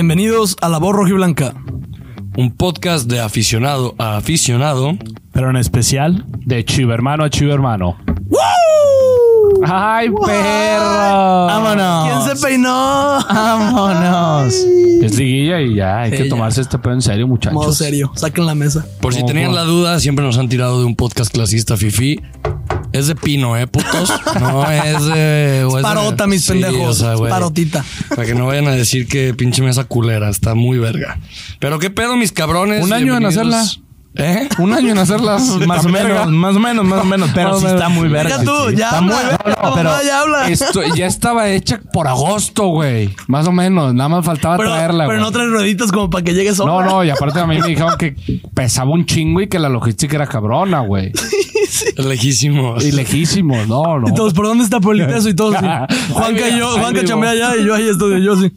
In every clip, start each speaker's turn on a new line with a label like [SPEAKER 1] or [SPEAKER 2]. [SPEAKER 1] Bienvenidos a La Voz Rojiblanca.
[SPEAKER 2] Un podcast de aficionado a aficionado.
[SPEAKER 3] Pero en especial de Chivermano a Chivermano.
[SPEAKER 1] ¡Woo!
[SPEAKER 3] ¡Ay, perro!
[SPEAKER 1] Ah, ¡Vámonos! Ah, ¿Quién se peinó?
[SPEAKER 3] ¡Vámonos! Es liguilla y ya, hay
[SPEAKER 1] Sí,
[SPEAKER 3] que
[SPEAKER 1] ya.
[SPEAKER 3] tomarse este pedo en serio, muchachos.
[SPEAKER 1] Modo serio, saquen la mesa.
[SPEAKER 2] Por si
[SPEAKER 3] ¿Cómo
[SPEAKER 2] tenían
[SPEAKER 3] fue?
[SPEAKER 2] la duda, siempre nos han tirado de un podcast clasista fifi. Es de pino, ¿eh, putos? No es de... o es de-
[SPEAKER 1] Parota, mis
[SPEAKER 2] Sí,
[SPEAKER 1] pendejos.
[SPEAKER 2] o sea, güey.
[SPEAKER 1] Parotita.
[SPEAKER 2] Para que no vayan a decir que pinche mesa culera. Está muy verga. Pero qué pedo, mis cabrones.
[SPEAKER 3] Un año en
[SPEAKER 2] Bienvenidos. ¿Eh?
[SPEAKER 3] Un año en hacerlas
[SPEAKER 4] Más o menos, más o menos, más o menos. Pero sí está muy verde.
[SPEAKER 1] Venga tú, ya
[SPEAKER 4] Está muy
[SPEAKER 1] habla.
[SPEAKER 4] verde.
[SPEAKER 1] No,
[SPEAKER 4] pero-
[SPEAKER 1] ya habla.
[SPEAKER 3] Esto ya estaba hecha por agosto, güey. Más o menos, nada más faltaba
[SPEAKER 1] pero
[SPEAKER 3] traerla.
[SPEAKER 1] pero
[SPEAKER 3] güey.
[SPEAKER 1] en otras rueditas como para que llegues solo.
[SPEAKER 3] No, no, y aparte a mí me dijeron que pesaba un chingo y que la logística era cabrona, güey.
[SPEAKER 2] Lejísimos.
[SPEAKER 3] Y lejísimo, no, no.
[SPEAKER 1] Y todos, ¿por dónde está Politeso? Y todos, sí. Juanca y yo,
[SPEAKER 3] Ahí
[SPEAKER 1] Juanca
[SPEAKER 3] vivo.
[SPEAKER 1] chambea allá y yo ahí estoy, yo sí.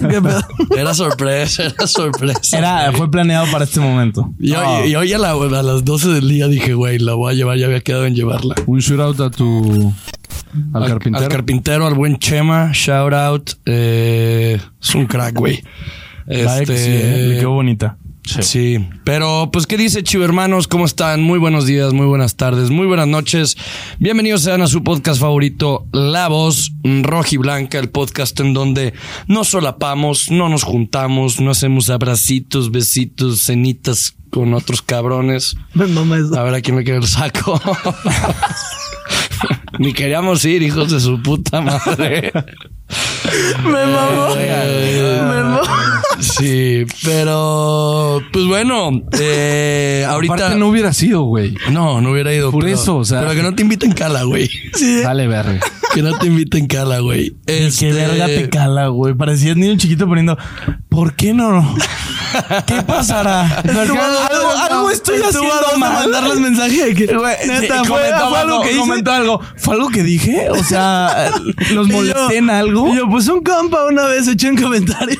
[SPEAKER 1] ¿Qué pedo?
[SPEAKER 2] Era sorpresa, era sorpresa.
[SPEAKER 4] Era, fue planeado para este momento.
[SPEAKER 2] Y hoy, y hoy a, la- a las 12 del día dije, güey, la voy a llevar. Ya había quedado en llevarla.
[SPEAKER 3] Un shootout a tu. Al, carpintero.
[SPEAKER 2] Al carpintero, al buen Chema, shout out. eh, es un crack, güey.
[SPEAKER 4] La ex, sí, eh, le
[SPEAKER 2] Este,
[SPEAKER 4] quedó bonita.
[SPEAKER 2] sí. Pero, pues, ¿qué dice, chivo hermanos? ¿Cómo están? Muy buenos días, muy buenas tardes, muy buenas noches. Bienvenidos sean a su podcast favorito, La Voz Rojiblanca, el podcast en donde no solapamos, no nos juntamos, no hacemos abracitos, besitos, cenitas con otros cabrones.
[SPEAKER 1] Me mama eso.
[SPEAKER 2] A ver a quién me queda el saco. Ni queríamos ir, hijos de su puta madre.
[SPEAKER 1] Me mamó. Me mamó.
[SPEAKER 2] Sí, pero pues bueno, eh, ahorita
[SPEAKER 3] Aparte no hubiera sido, güey.
[SPEAKER 2] no, no hubiera ido
[SPEAKER 3] Por
[SPEAKER 2] pero-
[SPEAKER 3] eso, o sea.
[SPEAKER 2] pero que no te inviten cala, güey.
[SPEAKER 1] Sí.
[SPEAKER 3] Dale, verga.
[SPEAKER 2] Que no te inviten cala, güey. Este,
[SPEAKER 4] Qué verga te cala, güey. Parecías niño chiquito poniendo, ¿por qué no? ¿Qué pasará?
[SPEAKER 1] Estuvo-
[SPEAKER 4] algo, algo estoy
[SPEAKER 1] estuvo a dos
[SPEAKER 4] haciendo
[SPEAKER 1] de
[SPEAKER 4] mal.
[SPEAKER 1] mandarles mensaje de que,
[SPEAKER 4] Güey,
[SPEAKER 1] neta,
[SPEAKER 4] sí,
[SPEAKER 1] fue, fue
[SPEAKER 4] comentó
[SPEAKER 1] algo que hice.
[SPEAKER 4] comentó algo. ¿Fue algo que dije? O sea, ¿los
[SPEAKER 1] Y yo-
[SPEAKER 4] molesté en algo?
[SPEAKER 1] y yo, pues un compa una vez echó un comentario.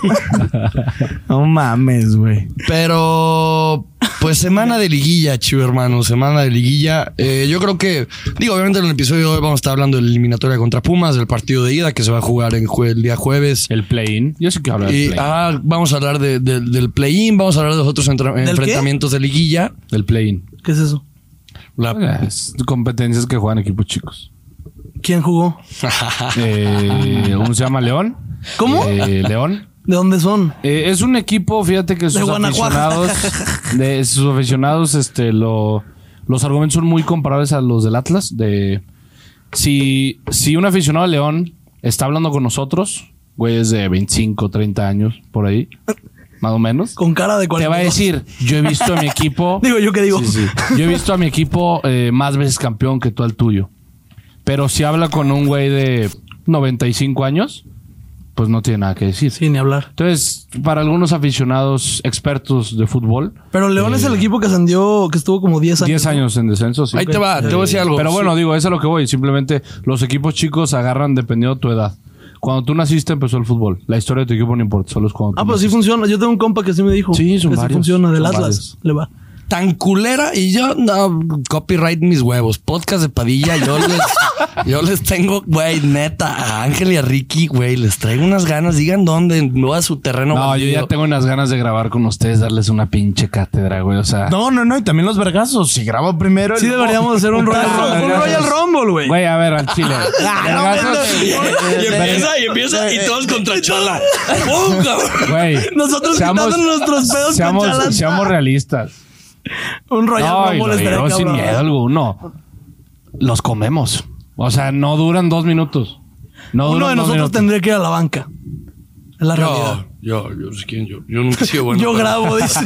[SPEAKER 4] No mames, güey.
[SPEAKER 2] Pero, pues semana de liguilla, chivo hermano, semana de liguilla. Eh, yo creo que, digo, obviamente en el episodio de hoy vamos a estar hablando de la eliminatoria contra Pumas, del partido de ida que se va a jugar en jue- el día jueves.
[SPEAKER 3] El play-in. Yo sí que hablar del
[SPEAKER 2] Y
[SPEAKER 3] play-in.
[SPEAKER 2] ah, vamos a hablar de- de- del play-in, vamos a hablar de los otros entra-
[SPEAKER 1] qué?
[SPEAKER 2] enfrentamientos de liguilla.
[SPEAKER 3] Del play-in.
[SPEAKER 1] ¿Qué es eso?
[SPEAKER 2] La-
[SPEAKER 3] Las competencias que juegan equipos chicos.
[SPEAKER 1] ¿Quién jugó?
[SPEAKER 3] Eh, uno se llama León.
[SPEAKER 1] ¿Cómo?
[SPEAKER 3] Eh, León.
[SPEAKER 1] ¿De dónde son?
[SPEAKER 3] Eh, es un equipo, fíjate que sus
[SPEAKER 1] Guanajuato.
[SPEAKER 3] aficionados, de sus aficionados, este, lo, los argumentos son muy comparables a los del Atlas. De si, si un aficionado de León está hablando con nosotros, güeyes de 25, 30 años, por ahí, más o menos.
[SPEAKER 1] Con cara de
[SPEAKER 3] Te
[SPEAKER 1] cualquier
[SPEAKER 3] va a decir, yo he visto a mi equipo.
[SPEAKER 1] Digo, ¿yo qué digo?
[SPEAKER 3] Sí, sí. Yo he visto a mi equipo eh, más veces campeón que tú al tuyo. Pero si habla con un güey de 95 años, pues no tiene nada que decir.
[SPEAKER 1] Sin hablar.
[SPEAKER 3] Entonces, para algunos aficionados expertos de fútbol,
[SPEAKER 1] Pero León es el
[SPEAKER 4] Eh.
[SPEAKER 1] equipo que ascendió, que estuvo como 10 años.
[SPEAKER 3] 10 años en descenso. sí. Eh,
[SPEAKER 2] Ahí te va, te voy a decir algo.
[SPEAKER 3] Pero bueno, digo, eso es a lo que voy. Simplemente los equipos chicos agarran dependiendo de tu edad. Cuando tú naciste empezó el fútbol. La historia de tu equipo no importa, solo es cuando
[SPEAKER 1] Ah,
[SPEAKER 3] tú
[SPEAKER 1] pues sí
[SPEAKER 3] naciste.
[SPEAKER 1] funciona. Yo tengo un compa que sí me dijo.
[SPEAKER 3] Sí, son
[SPEAKER 1] que
[SPEAKER 3] varios,
[SPEAKER 1] funciona, del
[SPEAKER 3] son
[SPEAKER 1] Atlas. Le va.
[SPEAKER 2] tan culera y yo no copyright mis huevos. Podcast de Padilla, yo les, yo les tengo, güey, neta, a Ángel y a Ricky, güey, les traigo unas ganas, digan dónde, no a su terreno.
[SPEAKER 3] No, yo
[SPEAKER 2] bandido.
[SPEAKER 3] ya tengo unas ganas de grabar con ustedes, darles una pinche cátedra, güey. O sea,
[SPEAKER 4] No, no, no. Y también los vergazos. Si grabo primero.
[SPEAKER 1] Sí,
[SPEAKER 4] luego-
[SPEAKER 1] deberíamos hacer un Royal,
[SPEAKER 3] Ah,
[SPEAKER 1] Rumble, un
[SPEAKER 3] gracias.
[SPEAKER 1] Royal Rumble, güey.
[SPEAKER 3] Güey, a ver, al chile.
[SPEAKER 4] Ah,
[SPEAKER 3] Vergazos,
[SPEAKER 2] Y empieza, y empieza, y todos contra Chola. ¡Pum, cabrón!
[SPEAKER 3] Güey.
[SPEAKER 1] Nosotros
[SPEAKER 3] Seamos-
[SPEAKER 1] quitando nuestros pedos con
[SPEAKER 3] Seamos,
[SPEAKER 1] chalas.
[SPEAKER 3] seamos realistas.
[SPEAKER 1] Un Royal
[SPEAKER 3] No, y
[SPEAKER 1] Rumble
[SPEAKER 3] lo
[SPEAKER 1] estaría
[SPEAKER 3] digo sin
[SPEAKER 1] cabrón.
[SPEAKER 3] miedo alguno. Los comemos. O sea, no duran dos minutos. No
[SPEAKER 1] Uno
[SPEAKER 3] duran
[SPEAKER 1] de
[SPEAKER 3] dos
[SPEAKER 1] nosotros
[SPEAKER 3] minutos.
[SPEAKER 1] tendría que ir a la banca. Es la realidad.
[SPEAKER 2] Yo, yo, yo, sé quién, yo, yo nunca he sido bueno.
[SPEAKER 1] Yo
[SPEAKER 2] pero-
[SPEAKER 1] grabo, dice.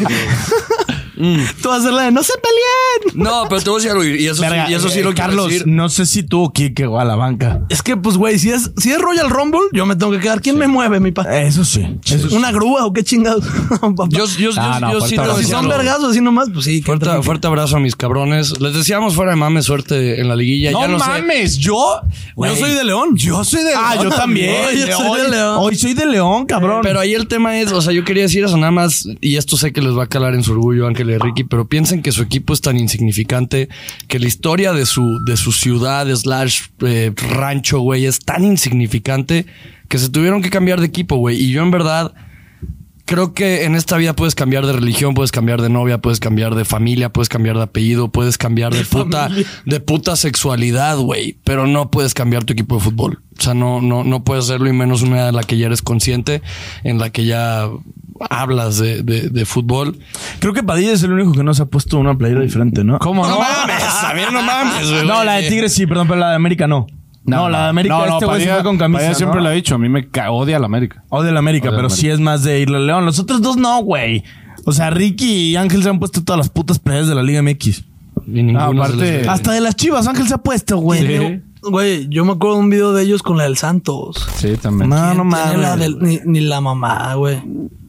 [SPEAKER 3] Mm.
[SPEAKER 1] Tú vas a hacer la de no se peleen.
[SPEAKER 2] No, pero te voy a decir algo, y eso, sí-
[SPEAKER 4] Verga,
[SPEAKER 2] y eso sí
[SPEAKER 4] eh,
[SPEAKER 2] lo quiero
[SPEAKER 4] Carlos,
[SPEAKER 2] decir.
[SPEAKER 4] no sé si tú o Kike o a la banca.
[SPEAKER 1] Es que, pues, güey, si es, si es Royal Rumble, yo me tengo que quedar. ¿Quién me mueve, mi
[SPEAKER 3] Eh,
[SPEAKER 1] pa?
[SPEAKER 4] Eso sí. Eso sí.
[SPEAKER 1] ¿Una grúa o qué chingados? No, papá.
[SPEAKER 2] Yo, yo,
[SPEAKER 3] Ah,
[SPEAKER 2] yo,
[SPEAKER 3] no,
[SPEAKER 2] yo
[SPEAKER 3] fuerte
[SPEAKER 2] sí te voy a
[SPEAKER 1] Pero si
[SPEAKER 2] decir
[SPEAKER 1] son
[SPEAKER 2] algo.
[SPEAKER 1] vergazos así nomás, pues sí. que
[SPEAKER 2] Fuerte,
[SPEAKER 1] tranqui.
[SPEAKER 2] fuerte abrazo a mis cabrones. Les decíamos fuera de mames suerte en la liguilla. ya no sé.
[SPEAKER 4] yo.
[SPEAKER 1] Yo soy de León.
[SPEAKER 4] Yo soy de Ah, yo también.
[SPEAKER 1] Yo soy de
[SPEAKER 4] Hoy-
[SPEAKER 1] León.
[SPEAKER 4] Hoy soy de León, cabrón.
[SPEAKER 2] Pero ahí el tema es, o sea, yo quería decir eso nada más, y esto sé que les va a calar en su orgullo, Ángel y Ricky, pero piensen que su equipo es tan insignificante, que la historia de su, de su ciudad, slash eh, rancho, güey, es tan insignificante que se tuvieron que cambiar de equipo, güey. Y yo en verdad creo que en esta vida puedes cambiar de religión, puedes cambiar de novia, puedes cambiar de familia, puedes cambiar de apellido, puedes cambiar de, puta, de puta sexualidad, güey. Pero no puedes cambiar tu equipo de fútbol. O sea, no, no, no puedes hacerlo y menos una de la que ya eres consciente, en la que ya hablas de, de- de fútbol.
[SPEAKER 4] Creo que Padilla es el único que no se ha puesto una playera diferente, ¿no?
[SPEAKER 3] ¿Cómo no?
[SPEAKER 2] a mí no mames, güey.
[SPEAKER 4] No, la de Tigres sí, perdón, pero la de América no. No, la de América
[SPEAKER 3] no, no,
[SPEAKER 4] este güey se
[SPEAKER 3] Padilla-
[SPEAKER 4] fue con camisa.
[SPEAKER 3] Padilla siempre
[SPEAKER 4] ¿no?
[SPEAKER 3] lo ha dicho. A mí me ca- odia la América.
[SPEAKER 4] O de la América,
[SPEAKER 3] O de la
[SPEAKER 4] pero
[SPEAKER 3] América.
[SPEAKER 4] sí es más de irle a León. Los otros dos no, güey. O sea, Ricky y Ángel se han puesto todas las putas playas de la Liga MX.
[SPEAKER 2] Y ninguno
[SPEAKER 3] No,
[SPEAKER 2] se les
[SPEAKER 3] aparte-
[SPEAKER 2] ve.
[SPEAKER 4] Hasta de las chivas, Ángel se ha puesto, güey.
[SPEAKER 3] Sí,
[SPEAKER 1] Güey, yo me acuerdo de un video de ellos con la del Santos.
[SPEAKER 3] sí, también.
[SPEAKER 4] No, no
[SPEAKER 1] ¿Quién tiene la
[SPEAKER 4] mames.
[SPEAKER 1] del- ni, ni la mamá, güey.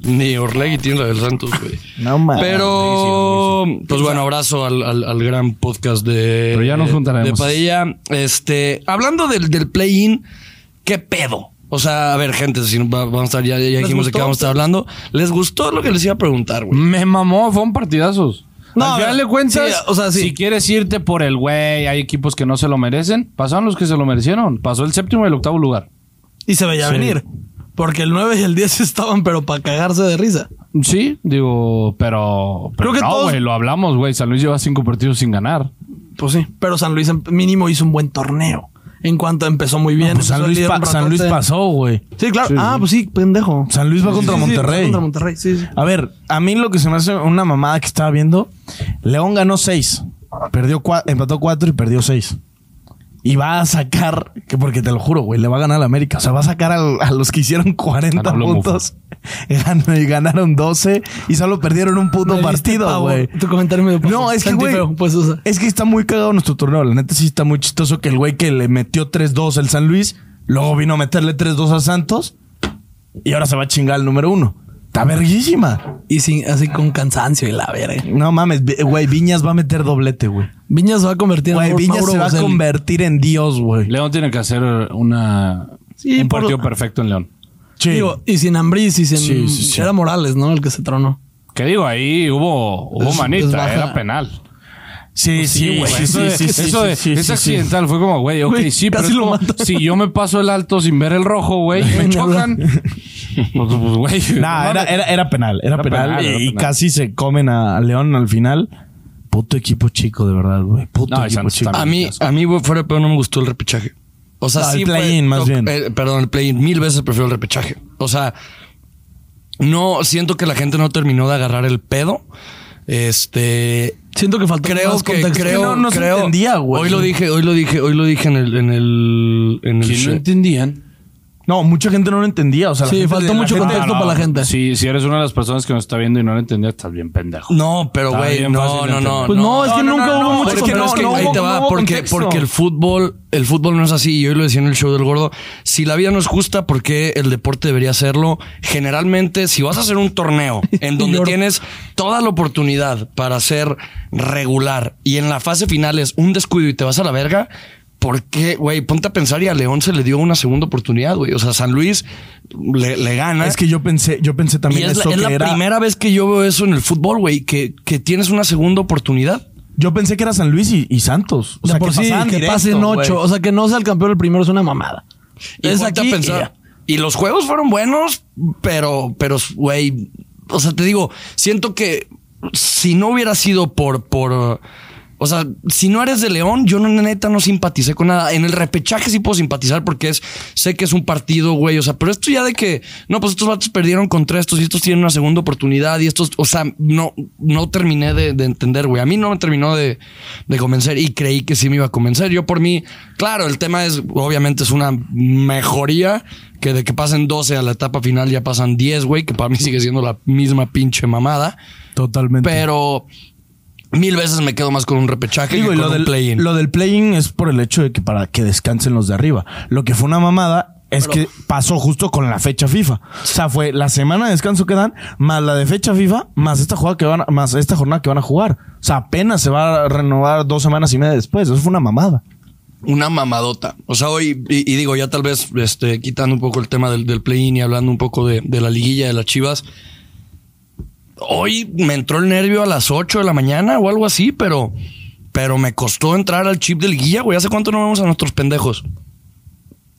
[SPEAKER 2] Ni Orlegui tiene la del Santos, güey.
[SPEAKER 4] No mames.
[SPEAKER 2] Pero, pues bueno, abrazo al, al- al gran podcast de,
[SPEAKER 3] Pero ya nos juntaremos.
[SPEAKER 2] de Padilla. Este, hablando del, del play-in, ¿qué pedo? O sea, a ver, gente, si no va- vamos a estar, ya, ya dijimos de qué
[SPEAKER 1] gustó?
[SPEAKER 2] vamos a estar hablando. ¿Les gustó lo que les iba a preguntar, güey?
[SPEAKER 3] Me mamó, fueron partidazos.
[SPEAKER 1] No,
[SPEAKER 3] Al final
[SPEAKER 1] a ver,
[SPEAKER 3] de cuentas,
[SPEAKER 1] sí, o sea, sí.
[SPEAKER 3] si quieres irte por el güey, hay equipos que no se lo merecen. Pasaron los que se lo merecieron. Pasó el séptimo y el octavo lugar.
[SPEAKER 1] Y se veía venir. Porque el 9 y el 10 estaban, pero para cagarse de risa.
[SPEAKER 3] Sí, digo, pero, pero
[SPEAKER 1] Creo que
[SPEAKER 3] no,
[SPEAKER 1] todos-
[SPEAKER 3] güey, lo hablamos, güey. San Luis lleva cinco partidos sin ganar.
[SPEAKER 1] Pues sí. Pero San Luis em- mínimo hizo un buen torneo. En cuanto empezó muy bien.
[SPEAKER 4] Pues
[SPEAKER 1] empezó
[SPEAKER 4] San,
[SPEAKER 1] el
[SPEAKER 4] Luis
[SPEAKER 1] líder
[SPEAKER 4] pa-
[SPEAKER 1] un
[SPEAKER 4] San Luis
[SPEAKER 1] ratote.
[SPEAKER 4] pasó, güey.
[SPEAKER 1] Sí, claro.
[SPEAKER 3] Sí,
[SPEAKER 1] ah,
[SPEAKER 3] sí.
[SPEAKER 1] pues sí, pendejo.
[SPEAKER 4] San Luis va contra
[SPEAKER 1] Sí, sí, sí,
[SPEAKER 4] Monterrey.
[SPEAKER 1] contra Monterrey, sí, sí.
[SPEAKER 4] A ver, a mí lo que se me hace una mamada que estaba viendo, León ganó 6, perdió cua- empató 4 y perdió 6. Y va a sacar, que porque te lo juro, güey, le va a ganar al América. O sea, va a sacar al- a los que hicieron 40
[SPEAKER 3] Ah, no, lo
[SPEAKER 4] puntos. Ganó- y ganaron 12 y solo perdieron un puto
[SPEAKER 1] Me diste
[SPEAKER 4] partido,
[SPEAKER 1] pavor.
[SPEAKER 4] güey.
[SPEAKER 1] Tu comentario me dio pavor.
[SPEAKER 4] No, es que,
[SPEAKER 1] Sentí
[SPEAKER 4] güey,
[SPEAKER 1] feo, pues, o sea.
[SPEAKER 4] es que está muy cagado nuestro torneo. La neta sí está muy chistoso que el güey que le metió 3-2 al San Luis, luego vino a meterle 3-2 a Santos y ahora se va a chingar al número uno. Está verguísima.
[SPEAKER 1] Y sin, así con cansancio y la verga.
[SPEAKER 4] No mames, vi- güey, Viñas va a meter doblete, güey.
[SPEAKER 1] Viñas se va a convertir en
[SPEAKER 4] Güey,
[SPEAKER 1] Mau-
[SPEAKER 4] Viñas
[SPEAKER 1] Mauro
[SPEAKER 4] se va a
[SPEAKER 1] Boselli.
[SPEAKER 4] convertir en Dios, güey.
[SPEAKER 3] León tiene que hacer una,
[SPEAKER 1] Sí,
[SPEAKER 3] un
[SPEAKER 1] por-
[SPEAKER 3] partido perfecto en León.
[SPEAKER 4] Sí.
[SPEAKER 1] Digo, y sin Ambriz y sin...
[SPEAKER 4] Sí, sí, sí.
[SPEAKER 1] Era Morales, ¿no? El que se tronó.
[SPEAKER 3] Que digo, ahí hubo, hubo
[SPEAKER 1] Es- es
[SPEAKER 3] manita,
[SPEAKER 1] baja.
[SPEAKER 3] era penal.
[SPEAKER 4] sí, sí, güey.
[SPEAKER 3] Eso de- eso de- es accidental, fue como, güey, ok,
[SPEAKER 1] Güey,
[SPEAKER 3] sí, pero
[SPEAKER 1] casi
[SPEAKER 3] es
[SPEAKER 1] lo
[SPEAKER 3] como,
[SPEAKER 1] mata.
[SPEAKER 3] si yo me paso el alto sin ver el rojo, güey, y me chocan. pues, pues, güey.
[SPEAKER 4] Nah, era, era, era penal, era,
[SPEAKER 3] Era
[SPEAKER 4] penal,
[SPEAKER 3] penal,
[SPEAKER 4] y,
[SPEAKER 3] era
[SPEAKER 4] y
[SPEAKER 3] penal.
[SPEAKER 4] casi se comen a León al final. Puto equipo chico, de verdad, güey. Puto
[SPEAKER 3] No, y
[SPEAKER 4] equipo
[SPEAKER 3] Santos
[SPEAKER 4] chico.
[SPEAKER 3] también.
[SPEAKER 2] A mí, a mí, güey, fuera de pedo no me gustó el repechaje. O sea,
[SPEAKER 4] No, el
[SPEAKER 2] sí. fue-
[SPEAKER 4] play-in, más
[SPEAKER 2] no,
[SPEAKER 4] bien.
[SPEAKER 2] eh, perdón, el play-in. Mil veces prefiero el repechaje. O sea, no siento que la gente no terminó de agarrar el pedo. Este.
[SPEAKER 1] Siento que faltó
[SPEAKER 2] Creo
[SPEAKER 1] Pues más
[SPEAKER 2] que,
[SPEAKER 1] contexto.
[SPEAKER 2] creo,
[SPEAKER 4] no- no se
[SPEAKER 2] creo-
[SPEAKER 4] entendía, güey.
[SPEAKER 2] Hoy lo dije, hoy lo dije, hoy lo dije en el, en el, en el
[SPEAKER 3] Que no
[SPEAKER 2] show.
[SPEAKER 3] entendían.
[SPEAKER 4] No, mucha gente no lo entendía. O sea, la
[SPEAKER 1] Sí,
[SPEAKER 4] gente-
[SPEAKER 1] faltó
[SPEAKER 4] la
[SPEAKER 1] mucho
[SPEAKER 4] gente-
[SPEAKER 1] contexto para la gente.
[SPEAKER 3] Si, si eres una de las personas que nos está viendo y no lo entendía, estás bien pendejo.
[SPEAKER 2] No, pero
[SPEAKER 3] Está
[SPEAKER 2] güey,
[SPEAKER 3] bien
[SPEAKER 2] no,
[SPEAKER 3] fácil de
[SPEAKER 2] no, no,
[SPEAKER 3] entender.
[SPEAKER 1] Pues no, es que
[SPEAKER 4] no,
[SPEAKER 1] nunca
[SPEAKER 4] no,
[SPEAKER 1] hubo
[SPEAKER 4] no,
[SPEAKER 1] mucho
[SPEAKER 2] Pero es que,
[SPEAKER 4] no,
[SPEAKER 2] es que
[SPEAKER 4] no
[SPEAKER 2] ahí
[SPEAKER 4] hubo-
[SPEAKER 2] te va,
[SPEAKER 4] no hubo
[SPEAKER 2] porque,
[SPEAKER 4] contexto.
[SPEAKER 2] porque el fútbol, el fútbol no es así. y Yo lo decía en el show del gordo. Si la vida no es justa, ¿por qué el deporte debería serlo? Generalmente, si vas a hacer un torneo en donde
[SPEAKER 1] Lloro.
[SPEAKER 2] tienes toda la oportunidad para ser regular y en la fase final es un descuido y te vas a la verga. ¿Por qué, güey? Ponte a pensar y a León se le dio una segunda oportunidad, güey. O sea, San Luis le, le gana.
[SPEAKER 4] Es que yo pensé, yo pensé
[SPEAKER 2] Y
[SPEAKER 4] también
[SPEAKER 2] es, la,
[SPEAKER 4] eso
[SPEAKER 2] es
[SPEAKER 4] que
[SPEAKER 2] la
[SPEAKER 4] era.
[SPEAKER 2] primera vez que yo veo eso en el fútbol, güey, que, que tienes una segunda oportunidad.
[SPEAKER 4] Yo pensé que era San Luis y, y Santos. O
[SPEAKER 1] O sea,
[SPEAKER 4] sea,
[SPEAKER 1] por
[SPEAKER 4] que
[SPEAKER 1] sí,
[SPEAKER 4] pasaban
[SPEAKER 1] que
[SPEAKER 4] directo,
[SPEAKER 1] pasen
[SPEAKER 4] güey.
[SPEAKER 1] ocho. O sea, que no sea el campeón el primero es una mamada.
[SPEAKER 2] Y
[SPEAKER 1] es
[SPEAKER 2] ponte
[SPEAKER 1] aquí.
[SPEAKER 2] a pensar. Y los juegos fueron buenos, pero, pero, güey, o sea, te digo, siento que si no hubiera sido por, por, o sea, si no eres de León, yo no, neta no simpaticé con nada. En el repechaje sí puedo simpatizar porque es, sé que es un partido, güey, o sea, pero esto ya de que, no, pues estos vatos perdieron contra estos y estos tienen una segunda oportunidad y estos, o sea, no, no terminé de, de entender, güey. A mí no me terminó de, de convencer y creí que sí me iba a convencer. Yo por mí, claro, el tema es, obviamente es una mejoría que de que pasen 12 a la etapa final ya pasan 10, güey, que para mí sigue siendo la misma pinche mamada.
[SPEAKER 4] Totalmente.
[SPEAKER 2] Pero mil veces me quedo más con un repechaje
[SPEAKER 4] Digo,
[SPEAKER 2] que
[SPEAKER 4] y
[SPEAKER 2] con
[SPEAKER 4] lo
[SPEAKER 2] un
[SPEAKER 4] del,
[SPEAKER 2] play-in.
[SPEAKER 4] lo del play-in es por el hecho de que para que descansen los de arriba. Lo que fue una mamada es
[SPEAKER 2] Pero-
[SPEAKER 4] que pasó justo con la fecha FIFA. O sea, fue la semana de descanso que dan, más la de fecha FIFA, más esta jugada que van, a- más esta jornada que van a jugar. O sea, apenas se va a renovar dos semanas y media después. Eso fue una mamada.
[SPEAKER 2] una mamadota. O sea, hoy, y, y digo, ya tal vez este, quitando un poco el tema del, del play-in y hablando un poco de, de la liguilla de las chivas. Hoy me entró el nervio a las 8 de la mañana o algo así, pero, pero me costó entrar al chip de liguilla, güey. ¿Hace cuánto no vemos a nuestros pendejos?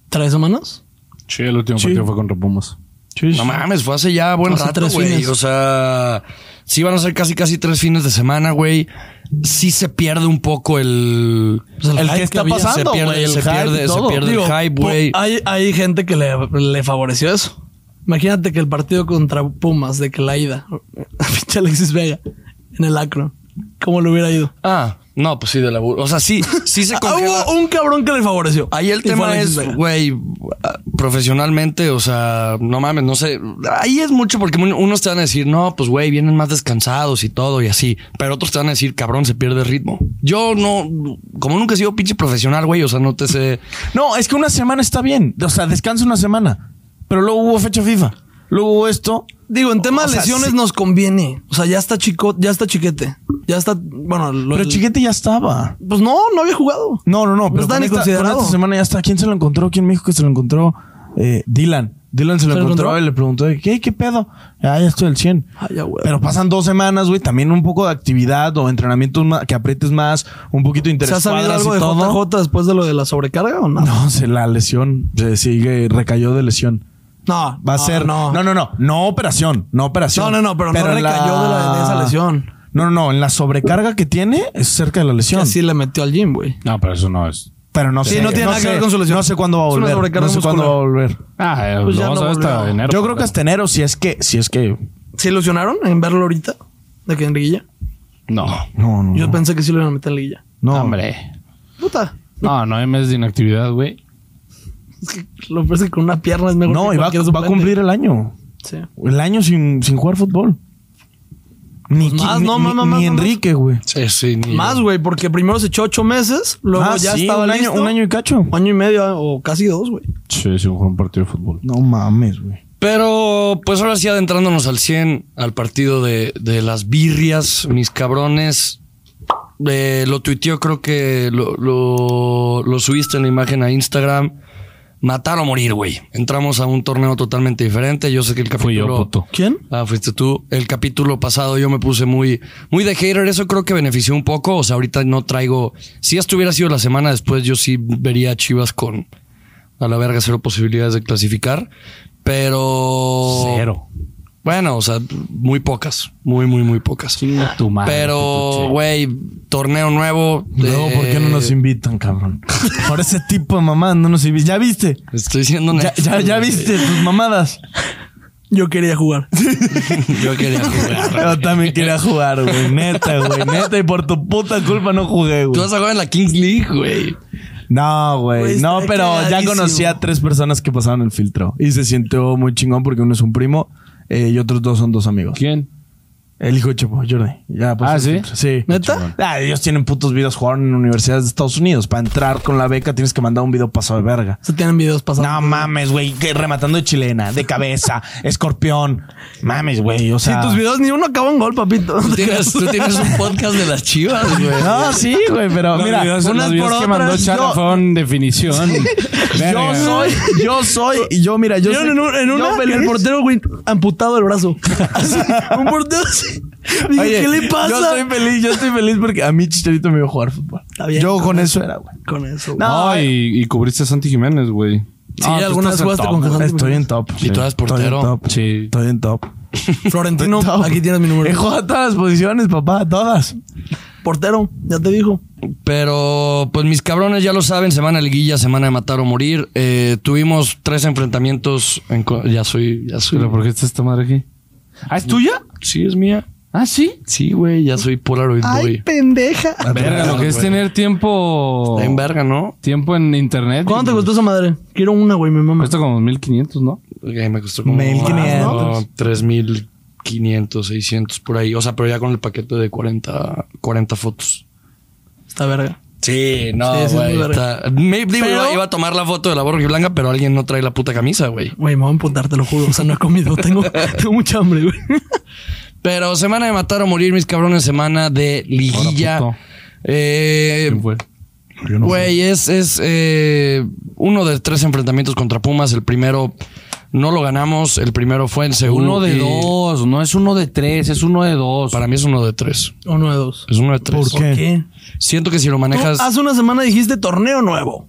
[SPEAKER 1] ¿Tres semanas?
[SPEAKER 3] Sí, el último partido fue contra Pumas.
[SPEAKER 4] Sí, sí.
[SPEAKER 2] No mames, fue hace ya buen
[SPEAKER 1] Hace
[SPEAKER 2] rato,
[SPEAKER 1] tres
[SPEAKER 2] güey.
[SPEAKER 1] fines.
[SPEAKER 2] O sea, sí van a ser casi, casi tres fines de semana, güey. Sí se pierde un poco el...
[SPEAKER 1] Pues el
[SPEAKER 4] El
[SPEAKER 1] hype
[SPEAKER 4] que está
[SPEAKER 1] había.
[SPEAKER 2] se
[SPEAKER 4] pasando,
[SPEAKER 2] pierde,
[SPEAKER 4] güey, el
[SPEAKER 2] se
[SPEAKER 4] hype
[SPEAKER 2] pierde,
[SPEAKER 4] y
[SPEAKER 2] se
[SPEAKER 4] todo.
[SPEAKER 2] pierde.
[SPEAKER 1] Digo,
[SPEAKER 2] el hype,
[SPEAKER 1] po-
[SPEAKER 2] güey.
[SPEAKER 1] Hay, hay gente que le, le favoreció eso. Imagínate que el partido contra Pumas de que la ida, pinche Alexis Vega, en el Akron, ¿cómo le hubiera ido?
[SPEAKER 2] Ah, no, pues sí, de la... bu- O sea, sí, sí se
[SPEAKER 1] Ah,
[SPEAKER 2] congela.
[SPEAKER 1] Hubo un cabrón que le favoreció.
[SPEAKER 2] Ahí el
[SPEAKER 1] Y fue
[SPEAKER 2] tema
[SPEAKER 1] Alexis
[SPEAKER 2] es,
[SPEAKER 1] Vega.
[SPEAKER 2] güey, ah, profesionalmente, o sea, no mames, no sé. Ahí es mucho porque un- unos te van a decir, no, pues güey, vienen más descansados y todo y así. Pero otros te van a decir, cabrón, se pierde ritmo. Yo no, como nunca he sido pinche profesional, güey, o sea, no te sé.
[SPEAKER 4] No, es que una semana está bien. O sea, descansa una semana. Pero luego hubo fecha FIFA. Luego hubo esto.
[SPEAKER 1] Digo, en tema
[SPEAKER 4] O
[SPEAKER 1] de
[SPEAKER 4] sea,
[SPEAKER 1] lesiones
[SPEAKER 4] sí.
[SPEAKER 1] nos conviene. O sea, ya está chico, ya está chiquete. Ya está, bueno, lo-
[SPEAKER 4] Pero Chiquete ya estaba.
[SPEAKER 1] Pues no, no había jugado.
[SPEAKER 4] No, no, no.
[SPEAKER 1] No
[SPEAKER 4] pero
[SPEAKER 1] está
[SPEAKER 4] con
[SPEAKER 1] ni
[SPEAKER 4] esta,
[SPEAKER 1] considerado.
[SPEAKER 4] Pues con esta semana ya está. ¿Quién se lo encontró? ¿Quién me dijo que se lo encontró? Eh, Dylan. Dylan se lo
[SPEAKER 1] ¿Se lo
[SPEAKER 4] encontró,
[SPEAKER 1] encontró?
[SPEAKER 4] y le preguntó, ¿qué, qué pedo? Ah, ya estoy al 100.
[SPEAKER 1] Ay, ya, güey.
[SPEAKER 4] Pero pasan dos semanas, güey. También un poco de actividad o entrenamiento ma- que aprietes más, un poquito de
[SPEAKER 1] ¿Se
[SPEAKER 4] interés.
[SPEAKER 1] ha sabido algo
[SPEAKER 4] y
[SPEAKER 1] de
[SPEAKER 4] todo.
[SPEAKER 1] JJ después de lo de la sobrecarga o no?
[SPEAKER 4] No, se la lesión. Se sigue, recayó de lesión.
[SPEAKER 1] No,
[SPEAKER 4] Va a
[SPEAKER 1] no,
[SPEAKER 4] ser.
[SPEAKER 1] no.
[SPEAKER 4] No. no, no, no. operación. No operación.
[SPEAKER 1] No, no, no, pero no
[SPEAKER 4] en
[SPEAKER 1] recayó de la- de esa lesión.
[SPEAKER 4] No, no, no. En la sobrecarga que tiene es cerca de la
[SPEAKER 1] Que
[SPEAKER 4] lesión.
[SPEAKER 1] así le metió al gym, güey.
[SPEAKER 3] No, pero eso no es.
[SPEAKER 4] Pero no
[SPEAKER 1] Sí,
[SPEAKER 4] sé.
[SPEAKER 1] no tiene nada que
[SPEAKER 4] sé-
[SPEAKER 1] ver con su lesión.
[SPEAKER 4] No sé cuándo va a
[SPEAKER 1] Es una
[SPEAKER 4] volver.
[SPEAKER 1] sobrecarga
[SPEAKER 4] no sé cuándo va a
[SPEAKER 1] muscular. eh.
[SPEAKER 4] volver.
[SPEAKER 3] Ah,
[SPEAKER 1] Pues
[SPEAKER 3] lo
[SPEAKER 1] ya
[SPEAKER 3] vamos
[SPEAKER 1] no
[SPEAKER 3] a ver hasta
[SPEAKER 1] volvió.
[SPEAKER 3] enero.
[SPEAKER 4] Yo creo que hasta enero, si es que, si es que.
[SPEAKER 1] ¿Se ilusionaron en verlo ahorita? De que en liguilla.
[SPEAKER 3] No.
[SPEAKER 4] No, no.
[SPEAKER 1] Yo
[SPEAKER 4] no.
[SPEAKER 1] pensé que sí lo iban a meter en liguilla.
[SPEAKER 4] No.
[SPEAKER 3] Hombre.
[SPEAKER 1] Puta.
[SPEAKER 3] No, no hay meses de inactividad, güey.
[SPEAKER 1] Es que lo parece que con una pierna es mejor.
[SPEAKER 4] No,
[SPEAKER 1] que
[SPEAKER 4] y va,
[SPEAKER 1] cualquier
[SPEAKER 4] va a
[SPEAKER 1] suplente.
[SPEAKER 4] cumplir el año.
[SPEAKER 1] Sí.
[SPEAKER 4] El año sin, sin jugar fútbol. Ni,
[SPEAKER 1] Pues
[SPEAKER 4] qui-
[SPEAKER 1] más,
[SPEAKER 4] ni-
[SPEAKER 1] no,
[SPEAKER 4] ni-
[SPEAKER 1] más, más, más,
[SPEAKER 4] ni
[SPEAKER 1] más.
[SPEAKER 4] Enrique, güey.
[SPEAKER 2] Sí, sí, ni-
[SPEAKER 1] Más, güey, porque primero se echó ocho meses, luego
[SPEAKER 4] Ah,
[SPEAKER 1] ya
[SPEAKER 4] sí,
[SPEAKER 1] estaba
[SPEAKER 4] un
[SPEAKER 1] listo.
[SPEAKER 4] año, un año y cacho.
[SPEAKER 1] año y medio ah, o casi dos, güey.
[SPEAKER 3] Sí, sí, mejor un partido de fútbol.
[SPEAKER 4] No mames, güey.
[SPEAKER 2] Pero pues ahora sí adentrándonos al 100, al partido de, de las birrias, mis cabrones. Eh, lo tuiteó, creo que lo, lo- lo subiste en la imagen a Instagram. Matar o morir, güey. Entramos a un torneo totalmente diferente. Yo sé que el capítulo...
[SPEAKER 3] Fui yo, puto.
[SPEAKER 1] ¿Quién?
[SPEAKER 2] Ah, fuiste tú. El capítulo pasado yo me puse muy, muy de hater. Eso creo que benefició un poco. O sea, ahorita no traigo. Si esto hubiera sido la semana después, yo sí vería a Chivas con a la verga cero posibilidades de clasificar. Pero.
[SPEAKER 3] Cero.
[SPEAKER 2] Bueno, o sea, muy pocas. Muy, muy, muy pocas.
[SPEAKER 3] Chinga tu madre.
[SPEAKER 2] Pero,
[SPEAKER 3] puto, che.
[SPEAKER 2] güey, torneo nuevo.
[SPEAKER 4] Luego, ¿por qué no nos
[SPEAKER 2] Eh,
[SPEAKER 4] invitan, cabrón? Por ese tipo de mamá no nos invitan. ¿Ya viste?
[SPEAKER 2] Estoy siendo
[SPEAKER 4] Ya, ya, ya viste tus mamadas.
[SPEAKER 1] Yo quería jugar.
[SPEAKER 2] Yo quería jugar.
[SPEAKER 4] Yo también quería jugar, güey. Neta, güey. Neta, y por tu puta culpa no jugué,
[SPEAKER 2] Tú
[SPEAKER 4] güey.
[SPEAKER 2] vas a jugar en la Kings League, güey.
[SPEAKER 4] No,
[SPEAKER 1] Güey,
[SPEAKER 4] güey.
[SPEAKER 1] Pues, está
[SPEAKER 4] No, pero ya
[SPEAKER 1] cagadísimo.
[SPEAKER 4] conocí a tres personas que pasaron el filtro. Y se sintió muy chingón porque uno es un primo eh, y otros dos son dos amigos.
[SPEAKER 3] ¿Quién?
[SPEAKER 4] El hijo de Chapo, Jordi. Ya pasó
[SPEAKER 3] Ah,
[SPEAKER 4] el
[SPEAKER 3] ¿sí?
[SPEAKER 4] filtro. Sí.
[SPEAKER 1] ¿Neta?
[SPEAKER 4] Ah, ellos tienen putos videos jugaron en universidades de Estados Unidos. Para entrar con la beca tienes que mandar un video pasado de verga.
[SPEAKER 1] Se tienen videos pasados.
[SPEAKER 4] No mames, güey, que rematando de chilena, de cabeza, escorpión. Mames, güey, o
[SPEAKER 1] Si
[SPEAKER 4] sea.
[SPEAKER 1] tus videos ni uno acabó en gol, papito.
[SPEAKER 2] Tú tienes, tú tienes un podcast de las Chivas, güey.
[SPEAKER 4] No, sí, güey, pero
[SPEAKER 3] Los
[SPEAKER 4] mira,
[SPEAKER 3] videos-
[SPEAKER 4] unas
[SPEAKER 3] los videos
[SPEAKER 4] por
[SPEAKER 3] que
[SPEAKER 4] otras.
[SPEAKER 3] mandó Chara
[SPEAKER 4] yo,
[SPEAKER 3] fueron definición. Verga.
[SPEAKER 4] yo soy, yo soy, y yo, mira, yo.
[SPEAKER 1] Yo
[SPEAKER 4] soy-
[SPEAKER 1] en, un- en
[SPEAKER 4] yo
[SPEAKER 1] una,
[SPEAKER 4] feliz.
[SPEAKER 1] el portero, güey, amputado el brazo. Así, un portero así. Dije,
[SPEAKER 4] Oye,
[SPEAKER 1] ¿qué le pasa?
[SPEAKER 4] Yo estoy feliz, yo estoy feliz porque a mí Chicharito me iba a jugar fútbol.
[SPEAKER 1] Está bien.
[SPEAKER 4] yo con eso era, güey.
[SPEAKER 1] Con eso.
[SPEAKER 4] No,
[SPEAKER 3] No, y, y cubriste a Santi Jiménez, güey.
[SPEAKER 1] Sí,
[SPEAKER 4] Ah, tú
[SPEAKER 1] algunas
[SPEAKER 4] estás en
[SPEAKER 1] jugaste
[SPEAKER 4] top,
[SPEAKER 1] con
[SPEAKER 4] güey.
[SPEAKER 1] Jason
[SPEAKER 4] Estoy en
[SPEAKER 1] Jiménez.
[SPEAKER 4] top.
[SPEAKER 2] Y tú eres portero.
[SPEAKER 4] Estoy en top.
[SPEAKER 3] Sí.
[SPEAKER 4] Estoy en top.
[SPEAKER 1] Florentino,
[SPEAKER 4] Estoy en top.
[SPEAKER 1] aquí tienes mi
[SPEAKER 4] He
[SPEAKER 1] número.
[SPEAKER 4] jugado todas las posiciones, papá, todas.
[SPEAKER 1] Portero, ya te dijo.
[SPEAKER 2] Pero, pues mis cabrones ya lo saben, semana de liguilla, semana de matar o morir. Eh, tuvimos tres enfrentamientos. en co- ya soy, ya soy.
[SPEAKER 3] ¿Pero por qué está esta madre aquí? ¿Ah, es tuya?
[SPEAKER 2] Sí, es mía.
[SPEAKER 3] Ah, sí.
[SPEAKER 2] Sí, güey, ya soy Polaroid Boy.
[SPEAKER 1] pendeja.
[SPEAKER 3] Verga, lo que es
[SPEAKER 2] güey.
[SPEAKER 3] tener tiempo.
[SPEAKER 2] Está en verga, ¿no?
[SPEAKER 3] Tiempo en internet.
[SPEAKER 1] ¿Cuánto te
[SPEAKER 3] costó?
[SPEAKER 1] costó esa madre? Quiero una, güey, mi mamá.
[SPEAKER 3] Cuesta como 1500, ¿no?
[SPEAKER 2] Eh, me costó como
[SPEAKER 4] 1500.
[SPEAKER 2] 3500, 600 por ahí. O sea, pero ya con el paquete de 40, 40 fotos.
[SPEAKER 1] Esta verga. Sí,
[SPEAKER 2] Sí,
[SPEAKER 1] sí, es muy verga.
[SPEAKER 2] está- me- digo,
[SPEAKER 1] Pero-
[SPEAKER 2] iba, iba a tomar la foto de la borja blanca, pero alguien no trae la puta camisa, güey.
[SPEAKER 1] Güey, me voy a emputar, te lo juro. O sea, no he comido. Tengo, tengo mucha hambre, güey.
[SPEAKER 2] Pero semana de matar o morir, mis cabrones, semana de liguilla.
[SPEAKER 3] Ahora, puto.
[SPEAKER 2] eh,
[SPEAKER 3] ¿Quién fue?
[SPEAKER 2] Güey, es, es eh, uno de tres enfrentamientos contra Pumas. El primero no lo ganamos, el primero fue el segundo.
[SPEAKER 3] Uno de
[SPEAKER 2] y
[SPEAKER 3] dos, no es uno de tres, es uno de dos.
[SPEAKER 2] Para mí es uno de tres.
[SPEAKER 1] Uno de dos.
[SPEAKER 2] Es uno de tres.
[SPEAKER 4] ¿Por qué?
[SPEAKER 1] ¿Qué?
[SPEAKER 2] Siento que si lo
[SPEAKER 1] Tú
[SPEAKER 2] manejas.
[SPEAKER 1] hace una semana dijiste torneo nuevo.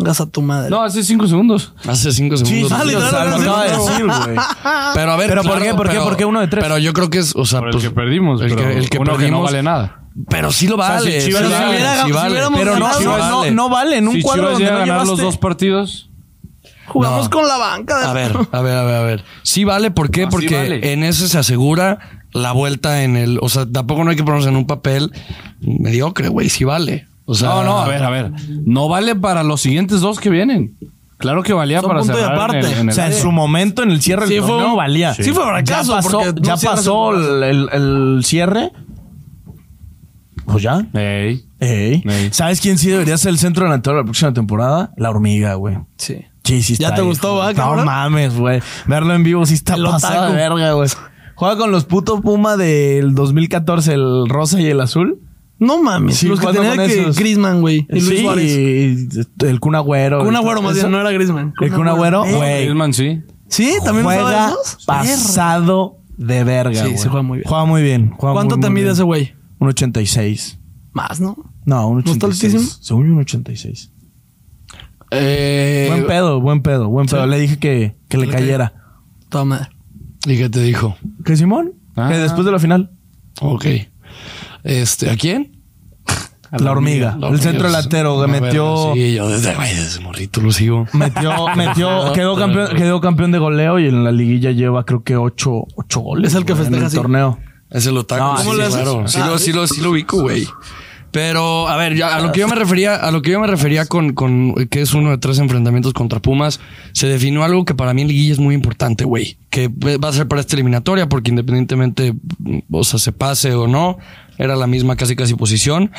[SPEAKER 1] Gas a tu madre.
[SPEAKER 3] No, hace cinco segundos.
[SPEAKER 2] Hace cinco
[SPEAKER 4] Sí,
[SPEAKER 2] segundos.
[SPEAKER 4] sí,
[SPEAKER 1] Ah,
[SPEAKER 4] sí, o sea,
[SPEAKER 1] literal,
[SPEAKER 4] lo
[SPEAKER 1] sí,
[SPEAKER 4] acaba de
[SPEAKER 1] no.
[SPEAKER 4] decir, güey.
[SPEAKER 2] Pero a ver,
[SPEAKER 4] ¿Pero por qué? ¿Por qué?
[SPEAKER 2] pero-
[SPEAKER 4] ¿Por qué uno de tres?
[SPEAKER 2] Pero yo creo que es, o sea,
[SPEAKER 3] Por el
[SPEAKER 2] pues,
[SPEAKER 3] que perdimos.
[SPEAKER 2] el
[SPEAKER 3] pero
[SPEAKER 2] que- el que
[SPEAKER 3] uno que no
[SPEAKER 2] perdimos-
[SPEAKER 3] vale nada.
[SPEAKER 2] pero sí lo vale.
[SPEAKER 4] si
[SPEAKER 2] sí
[SPEAKER 4] Chivas
[SPEAKER 2] vale,
[SPEAKER 4] no
[SPEAKER 1] hubiera-
[SPEAKER 2] sí
[SPEAKER 1] si
[SPEAKER 2] vale.
[SPEAKER 1] hubiéramos
[SPEAKER 2] pero no,
[SPEAKER 1] ganado,
[SPEAKER 4] Ah, No,
[SPEAKER 2] sí
[SPEAKER 4] no,
[SPEAKER 2] vale.
[SPEAKER 4] no, no vale. En un
[SPEAKER 3] si
[SPEAKER 4] cuadro
[SPEAKER 3] Chivas
[SPEAKER 4] donde
[SPEAKER 3] llega
[SPEAKER 4] no
[SPEAKER 3] a ganar
[SPEAKER 4] llevaste-
[SPEAKER 3] los dos partidos,
[SPEAKER 1] Jugamos
[SPEAKER 2] no.
[SPEAKER 1] con la banca. de-
[SPEAKER 2] A ver, a ver, a ver, a ver. Sí vale, ¿por qué?
[SPEAKER 3] No, sí
[SPEAKER 2] Porque
[SPEAKER 3] vale.
[SPEAKER 2] en ese se asegura la vuelta en el... O sea, tampoco no hay que ponernos en un papel mediocre, güey. Sí vale. O sea,
[SPEAKER 3] no, no, a ver, a ver. No vale para los siguientes dos que vienen. Claro que valía
[SPEAKER 1] Son
[SPEAKER 3] para
[SPEAKER 1] punto y
[SPEAKER 3] cerrar
[SPEAKER 1] aparte.
[SPEAKER 3] En el, en
[SPEAKER 4] O sea, en
[SPEAKER 3] el-
[SPEAKER 4] su momento, en el cierre
[SPEAKER 1] Sí
[SPEAKER 4] del
[SPEAKER 1] fue
[SPEAKER 4] torneo,
[SPEAKER 1] un-
[SPEAKER 4] valía.
[SPEAKER 1] sí fue fracaso,
[SPEAKER 4] Ya pasó,
[SPEAKER 1] porque no
[SPEAKER 4] ya
[SPEAKER 1] cierras
[SPEAKER 4] pasó
[SPEAKER 1] el
[SPEAKER 4] el, el- el cierre. Pues ya.
[SPEAKER 3] Ey.
[SPEAKER 4] Ey.
[SPEAKER 3] Ey.
[SPEAKER 4] ¿Sabes quién sí debería ser el centro delantero de la próxima temporada? La hormiga, güey.
[SPEAKER 1] Sí.
[SPEAKER 4] Sí, sí
[SPEAKER 1] ¿Ya
[SPEAKER 4] está
[SPEAKER 1] te
[SPEAKER 4] ahí,
[SPEAKER 1] gustó,
[SPEAKER 4] hijo.
[SPEAKER 1] va,
[SPEAKER 4] No
[SPEAKER 1] cabrón?
[SPEAKER 4] mames, güey. Verlo en vivo sí está
[SPEAKER 1] El
[SPEAKER 4] pasado
[SPEAKER 1] otaku.
[SPEAKER 4] de verga, güey. Juega con los putos Puma del 2014, el rosa y el azul.
[SPEAKER 1] No mames.
[SPEAKER 4] Sí,
[SPEAKER 1] los que
[SPEAKER 4] jugando
[SPEAKER 1] tenía
[SPEAKER 4] con
[SPEAKER 1] que
[SPEAKER 4] esos.
[SPEAKER 1] Grisman, güey. Y Luis
[SPEAKER 4] sí,
[SPEAKER 1] Suárez.
[SPEAKER 4] y el Kun Agüero.
[SPEAKER 1] Con un agüero más
[SPEAKER 4] Eso-
[SPEAKER 1] bien, no era Grisman.
[SPEAKER 4] El Kun Agüero,
[SPEAKER 3] Ey.
[SPEAKER 4] güey.
[SPEAKER 3] Griezmann, sí.
[SPEAKER 1] Sí, también
[SPEAKER 4] Juega pasado de verga,
[SPEAKER 1] Sí,
[SPEAKER 4] güey.
[SPEAKER 1] se juega muy bien.
[SPEAKER 4] Juega muy bien. juega
[SPEAKER 1] ¿Cuánto
[SPEAKER 4] muy,
[SPEAKER 1] te
[SPEAKER 4] muy
[SPEAKER 1] mide
[SPEAKER 4] bien.
[SPEAKER 1] ese güey?
[SPEAKER 4] Un 86.
[SPEAKER 1] Más, ¿no?
[SPEAKER 4] No, un
[SPEAKER 1] ¿No está
[SPEAKER 4] 86.
[SPEAKER 1] altísimo?
[SPEAKER 4] Según yo, un 86.
[SPEAKER 2] Eh,
[SPEAKER 4] buen pedo, buen pedo, buen pedo. Le dije que, que le
[SPEAKER 1] Ok.
[SPEAKER 4] cayera.
[SPEAKER 1] Toda madre.
[SPEAKER 2] ¿Y qué te dijo?
[SPEAKER 4] ¿Que Simón?
[SPEAKER 3] Ah.
[SPEAKER 4] Que después de la final.
[SPEAKER 2] Ok. Este, ¿A quién?
[SPEAKER 4] la hormiga.
[SPEAKER 2] La
[SPEAKER 4] el
[SPEAKER 2] hormiga,
[SPEAKER 4] centro
[SPEAKER 2] pues,
[SPEAKER 4] delantero que
[SPEAKER 2] una
[SPEAKER 4] metió.
[SPEAKER 2] verga, Sí, yo desde, güey, desde morrito lo sigo.
[SPEAKER 4] Metió, metió, quedó campeón, quedó campeón de goleo y en la liguilla lleva creo que ocho, ocho goles.
[SPEAKER 1] Es el que
[SPEAKER 4] güey, en
[SPEAKER 1] festeja
[SPEAKER 4] el
[SPEAKER 1] así.
[SPEAKER 4] torneo.
[SPEAKER 2] Es el otaku.
[SPEAKER 4] No,
[SPEAKER 2] sí,
[SPEAKER 4] ¿cómo le
[SPEAKER 2] sí,
[SPEAKER 1] haces?
[SPEAKER 2] claro. Sí,
[SPEAKER 1] Ah,
[SPEAKER 2] lo, sí, lo, sí lo ubico, güey. Pero, a ver, ya, a lo que yo me refería, a lo que yo me refería con, con que es uno de tres enfrentamientos contra Pumas, se definió algo que para mí en Liguilla es muy importante, güey. Que va a ser para esta eliminatoria, porque independientemente, o sea, se pase o no, era la misma casi casi posición.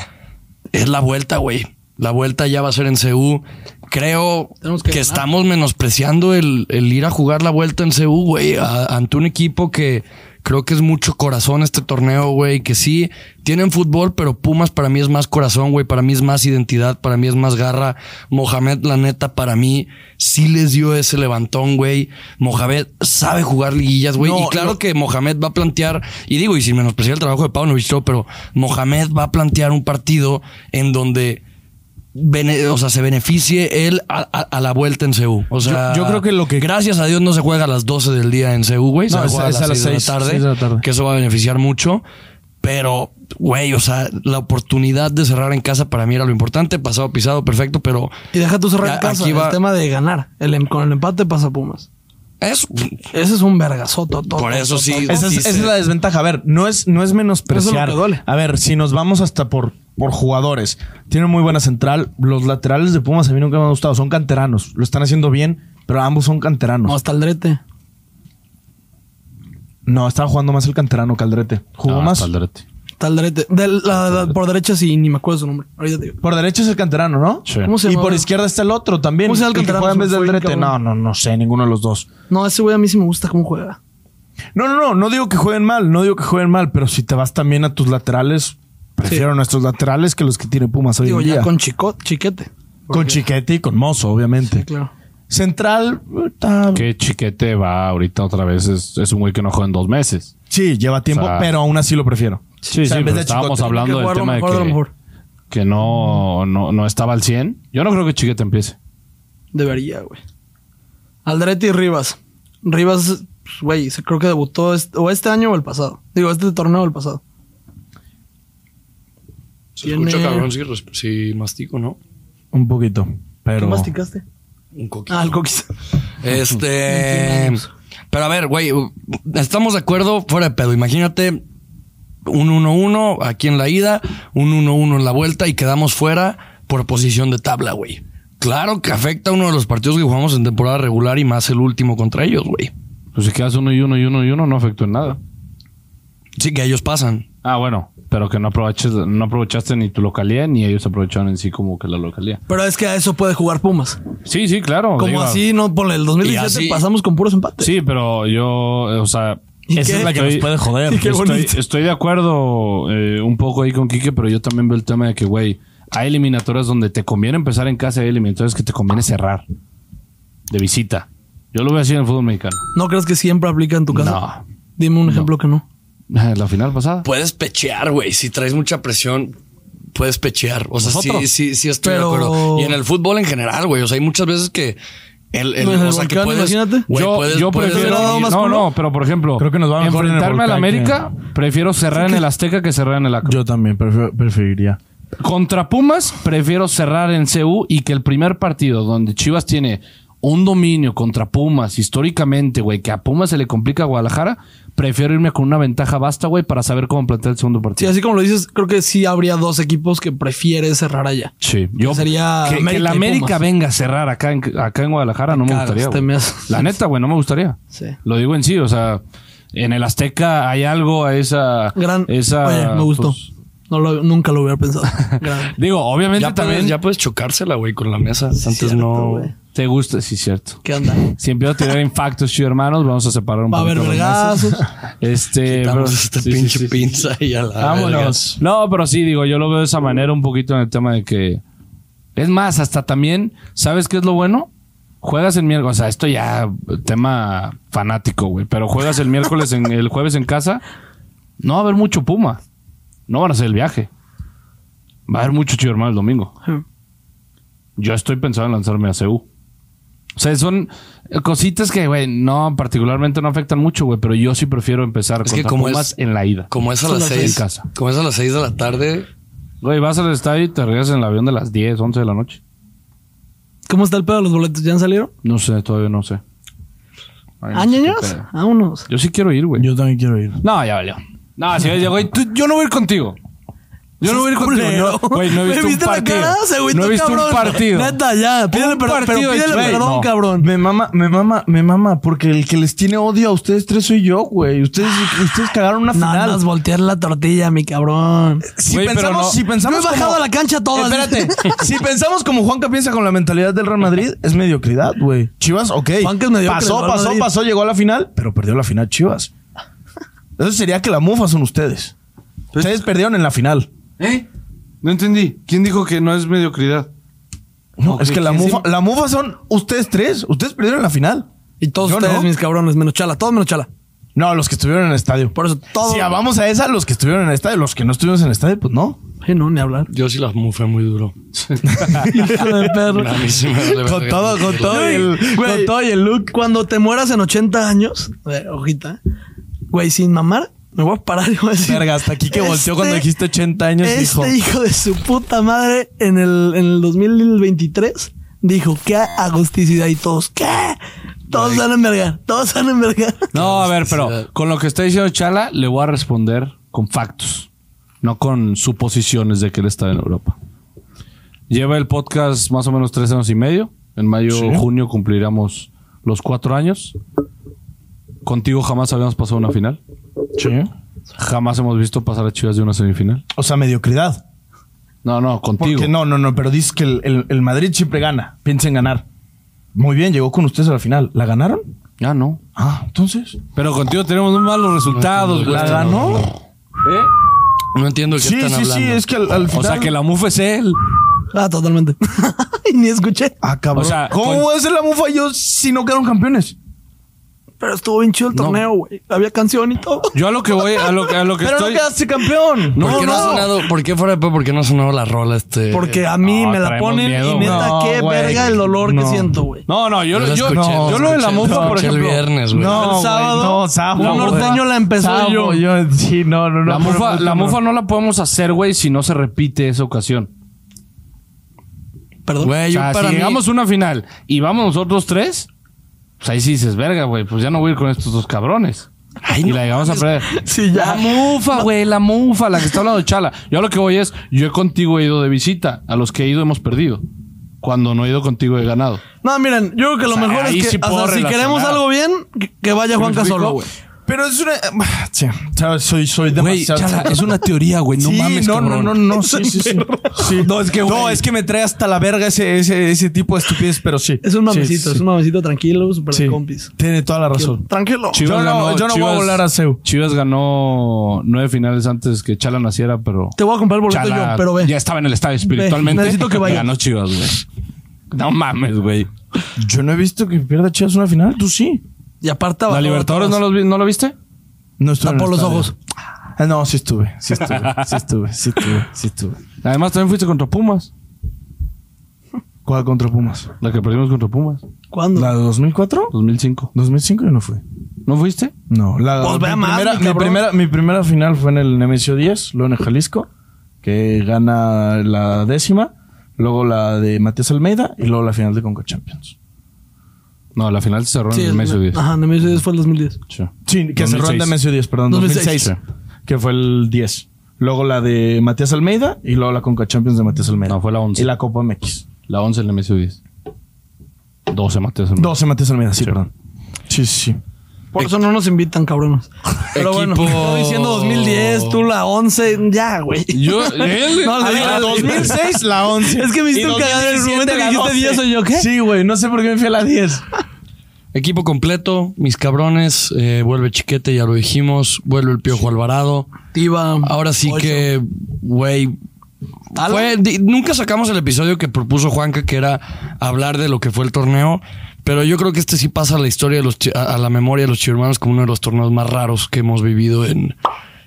[SPEAKER 2] Es la vuelta, güey. La vuelta ya va a ser en CU. Creo
[SPEAKER 1] Tenemos
[SPEAKER 2] que,
[SPEAKER 1] que ganar.
[SPEAKER 2] estamos menospreciando el, el ir a jugar la vuelta en CU, güey, a- ante un equipo que creo que es mucho corazón este torneo, güey, que sí tienen fútbol, pero Pumas para mí es más corazón, güey, para mí es más identidad, para mí es más garra. Mohamed, la neta, para mí sí les dio ese levantón, güey. Mohamed sabe jugar liguillas, güey,
[SPEAKER 4] No,
[SPEAKER 2] y claro
[SPEAKER 4] no-
[SPEAKER 2] que Mohamed va a plantear, y digo, y sin menospreciar el trabajo de Paunovic, todo, pero Mohamed va a plantear un partido en donde bene- o sea, se beneficie él a, a- a la vuelta en CU. O sea,
[SPEAKER 4] Yo- yo creo que lo que-
[SPEAKER 2] Gracias a Dios no se juega a las 12 del día en CU, güey. Se
[SPEAKER 4] No, es-
[SPEAKER 2] juega
[SPEAKER 4] es
[SPEAKER 2] a las 6 de, la tarde,
[SPEAKER 4] seis de la tarde.
[SPEAKER 2] Que eso va a beneficiar mucho. Pero, güey, o sea, la oportunidad de cerrar en casa para mí era lo importante. Pasado, pisado, perfecto, pero...
[SPEAKER 1] Y deja tu cerrar en
[SPEAKER 2] Ya,
[SPEAKER 1] casa.
[SPEAKER 2] aquí va-
[SPEAKER 1] El tema de ganar. El, em- con el empate pasa Pumas.
[SPEAKER 2] Eso,
[SPEAKER 1] Ese es un vergazoto. todo,
[SPEAKER 2] por eso
[SPEAKER 1] todo,
[SPEAKER 2] sí...
[SPEAKER 4] Esa es,
[SPEAKER 2] sí
[SPEAKER 4] esa
[SPEAKER 2] se-
[SPEAKER 4] es la desventaja. A ver, no es, no es menospreciar.
[SPEAKER 1] Eso es lo que duele.
[SPEAKER 4] A ver, si nos vamos hasta por, por jugadores, tienen muy buena central. Los laterales de Pumas a mí nunca me han gustado. Son canteranos. Lo están haciendo bien, pero ambos son
[SPEAKER 1] No,
[SPEAKER 4] canteranos.
[SPEAKER 1] hasta el drete.
[SPEAKER 4] No, estaba jugando más el canterano Caldrete. Jugó
[SPEAKER 3] Ah,
[SPEAKER 4] más.
[SPEAKER 3] Calderete.
[SPEAKER 1] Hasta el drete. De la- la- por derecha sí, ni me acuerdo su nombre. Ahorita te digo.
[SPEAKER 4] Por derecha es el canterano, ¿no?
[SPEAKER 3] Sí.
[SPEAKER 1] ¿Cómo se
[SPEAKER 4] y
[SPEAKER 1] llamaba?
[SPEAKER 4] por izquierda está el otro también.
[SPEAKER 1] ¿Cómo se llama el
[SPEAKER 4] el que juega en
[SPEAKER 1] canterano?
[SPEAKER 4] vez del
[SPEAKER 1] Fue el
[SPEAKER 4] Drete. No,
[SPEAKER 1] cabrón.
[SPEAKER 4] no, no sé, ninguno de los dos.
[SPEAKER 1] No, ese güey a mí sí me gusta cómo juega.
[SPEAKER 4] No, no, no, no digo que jueguen mal, no digo que jueguen mal, pero si te vas también a tus laterales, prefiero nuestros laterales que los que tiene Pumas hoy
[SPEAKER 1] Digo,
[SPEAKER 4] en día.
[SPEAKER 1] ya
[SPEAKER 4] Con,
[SPEAKER 1] con chico, chiquete.
[SPEAKER 4] Chiquete y con Mozo, obviamente.
[SPEAKER 1] Sí, claro.
[SPEAKER 4] Central, eh, está-
[SPEAKER 3] Qué chiquete va ahorita otra vez. Es, es un güey que no juega en dos meses.
[SPEAKER 4] sí, lleva tiempo,
[SPEAKER 3] O sea,
[SPEAKER 4] pero aún así lo prefiero.
[SPEAKER 3] Sí,
[SPEAKER 4] O sea,
[SPEAKER 3] sí,
[SPEAKER 4] en
[SPEAKER 3] pero
[SPEAKER 4] vez de
[SPEAKER 3] estábamos
[SPEAKER 4] Chicote.
[SPEAKER 3] hablando
[SPEAKER 1] Hay que
[SPEAKER 3] del
[SPEAKER 1] jugarlo
[SPEAKER 3] tema de
[SPEAKER 1] mejor de lo
[SPEAKER 3] que,
[SPEAKER 1] mejor.
[SPEAKER 3] que no, no, no estaba al 100. Yo no creo que Chiquete empiece.
[SPEAKER 1] Debería, güey. Aldrete y Rivas. Rivas, pues, güey, se- creo que debutó est- o este año o el pasado. Digo, este torneo o el pasado.
[SPEAKER 2] Se escucha
[SPEAKER 1] Tiene-
[SPEAKER 2] cabrón si, res- si mastico, ¿no?
[SPEAKER 4] Un poquito, pero...
[SPEAKER 1] ¿Qué masticaste?
[SPEAKER 2] Un coquito.
[SPEAKER 1] Ah, el coquis.
[SPEAKER 2] Este. Pero a ver, güey, estamos de acuerdo fuera de pedo. Imagínate un 1-1 aquí en la ida, un 1-1 en la vuelta y quedamos fuera por posición de tabla, güey. Claro que afecta a uno de los partidos que jugamos en temporada regular y más el último contra ellos, güey.
[SPEAKER 3] Pues si quedas uno y uno y uno y uno, no afectó en nada.
[SPEAKER 2] Sí, que ellos pasan.
[SPEAKER 3] Ah, bueno, pero que no aproveches, no aprovechaste ni tu localidad, ni ellos aprovecharon en sí como que la localidad.
[SPEAKER 1] Pero es que a eso puede jugar Pumas.
[SPEAKER 3] Sí, sí, claro.
[SPEAKER 1] Como
[SPEAKER 3] Pues digo,
[SPEAKER 1] así, no, por el 2017
[SPEAKER 2] Y así-
[SPEAKER 1] pasamos con puros empates.
[SPEAKER 3] Sí, pero yo, eh, o sea,
[SPEAKER 1] ¿Y
[SPEAKER 4] Esa
[SPEAKER 1] qué?
[SPEAKER 4] es la que nos
[SPEAKER 3] Estoy-
[SPEAKER 4] puede joder.
[SPEAKER 1] Sí, qué
[SPEAKER 4] Estoy-
[SPEAKER 1] bonito.
[SPEAKER 3] estoy de acuerdo eh, un poco ahí con Quique, pero yo también veo el tema de que, güey, hay eliminatorias donde te conviene empezar en casa y hay eliminatorias que te conviene cerrar de visita. Yo lo veo así en el fútbol mexicano.
[SPEAKER 1] ¿No crees que siempre aplica en tu casa?
[SPEAKER 3] No.
[SPEAKER 1] Dime un ejemplo que no.
[SPEAKER 3] La final pasada.
[SPEAKER 2] Puedes pechear, güey. Si traes mucha presión, puedes pechear. O sea, sí,
[SPEAKER 1] Nosotros.
[SPEAKER 2] sí, sí estoy
[SPEAKER 1] Pero-
[SPEAKER 2] de acuerdo. Y en el fútbol en general, güey. O sea, hay muchas veces que el, el-
[SPEAKER 1] No, en el
[SPEAKER 2] o sea, que
[SPEAKER 1] volcán,
[SPEAKER 2] puedes,
[SPEAKER 1] imagínate.
[SPEAKER 2] güey,
[SPEAKER 3] yo,
[SPEAKER 2] puedes-
[SPEAKER 3] yo
[SPEAKER 2] puedes-
[SPEAKER 1] ¿Hubiera
[SPEAKER 3] prefiero.
[SPEAKER 1] dado más
[SPEAKER 3] no,
[SPEAKER 1] culo?
[SPEAKER 3] no, pero por ejemplo.
[SPEAKER 4] Creo que nos va mejor en el
[SPEAKER 3] Enfrentarme al
[SPEAKER 4] volcán
[SPEAKER 3] América, prefiero cerrar en el Azteca que cerrar en el Acro.
[SPEAKER 4] Yo también prefe- preferiría.
[SPEAKER 3] Contra Pumas, prefiero cerrar en CU y que el primer partido donde Chivas tiene un dominio contra Pumas históricamente, güey, que a Pumas se le complica a Guadalajara, prefiero irme con una ventaja basta, güey, para saber cómo plantear el segundo
[SPEAKER 1] Sí,
[SPEAKER 3] partido.
[SPEAKER 1] así como lo dices, creo que sí habría dos equipos que prefieres cerrar allá.
[SPEAKER 3] Sí, yo
[SPEAKER 1] Sería
[SPEAKER 3] que, que
[SPEAKER 1] América
[SPEAKER 3] la
[SPEAKER 1] y
[SPEAKER 3] América
[SPEAKER 1] Pumas.
[SPEAKER 3] venga a cerrar acá en, acá en Guadalajara no me
[SPEAKER 1] cagas,
[SPEAKER 3] gustaría.
[SPEAKER 1] te
[SPEAKER 3] güey.
[SPEAKER 1] me haces-
[SPEAKER 3] La neta, güey, no me gustaría.
[SPEAKER 1] Sí.
[SPEAKER 3] Lo digo en sí, o sea, en el Azteca hay algo a esa
[SPEAKER 1] Gran.
[SPEAKER 3] esa
[SPEAKER 1] Oye, me gustó.
[SPEAKER 3] pues,
[SPEAKER 1] No lo- nunca lo hubiera pensado. Gran.
[SPEAKER 3] digo, obviamente
[SPEAKER 2] ya,
[SPEAKER 3] también
[SPEAKER 2] puedes, ya puedes chocársela, güey, con la mesa. Antes
[SPEAKER 1] cierto,
[SPEAKER 2] no.
[SPEAKER 1] güey.
[SPEAKER 3] te gusta, sí cierto.
[SPEAKER 1] ¿Qué onda?
[SPEAKER 3] Si empiezo a tirar infactos, chido hermanos, vamos a separar un
[SPEAKER 1] Va a haber
[SPEAKER 3] poquito los
[SPEAKER 1] vergazos.
[SPEAKER 3] mazos. Este,
[SPEAKER 2] Quitamos
[SPEAKER 3] bro,
[SPEAKER 2] esta
[SPEAKER 3] sí, sí,
[SPEAKER 2] pinche
[SPEAKER 3] sí.
[SPEAKER 2] pinza y a la. verga.
[SPEAKER 3] Vámonos. Ah, No, pero sí, digo, yo lo veo de esa manera un poquito en el tema de que. Es más, hasta también, ¿sabes qué es lo bueno? Juegas el miércoles, o sea, esto ya tema fanático, güey, pero juegas el miércoles, en, el jueves en casa, no va a haber mucho Puma. No van a hacer el viaje. Va a haber mucho chido hermano el domingo. Yo estoy pensando en lanzarme a CU. O sea, son cositas que, güey, no, particularmente no afectan mucho, güey, pero yo sí prefiero empezar
[SPEAKER 2] Es
[SPEAKER 3] con
[SPEAKER 2] que como es-
[SPEAKER 3] en la ida.
[SPEAKER 2] Como es a
[SPEAKER 1] Son
[SPEAKER 2] las
[SPEAKER 1] las
[SPEAKER 2] seis.
[SPEAKER 3] seis. En casa.
[SPEAKER 2] Como es a las seis de la tarde.
[SPEAKER 3] Güey, vas al estadio y te regresas en el avión de las 10, 11 de la noche.
[SPEAKER 1] ¿Cómo está el pedo de los boletos? ¿Ya han salido?
[SPEAKER 3] No sé, todavía no sé. Ay,
[SPEAKER 1] ¿Ah,
[SPEAKER 3] no sé qué
[SPEAKER 1] ¿Años?
[SPEAKER 3] pedo.
[SPEAKER 1] Vámonos.
[SPEAKER 3] Yo sí quiero ir, güey.
[SPEAKER 4] Yo también quiero ir.
[SPEAKER 3] No, ya valió. No, si yo, güey, tú- yo no voy a ir contigo. Yo no voy a ir contigo.
[SPEAKER 1] Culero.
[SPEAKER 3] No, güey, no he
[SPEAKER 1] ¿Me
[SPEAKER 3] visto un
[SPEAKER 1] viste la
[SPEAKER 3] partido.
[SPEAKER 1] cara? Se agüitó,
[SPEAKER 3] no he visto
[SPEAKER 1] cabrón.
[SPEAKER 3] un partido.
[SPEAKER 1] Neta, ya. Pídele,
[SPEAKER 3] Un
[SPEAKER 1] per- pero
[SPEAKER 3] partido,
[SPEAKER 1] pídele
[SPEAKER 3] güey,
[SPEAKER 1] perdón,
[SPEAKER 3] no.
[SPEAKER 1] cabrón.
[SPEAKER 4] Me mama, me mama, me mama, porque el que les tiene odio a ustedes tres soy yo, güey. Ustedes, ustedes cagaron una
[SPEAKER 1] Nada
[SPEAKER 4] final.
[SPEAKER 1] más voltear la tortilla, mi cabrón.
[SPEAKER 4] Si
[SPEAKER 3] Güey, pero
[SPEAKER 4] pensamos,
[SPEAKER 3] no-
[SPEAKER 4] si pensamos
[SPEAKER 1] Yo he bajado
[SPEAKER 4] como-
[SPEAKER 1] a la cancha todas,
[SPEAKER 4] Espérate,
[SPEAKER 1] ¿viste?
[SPEAKER 4] si pensamos como Juanca piensa con la mentalidad del Real Madrid, es mediocridad, güey. Chivas, ok.
[SPEAKER 1] Juanca es mediocre, el
[SPEAKER 4] Pasó,
[SPEAKER 1] Real
[SPEAKER 4] pasó,
[SPEAKER 1] Madrid.
[SPEAKER 4] pasó, llegó a la final, pero perdió la final Chivas. Eso sería que la mufa son ustedes.
[SPEAKER 1] Pues,
[SPEAKER 4] Ustedes perdieron en la final.
[SPEAKER 3] ¿Eh? No entendí. ¿Quién dijo que no es mediocridad?
[SPEAKER 4] No,
[SPEAKER 3] Ok,
[SPEAKER 4] es que la
[SPEAKER 3] ¿quién
[SPEAKER 4] mufa, la mufa son ustedes tres. Ustedes perdieron en la final.
[SPEAKER 1] Y todos
[SPEAKER 4] Yo
[SPEAKER 1] ustedes,
[SPEAKER 4] no.
[SPEAKER 1] mis cabrones, menos chala, todos menos chala.
[SPEAKER 4] No, los que estuvieron en el estadio.
[SPEAKER 1] Por eso todo.
[SPEAKER 4] Si vamos a esa, los que estuvieron en el estadio, los que no estuvimos en el estadio, pues no.
[SPEAKER 1] Ay, no, ni hablar.
[SPEAKER 2] Yo sí las mufé muy duro.
[SPEAKER 1] Hijo de perro.
[SPEAKER 2] A mí sí me vale
[SPEAKER 4] Con
[SPEAKER 2] verga.
[SPEAKER 4] todo, con todo y el,
[SPEAKER 1] Güey,
[SPEAKER 4] con todo y el look.
[SPEAKER 1] Cuando te mueras en 80 años, eh, hojita, güey, sin mamar, me voy a parar y voy a decir.
[SPEAKER 4] Verga, hasta aquí que volteó
[SPEAKER 1] "Este-
[SPEAKER 4] cuando dijiste 80 años, dijo.
[SPEAKER 1] Este hijo de su puta madre en el, en el 2023 dijo, qué agosticidad y todos, ¿qué? Todos van a envergar, todos van a envergar.
[SPEAKER 3] No, a ver,
[SPEAKER 2] sí,
[SPEAKER 3] pero con lo que está diciendo Chala, le voy a responder con factos, no con suposiciones de que él está en Europa. Lleva el podcast más o menos tres años y medio. En mayo
[SPEAKER 4] Sí.
[SPEAKER 3] o junio cumpliremos los cuatro años. Contigo jamás habíamos pasado una final. Jamás hemos visto pasar a Chivas de una semifinal.
[SPEAKER 4] O sea, mediocridad.
[SPEAKER 3] No, no, contigo.
[SPEAKER 4] Porque no, no, no, pero dices que el, el- el Madrid siempre gana. Piensa en ganar. Muy bien, llegó con ustedes a la final. ¿La ganaron?
[SPEAKER 3] Ah, no.
[SPEAKER 4] Ah, entonces.
[SPEAKER 3] Pero contigo tenemos muy malos resultados, güey.
[SPEAKER 4] ¿La ganó?
[SPEAKER 3] ¿Eh?
[SPEAKER 2] No entiendo de qué
[SPEAKER 4] Sí,
[SPEAKER 2] están
[SPEAKER 4] sí,
[SPEAKER 2] hablando.
[SPEAKER 4] sí, es que al, al final.
[SPEAKER 3] O sea, que la mufa es él.
[SPEAKER 1] Ah, totalmente. y ni escuché.
[SPEAKER 4] Ah, cabrón.
[SPEAKER 3] o sea,
[SPEAKER 4] ¿Cómo
[SPEAKER 3] con-
[SPEAKER 4] voy a hacer la mufa yo si no quedaron campeones?
[SPEAKER 1] Pero estuvo bien chido el
[SPEAKER 3] No.
[SPEAKER 1] torneo, güey. Había canción y todo.
[SPEAKER 3] Yo a lo que voy, a lo, que- a lo que
[SPEAKER 4] Pero
[SPEAKER 3] estoy...
[SPEAKER 4] no quedaste campeón.
[SPEAKER 2] ¿Por qué no, ha sonado? ¿Por qué fuera de pedo, ¿Por qué no ha sonado la rola este?
[SPEAKER 1] Porque ah, a mí
[SPEAKER 3] no,
[SPEAKER 1] me la
[SPEAKER 3] traemos
[SPEAKER 1] ponen
[SPEAKER 3] miedo,
[SPEAKER 1] y neta,
[SPEAKER 4] güey.
[SPEAKER 1] qué
[SPEAKER 4] No, güey.
[SPEAKER 1] verga el dolor que
[SPEAKER 4] No.
[SPEAKER 1] siento, güey.
[SPEAKER 3] No, no, yo,
[SPEAKER 2] Yo
[SPEAKER 3] yo,
[SPEAKER 2] la escuché,
[SPEAKER 3] yo lo de la
[SPEAKER 2] escuché,
[SPEAKER 3] mufa,
[SPEAKER 2] la
[SPEAKER 3] por
[SPEAKER 2] escuché el
[SPEAKER 3] ejemplo.
[SPEAKER 2] viernes, güey.
[SPEAKER 1] El
[SPEAKER 4] güey,
[SPEAKER 1] sábado,
[SPEAKER 4] no, sábado.
[SPEAKER 1] la norteño la empezó
[SPEAKER 4] Sábado,
[SPEAKER 1] yo.
[SPEAKER 4] Sí, no, no, no.
[SPEAKER 3] la
[SPEAKER 4] pero
[SPEAKER 3] mufa,
[SPEAKER 4] fue
[SPEAKER 3] la
[SPEAKER 4] otro,
[SPEAKER 3] mufa no la podemos hacer, güey, si no se repite esa ocasión.
[SPEAKER 1] Perdón.
[SPEAKER 2] Güey,
[SPEAKER 3] O
[SPEAKER 2] yo
[SPEAKER 3] sea,
[SPEAKER 2] para
[SPEAKER 3] si
[SPEAKER 2] mí-
[SPEAKER 3] llegamos a una final y vamos nosotros tres, pues ahí sí dices, verga, güey, pues ya no voy a ir con estos dos cabrones.
[SPEAKER 2] Ay,
[SPEAKER 3] y
[SPEAKER 2] no
[SPEAKER 3] la llegamos a perder.
[SPEAKER 1] Sí, ya.
[SPEAKER 3] La mufa, güey, la mufa, la que está hablando Chala. Yo a lo que voy es, yo contigo he ido de visita. A los que he ido hemos perdido. Cuando no he ido contigo he ganado.
[SPEAKER 1] No, miren, yo creo que lo
[SPEAKER 3] O sea,
[SPEAKER 1] mejor es
[SPEAKER 3] ahí
[SPEAKER 1] que
[SPEAKER 3] sí
[SPEAKER 1] o sea,
[SPEAKER 3] puedo
[SPEAKER 1] si
[SPEAKER 3] relacionar.
[SPEAKER 1] queremos algo bien, que, que vaya
[SPEAKER 3] ¿Sí me
[SPEAKER 1] Juanca
[SPEAKER 3] explico?
[SPEAKER 1] solo, güey.
[SPEAKER 4] Pero es una. Sí, sabes, soy, soy
[SPEAKER 2] Güey,
[SPEAKER 4] demasiado.
[SPEAKER 2] chala, es una teoría, güey. No
[SPEAKER 4] Sí,
[SPEAKER 2] mames,
[SPEAKER 4] no,
[SPEAKER 2] cabrón.
[SPEAKER 4] no, no, no, sí, sí, sí. Sí. No, es que, me trae hasta la verga ese, ese, ese tipo de estupidez, pero sí.
[SPEAKER 1] Es un mamecito,
[SPEAKER 4] Sí, sí,
[SPEAKER 1] es un mamecito tranquilo, super
[SPEAKER 4] sí.
[SPEAKER 1] compis.
[SPEAKER 4] Tiene toda la razón.
[SPEAKER 1] Tranquilo.
[SPEAKER 3] Chivas
[SPEAKER 4] Yo no-
[SPEAKER 3] ganó-
[SPEAKER 4] yo no voy a
[SPEAKER 3] Chivas-
[SPEAKER 4] volar a CEU.
[SPEAKER 3] Chivas ganó nueve finales antes que Chala naciera, pero...
[SPEAKER 1] Te voy a comprar el boleto
[SPEAKER 3] Chala
[SPEAKER 1] yo, pero ve.
[SPEAKER 3] Ya estaba en el estadio espiritualmente.
[SPEAKER 1] Ve, necesito que vayas.
[SPEAKER 3] Ganó Chivas, güey. No mames, güey.
[SPEAKER 4] Yo no he visto que pierda Chivas una final, tú sí.
[SPEAKER 1] Y aparte
[SPEAKER 3] ¿La
[SPEAKER 1] abajo,
[SPEAKER 3] Libertadores no,
[SPEAKER 1] todos.
[SPEAKER 3] los vi- no lo viste?
[SPEAKER 4] No estuve. en
[SPEAKER 1] Tapó
[SPEAKER 4] el
[SPEAKER 1] los
[SPEAKER 4] estadio.
[SPEAKER 1] ojos.
[SPEAKER 4] Ah, no, sí estuve, sí estuve, sí estuve, sí estuve, sí estuve.
[SPEAKER 3] Además, también fuiste contra Pumas.
[SPEAKER 4] ¿Cuál contra Pumas?
[SPEAKER 3] La que perdimos contra Pumas.
[SPEAKER 1] ¿Cuándo?
[SPEAKER 4] ¿La de 2004?
[SPEAKER 3] 2005.
[SPEAKER 4] ¿2005 yo no fui?
[SPEAKER 3] ¿No fuiste?
[SPEAKER 4] No, la
[SPEAKER 1] Pues ve
[SPEAKER 4] mi,
[SPEAKER 1] más,
[SPEAKER 4] primera,
[SPEAKER 1] mi
[SPEAKER 4] mi
[SPEAKER 1] cabrón.
[SPEAKER 4] primera- mi primera final fue en el Nemesio 10, luego en el Jalisco, que gana la décima, luego la de Matías Almeida y luego la final de Conca Champions.
[SPEAKER 3] No, la final se cerró
[SPEAKER 1] Sí,
[SPEAKER 3] en el mes de 10.
[SPEAKER 1] Ajá, en el mes de 10 fue el 2010.
[SPEAKER 3] Sí.
[SPEAKER 4] Sí, que cerró
[SPEAKER 3] 2006.
[SPEAKER 4] en Nemesio 10, perdón,
[SPEAKER 1] 2006.
[SPEAKER 4] 2006, que fue el 10. Luego la de Matías Almeida y luego la Conca Champions de Matías Almeida.
[SPEAKER 3] No, fue la 11.
[SPEAKER 4] Y la Copa MX.
[SPEAKER 3] La 11 en el mes de 10. 12 mates.
[SPEAKER 4] 12 Matías Almeida, sí,
[SPEAKER 3] Sí.
[SPEAKER 4] perdón. Sí, sí, sí.
[SPEAKER 1] Por eso no nos invitan, cabrones. Pero bueno,
[SPEAKER 2] Equipo.
[SPEAKER 1] yo diciendo 2010, tú la 11, ya, güey.
[SPEAKER 3] Yo, él,
[SPEAKER 1] No,
[SPEAKER 4] A ver,
[SPEAKER 2] Ah,
[SPEAKER 4] la 2006, la 11.
[SPEAKER 1] Es que me hiciste
[SPEAKER 4] Y
[SPEAKER 1] un cagadero en el
[SPEAKER 4] 2017
[SPEAKER 1] momento que
[SPEAKER 4] la
[SPEAKER 1] dijiste
[SPEAKER 4] 12.
[SPEAKER 1] 10 o yo, ¿qué?
[SPEAKER 4] Sí, güey, no sé por qué me fui a la 10.
[SPEAKER 2] Equipo completo, mis cabrones, eh, vuelve Chiquete, ya lo dijimos, vuelve el Piojo Alvarado.
[SPEAKER 1] Iba
[SPEAKER 2] Ahora sí
[SPEAKER 1] ocho.
[SPEAKER 2] que, güey,
[SPEAKER 1] Algo.
[SPEAKER 2] fue- di- nunca sacamos el episodio que propuso Juanca, que era hablar de lo que fue el torneo, pero yo creo que este sí pasa a la historia, de los, chi- a, a la memoria de los chivermanos como uno de los torneos más raros que hemos vivido en,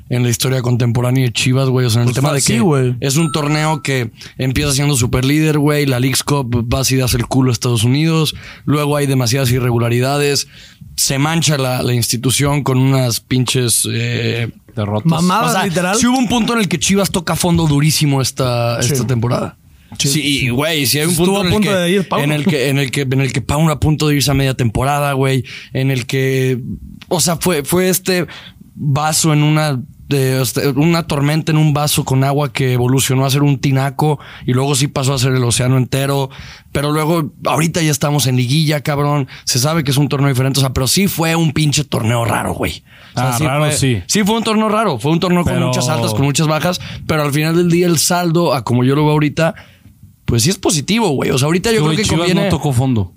[SPEAKER 2] en la historia contemporánea de Chivas, güey. O sea, en el
[SPEAKER 4] Pues
[SPEAKER 2] tema
[SPEAKER 4] fue
[SPEAKER 2] de
[SPEAKER 4] así,
[SPEAKER 2] que
[SPEAKER 4] güey.
[SPEAKER 2] es un torneo que empieza siendo super líder, güey. La League's Cup vas y das el culo a Estados Unidos. Luego hay demasiadas irregularidades. Se mancha la, la institución con unas pinches... eh,
[SPEAKER 3] Derrotas.
[SPEAKER 1] Mamada,
[SPEAKER 2] o sea,
[SPEAKER 1] literal.
[SPEAKER 2] sí hubo un punto en el que Chivas toca fondo durísimo esta, esta temporada. Sí, y, güey, si hay un punto,
[SPEAKER 1] Estuvo a
[SPEAKER 2] en, el
[SPEAKER 1] punto
[SPEAKER 2] que,
[SPEAKER 1] de ir Pauno.
[SPEAKER 2] en el que en el que en el que Pauno a punto de irse a media temporada, güey, en el que o sea, fue fue este vaso en una de- este, una tormenta en un vaso con agua que evolucionó a ser un tinaco y luego sí pasó a ser el océano entero, pero luego ahorita ya estamos en liguilla, cabrón, se sabe que es un torneo diferente, o sea, pero sí fue un pinche torneo raro, güey. O sea,
[SPEAKER 3] Ah, raro,
[SPEAKER 2] fue-
[SPEAKER 3] sí.
[SPEAKER 2] Sí, fue un torneo raro. Fue un torneo con
[SPEAKER 3] Pero-
[SPEAKER 2] muchas altas, con muchas bajas. Pero al final del día, el saldo, a como yo lo veo ahorita, pues sí es positivo, güey. O sea, ahorita yo
[SPEAKER 3] Güey,
[SPEAKER 2] creo que
[SPEAKER 3] Chivas
[SPEAKER 2] conviene.
[SPEAKER 3] no tocó fondo.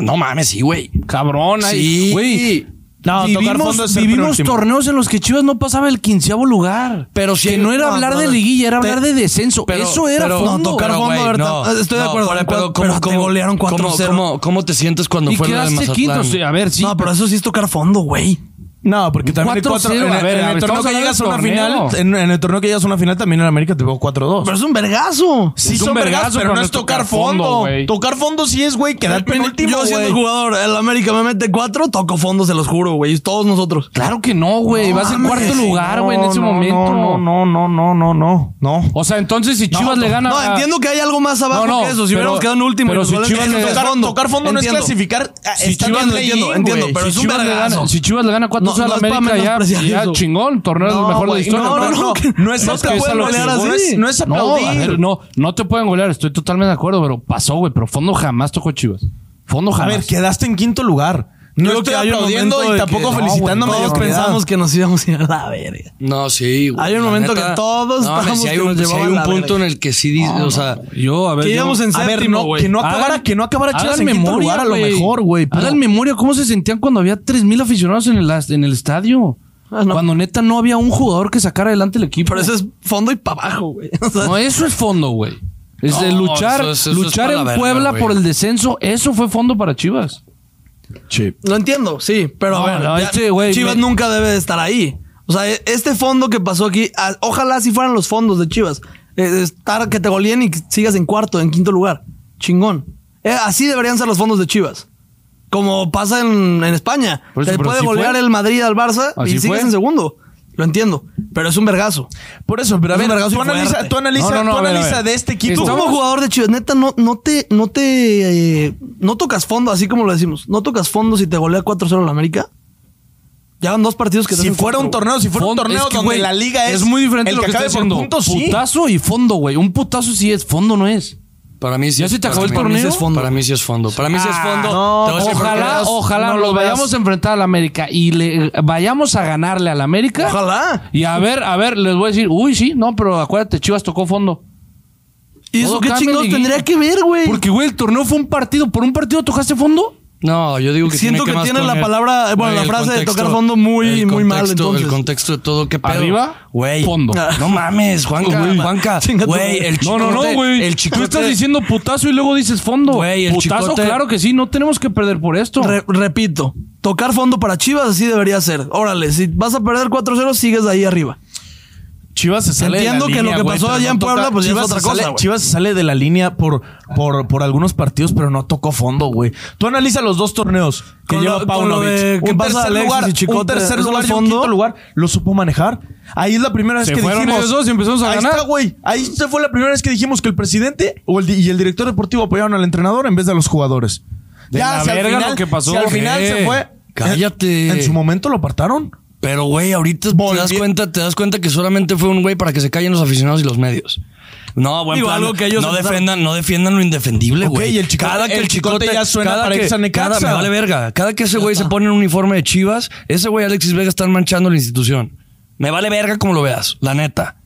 [SPEAKER 2] No mames, sí, güey.
[SPEAKER 3] Cabrón, ahí.
[SPEAKER 2] Sí.
[SPEAKER 3] Güey.
[SPEAKER 4] No, tocar fondo es ser
[SPEAKER 3] vivimos
[SPEAKER 4] penúltimo.
[SPEAKER 3] torneos en los que Chivas no pasaba el quinceavo lugar.
[SPEAKER 2] Pero si
[SPEAKER 3] que no era
[SPEAKER 2] No,
[SPEAKER 3] hablar de
[SPEAKER 2] brother.
[SPEAKER 3] liguilla, era
[SPEAKER 2] Te-
[SPEAKER 3] hablar de descenso.
[SPEAKER 2] Pero-
[SPEAKER 3] Eso era
[SPEAKER 2] pero-
[SPEAKER 3] fondo.
[SPEAKER 1] no, tocar
[SPEAKER 2] pero,
[SPEAKER 1] fondo,
[SPEAKER 2] güey,
[SPEAKER 1] Berta. Estoy de acuerdo, pero-
[SPEAKER 2] pero, pero ¿cómo-
[SPEAKER 1] pero te
[SPEAKER 2] cómo-
[SPEAKER 1] golearon
[SPEAKER 2] cómo-
[SPEAKER 1] 4-0?
[SPEAKER 2] ¿cómo, cómo te sientes cuando
[SPEAKER 3] y
[SPEAKER 2] fue la de
[SPEAKER 3] quedaste
[SPEAKER 2] Mazatlán?
[SPEAKER 3] quinto. sí, a ver, sí.
[SPEAKER 1] no, pues, pero eso sí es tocar fondo, güey.
[SPEAKER 4] No, porque también el
[SPEAKER 3] 4-0,
[SPEAKER 4] 4 en, el-
[SPEAKER 3] a ver,
[SPEAKER 4] en
[SPEAKER 3] a ver,
[SPEAKER 4] el torneo
[SPEAKER 3] estamos
[SPEAKER 4] que
[SPEAKER 3] hablando
[SPEAKER 4] llegas a
[SPEAKER 3] del
[SPEAKER 4] una
[SPEAKER 3] torneo.
[SPEAKER 4] final, en, en el torneo que llegas a una final también en América te pegó 4-2.
[SPEAKER 1] Pero es un vergazo.
[SPEAKER 4] sí
[SPEAKER 3] es un
[SPEAKER 4] son vergas,
[SPEAKER 3] vergazo,
[SPEAKER 4] pero no es tocar fondo.
[SPEAKER 3] güey.
[SPEAKER 4] Tocar fondo sí es, güey, quedar penúltimo,
[SPEAKER 1] Yo siendo
[SPEAKER 4] güey.
[SPEAKER 1] jugador, el América me mete cuatro, toco fondo, se los juro, güey. Todos nosotros.
[SPEAKER 3] Claro que no, güey. Vas en
[SPEAKER 1] mames,
[SPEAKER 3] cuarto lugar, güey, en ese momento.
[SPEAKER 4] No, no, no, no, no, no, no.
[SPEAKER 3] O sea, entonces si Chivas le gana.
[SPEAKER 1] No,
[SPEAKER 3] a-
[SPEAKER 1] entiendo que hay algo más abajo
[SPEAKER 3] No, no,
[SPEAKER 1] que eso. Si
[SPEAKER 3] pero-
[SPEAKER 1] hubiéramos quedado en último, y
[SPEAKER 3] pero
[SPEAKER 1] nos
[SPEAKER 3] si
[SPEAKER 1] valen-
[SPEAKER 3] Chivas le-
[SPEAKER 1] tocar
[SPEAKER 4] Tocar
[SPEAKER 1] fondo,
[SPEAKER 4] fondo, tocar fondo no es
[SPEAKER 1] Entiendo.
[SPEAKER 4] clasificar. ah,
[SPEAKER 3] Si
[SPEAKER 4] está
[SPEAKER 3] Chivas
[SPEAKER 4] bien,
[SPEAKER 3] le-
[SPEAKER 4] entiendo,
[SPEAKER 1] güey.
[SPEAKER 4] entiendo,
[SPEAKER 3] güey,
[SPEAKER 1] pero
[SPEAKER 3] si
[SPEAKER 1] es un
[SPEAKER 3] Chivas le
[SPEAKER 1] vergazo.
[SPEAKER 3] gana- Si Chivas le gana
[SPEAKER 1] No,
[SPEAKER 3] 4 a
[SPEAKER 1] no
[SPEAKER 3] la
[SPEAKER 1] es para
[SPEAKER 3] América, ya,
[SPEAKER 1] menospreciar
[SPEAKER 3] ya
[SPEAKER 1] eso.
[SPEAKER 3] chingón. Torneo es el
[SPEAKER 4] No,
[SPEAKER 3] mejor de la
[SPEAKER 4] güey,
[SPEAKER 3] historia.
[SPEAKER 1] no, no, no, que-
[SPEAKER 4] No es
[SPEAKER 1] no te
[SPEAKER 4] aplaudir,
[SPEAKER 1] pueden
[SPEAKER 4] no es-
[SPEAKER 1] golear
[SPEAKER 4] no
[SPEAKER 1] así.
[SPEAKER 4] es- no es
[SPEAKER 3] No, a
[SPEAKER 4] aplaudir.
[SPEAKER 3] ver, no, no te pueden golear, estoy totalmente de acuerdo, pero pasó, güey. Pero fondo jamás tocó Chivas. Fondo
[SPEAKER 4] A
[SPEAKER 3] jamás.
[SPEAKER 4] ver, quedaste en quinto lugar. No
[SPEAKER 1] Creo
[SPEAKER 4] estoy
[SPEAKER 1] que hay un momento
[SPEAKER 4] aplaudiendo
[SPEAKER 1] de
[SPEAKER 4] y
[SPEAKER 1] que-
[SPEAKER 4] tampoco
[SPEAKER 1] No, güey,
[SPEAKER 4] felicitando
[SPEAKER 1] Todos
[SPEAKER 4] mediocridad.
[SPEAKER 1] pensamos que nos íbamos a ir a la verga.
[SPEAKER 2] No, sí, güey.
[SPEAKER 1] Hay un
[SPEAKER 2] la
[SPEAKER 1] momento que todos
[SPEAKER 2] mames,
[SPEAKER 1] estábamos
[SPEAKER 2] sí hay
[SPEAKER 1] que
[SPEAKER 2] un,
[SPEAKER 1] nos
[SPEAKER 2] sí hay
[SPEAKER 1] llevaban
[SPEAKER 2] un
[SPEAKER 1] la
[SPEAKER 2] punto en
[SPEAKER 1] verga.
[SPEAKER 2] el que sí, dice, o sea,
[SPEAKER 3] yo, a ver.
[SPEAKER 1] Que
[SPEAKER 3] yo-
[SPEAKER 1] íbamos en
[SPEAKER 4] A ver,
[SPEAKER 1] séptimo,
[SPEAKER 4] no,
[SPEAKER 1] güey.
[SPEAKER 4] que no acabara, que no acabara Chivas en quinto lugar a lo
[SPEAKER 3] güey.
[SPEAKER 4] mejor, güey. pero-
[SPEAKER 3] Hagan memoria cómo se sentían cuando había 3.000 aficionados en el, as- en el estadio.
[SPEAKER 1] Ah, no.
[SPEAKER 3] Cuando neta no había un jugador que sacara adelante el equipo.
[SPEAKER 1] Pero eso es fondo y para abajo, güey. O sea,
[SPEAKER 3] No, eso es fondo, güey. Es de
[SPEAKER 2] No,
[SPEAKER 3] luchar,
[SPEAKER 2] eso es- eso es
[SPEAKER 3] luchar
[SPEAKER 2] para la
[SPEAKER 3] en
[SPEAKER 2] verga,
[SPEAKER 3] Puebla
[SPEAKER 2] güey.
[SPEAKER 3] por el descenso. Eso fue fondo para Chivas.
[SPEAKER 1] Lo entiendo, sí, pero a
[SPEAKER 3] No,
[SPEAKER 1] ver,
[SPEAKER 3] no,
[SPEAKER 1] ya-
[SPEAKER 3] este güey,
[SPEAKER 1] Chivas
[SPEAKER 3] me-
[SPEAKER 1] nunca debe de estar ahí. O sea, e- este fondo que pasó aquí, a- ojalá si fueran los fondos de Chivas. Eh, estar que te goleen y que sigas en cuarto, en quinto lugar. Chingón. Eh, así deberían ser los fondos de Chivas. Como pasa en, en España.
[SPEAKER 3] Por eso,
[SPEAKER 1] te
[SPEAKER 3] pero
[SPEAKER 1] puede
[SPEAKER 3] así
[SPEAKER 1] golear
[SPEAKER 3] fue.
[SPEAKER 1] el Madrid al Barça y
[SPEAKER 3] Así
[SPEAKER 1] sigues
[SPEAKER 3] fue.
[SPEAKER 1] en segundo. Lo entiendo, pero es un vergazo.
[SPEAKER 4] Por eso, pero a
[SPEAKER 1] Es un
[SPEAKER 4] ver,
[SPEAKER 1] vergazo
[SPEAKER 4] tú
[SPEAKER 1] y
[SPEAKER 4] analiza,
[SPEAKER 1] fuerte.
[SPEAKER 4] tú analiza,
[SPEAKER 3] No, no, no,
[SPEAKER 4] tú
[SPEAKER 3] a ver, a
[SPEAKER 4] analiza
[SPEAKER 3] ver.
[SPEAKER 4] de este equipo.
[SPEAKER 1] Tú
[SPEAKER 3] Estamos-
[SPEAKER 1] como jugador de Chivas, neta, no, no te, no te, eh, no tocas fondo, así como lo decimos. No tocas fondo si te golea 4-0 la América. Ya van dos partidos que te
[SPEAKER 4] si
[SPEAKER 1] hacen
[SPEAKER 4] fuera un
[SPEAKER 1] cuatro,
[SPEAKER 4] torneo, si fuera un
[SPEAKER 3] Fondo-
[SPEAKER 4] torneo
[SPEAKER 3] es que,
[SPEAKER 4] donde
[SPEAKER 3] güey,
[SPEAKER 4] la liga es,
[SPEAKER 3] muy diferente
[SPEAKER 4] el
[SPEAKER 3] lo que, está
[SPEAKER 4] acabe por
[SPEAKER 3] haciendo.
[SPEAKER 4] puntos, sí.
[SPEAKER 3] putazo y fondo, güey. Un putazo sí es, fondo no es.
[SPEAKER 2] para mí sí
[SPEAKER 3] ¿Ya
[SPEAKER 2] es,
[SPEAKER 3] se te
[SPEAKER 2] para
[SPEAKER 3] acabó el
[SPEAKER 2] mí- para mí sí
[SPEAKER 3] torneo?
[SPEAKER 2] es fondo. Para mí sí es fondo. Para mí sí es
[SPEAKER 1] Ah,
[SPEAKER 2] fondo.
[SPEAKER 4] no,
[SPEAKER 2] Te voy a decir por qué.
[SPEAKER 3] Ojalá, ojalá
[SPEAKER 1] no lo
[SPEAKER 3] los
[SPEAKER 1] veas.
[SPEAKER 3] vayamos a enfrentar a la América y le eh, vayamos a ganarle a la América.
[SPEAKER 1] Ojalá.
[SPEAKER 3] Y a ver, a ver, les voy a decir, uy, sí, no, pero acuérdate, Chivas tocó fondo.
[SPEAKER 1] ¿Y
[SPEAKER 3] Todo
[SPEAKER 1] eso qué
[SPEAKER 3] cambia,
[SPEAKER 1] chingados
[SPEAKER 3] liguilla.
[SPEAKER 1] tendría que ver, güey?
[SPEAKER 3] Porque, güey, el torneo fue un partido. ¿Por un partido tocaste fondo?
[SPEAKER 2] No, yo digo que
[SPEAKER 1] Siento
[SPEAKER 2] tiene
[SPEAKER 1] que
[SPEAKER 2] más
[SPEAKER 1] tiene la
[SPEAKER 2] poner-
[SPEAKER 1] palabra- bueno,
[SPEAKER 2] Güey,
[SPEAKER 1] la
[SPEAKER 2] el
[SPEAKER 1] frase de
[SPEAKER 2] contexto-
[SPEAKER 1] tocar fondo muy-
[SPEAKER 2] el
[SPEAKER 1] muy mal,
[SPEAKER 2] contexto-
[SPEAKER 1] entonces.
[SPEAKER 2] El contexto de todo, qué pedo.
[SPEAKER 3] Arriba,
[SPEAKER 2] güey.
[SPEAKER 3] fondo.
[SPEAKER 2] No mames, Juanca,
[SPEAKER 1] Güey.
[SPEAKER 2] Juanca.
[SPEAKER 1] Chinga tu
[SPEAKER 2] Güey,
[SPEAKER 1] madre.
[SPEAKER 2] el
[SPEAKER 3] No, no, no,
[SPEAKER 2] chicote-
[SPEAKER 3] güey.
[SPEAKER 2] El
[SPEAKER 3] Tú
[SPEAKER 2] chicote-
[SPEAKER 3] estás diciendo putazo y luego dices fondo.
[SPEAKER 2] Güey, el
[SPEAKER 3] putazo,
[SPEAKER 2] chicote-
[SPEAKER 3] claro que sí, no tenemos que perder por esto.
[SPEAKER 1] Re- repito, tocar fondo para Chivas así debería ser. Órale, si vas a perder 4-0, sigues ahí arriba.
[SPEAKER 4] Chivas se sale
[SPEAKER 1] Entiendo
[SPEAKER 4] de la
[SPEAKER 1] que
[SPEAKER 4] línea,
[SPEAKER 1] lo que
[SPEAKER 4] güey,
[SPEAKER 1] pasó
[SPEAKER 4] pero
[SPEAKER 1] allá en Puebla,
[SPEAKER 4] toca-
[SPEAKER 1] pues, ya es
[SPEAKER 4] Chivas
[SPEAKER 1] otra
[SPEAKER 4] se
[SPEAKER 1] cosa,
[SPEAKER 4] sale-
[SPEAKER 1] güey.
[SPEAKER 4] Chivas se sale de la línea por, por, por algunos partidos, pero no tocó fondo, güey. Tú analiza los dos torneos que
[SPEAKER 1] Con lo-
[SPEAKER 4] lleva
[SPEAKER 1] con lo
[SPEAKER 4] Paunovic.
[SPEAKER 1] de que
[SPEAKER 4] un
[SPEAKER 1] pasa
[SPEAKER 4] tercer
[SPEAKER 1] Alexis
[SPEAKER 4] lugar,
[SPEAKER 1] y Chicote,
[SPEAKER 4] un tercer
[SPEAKER 1] ¿esos
[SPEAKER 4] lugar
[SPEAKER 1] son
[SPEAKER 4] y un
[SPEAKER 1] fondo?
[SPEAKER 4] quinto lugar, lo supo manejar. Ahí es la primera vez
[SPEAKER 3] Se
[SPEAKER 4] que
[SPEAKER 3] fueron
[SPEAKER 4] dijimos...
[SPEAKER 3] esos dos y empezamos a
[SPEAKER 4] ahí
[SPEAKER 3] ganar".
[SPEAKER 4] está, güey. Ahí se fue la primera vez que dijimos que el presidente o el di- y el director deportivo apoyaron al entrenador en vez de a los jugadores.
[SPEAKER 3] De la
[SPEAKER 4] al
[SPEAKER 3] verga lo que pasó.
[SPEAKER 4] si al final
[SPEAKER 2] Eh,
[SPEAKER 4] se fue...
[SPEAKER 2] cállate.
[SPEAKER 4] En su momento lo apartaron.
[SPEAKER 2] Pero, güey, ahorita
[SPEAKER 4] Volvi-
[SPEAKER 2] te das cuenta, te das cuenta que solamente fue un güey para que se callen los aficionados y los medios. No, buen
[SPEAKER 1] Digo,
[SPEAKER 2] plan.
[SPEAKER 1] algo que ellos
[SPEAKER 2] no
[SPEAKER 1] pensaron.
[SPEAKER 2] defiendan, no defiendan lo indefendible,
[SPEAKER 4] Ok,
[SPEAKER 2] güey.
[SPEAKER 4] y el Chicote-
[SPEAKER 2] cada que el
[SPEAKER 4] el Chicote
[SPEAKER 2] chicote
[SPEAKER 4] ya suena
[SPEAKER 2] cada
[SPEAKER 4] para
[SPEAKER 2] que,
[SPEAKER 4] irse a Necaxa.
[SPEAKER 2] cada- me vale verga. Cada que ese güey se pone en un uniforme de Chivas, ese güey Alexis Vega están manchando la institución. Me vale verga como lo veas, la neta.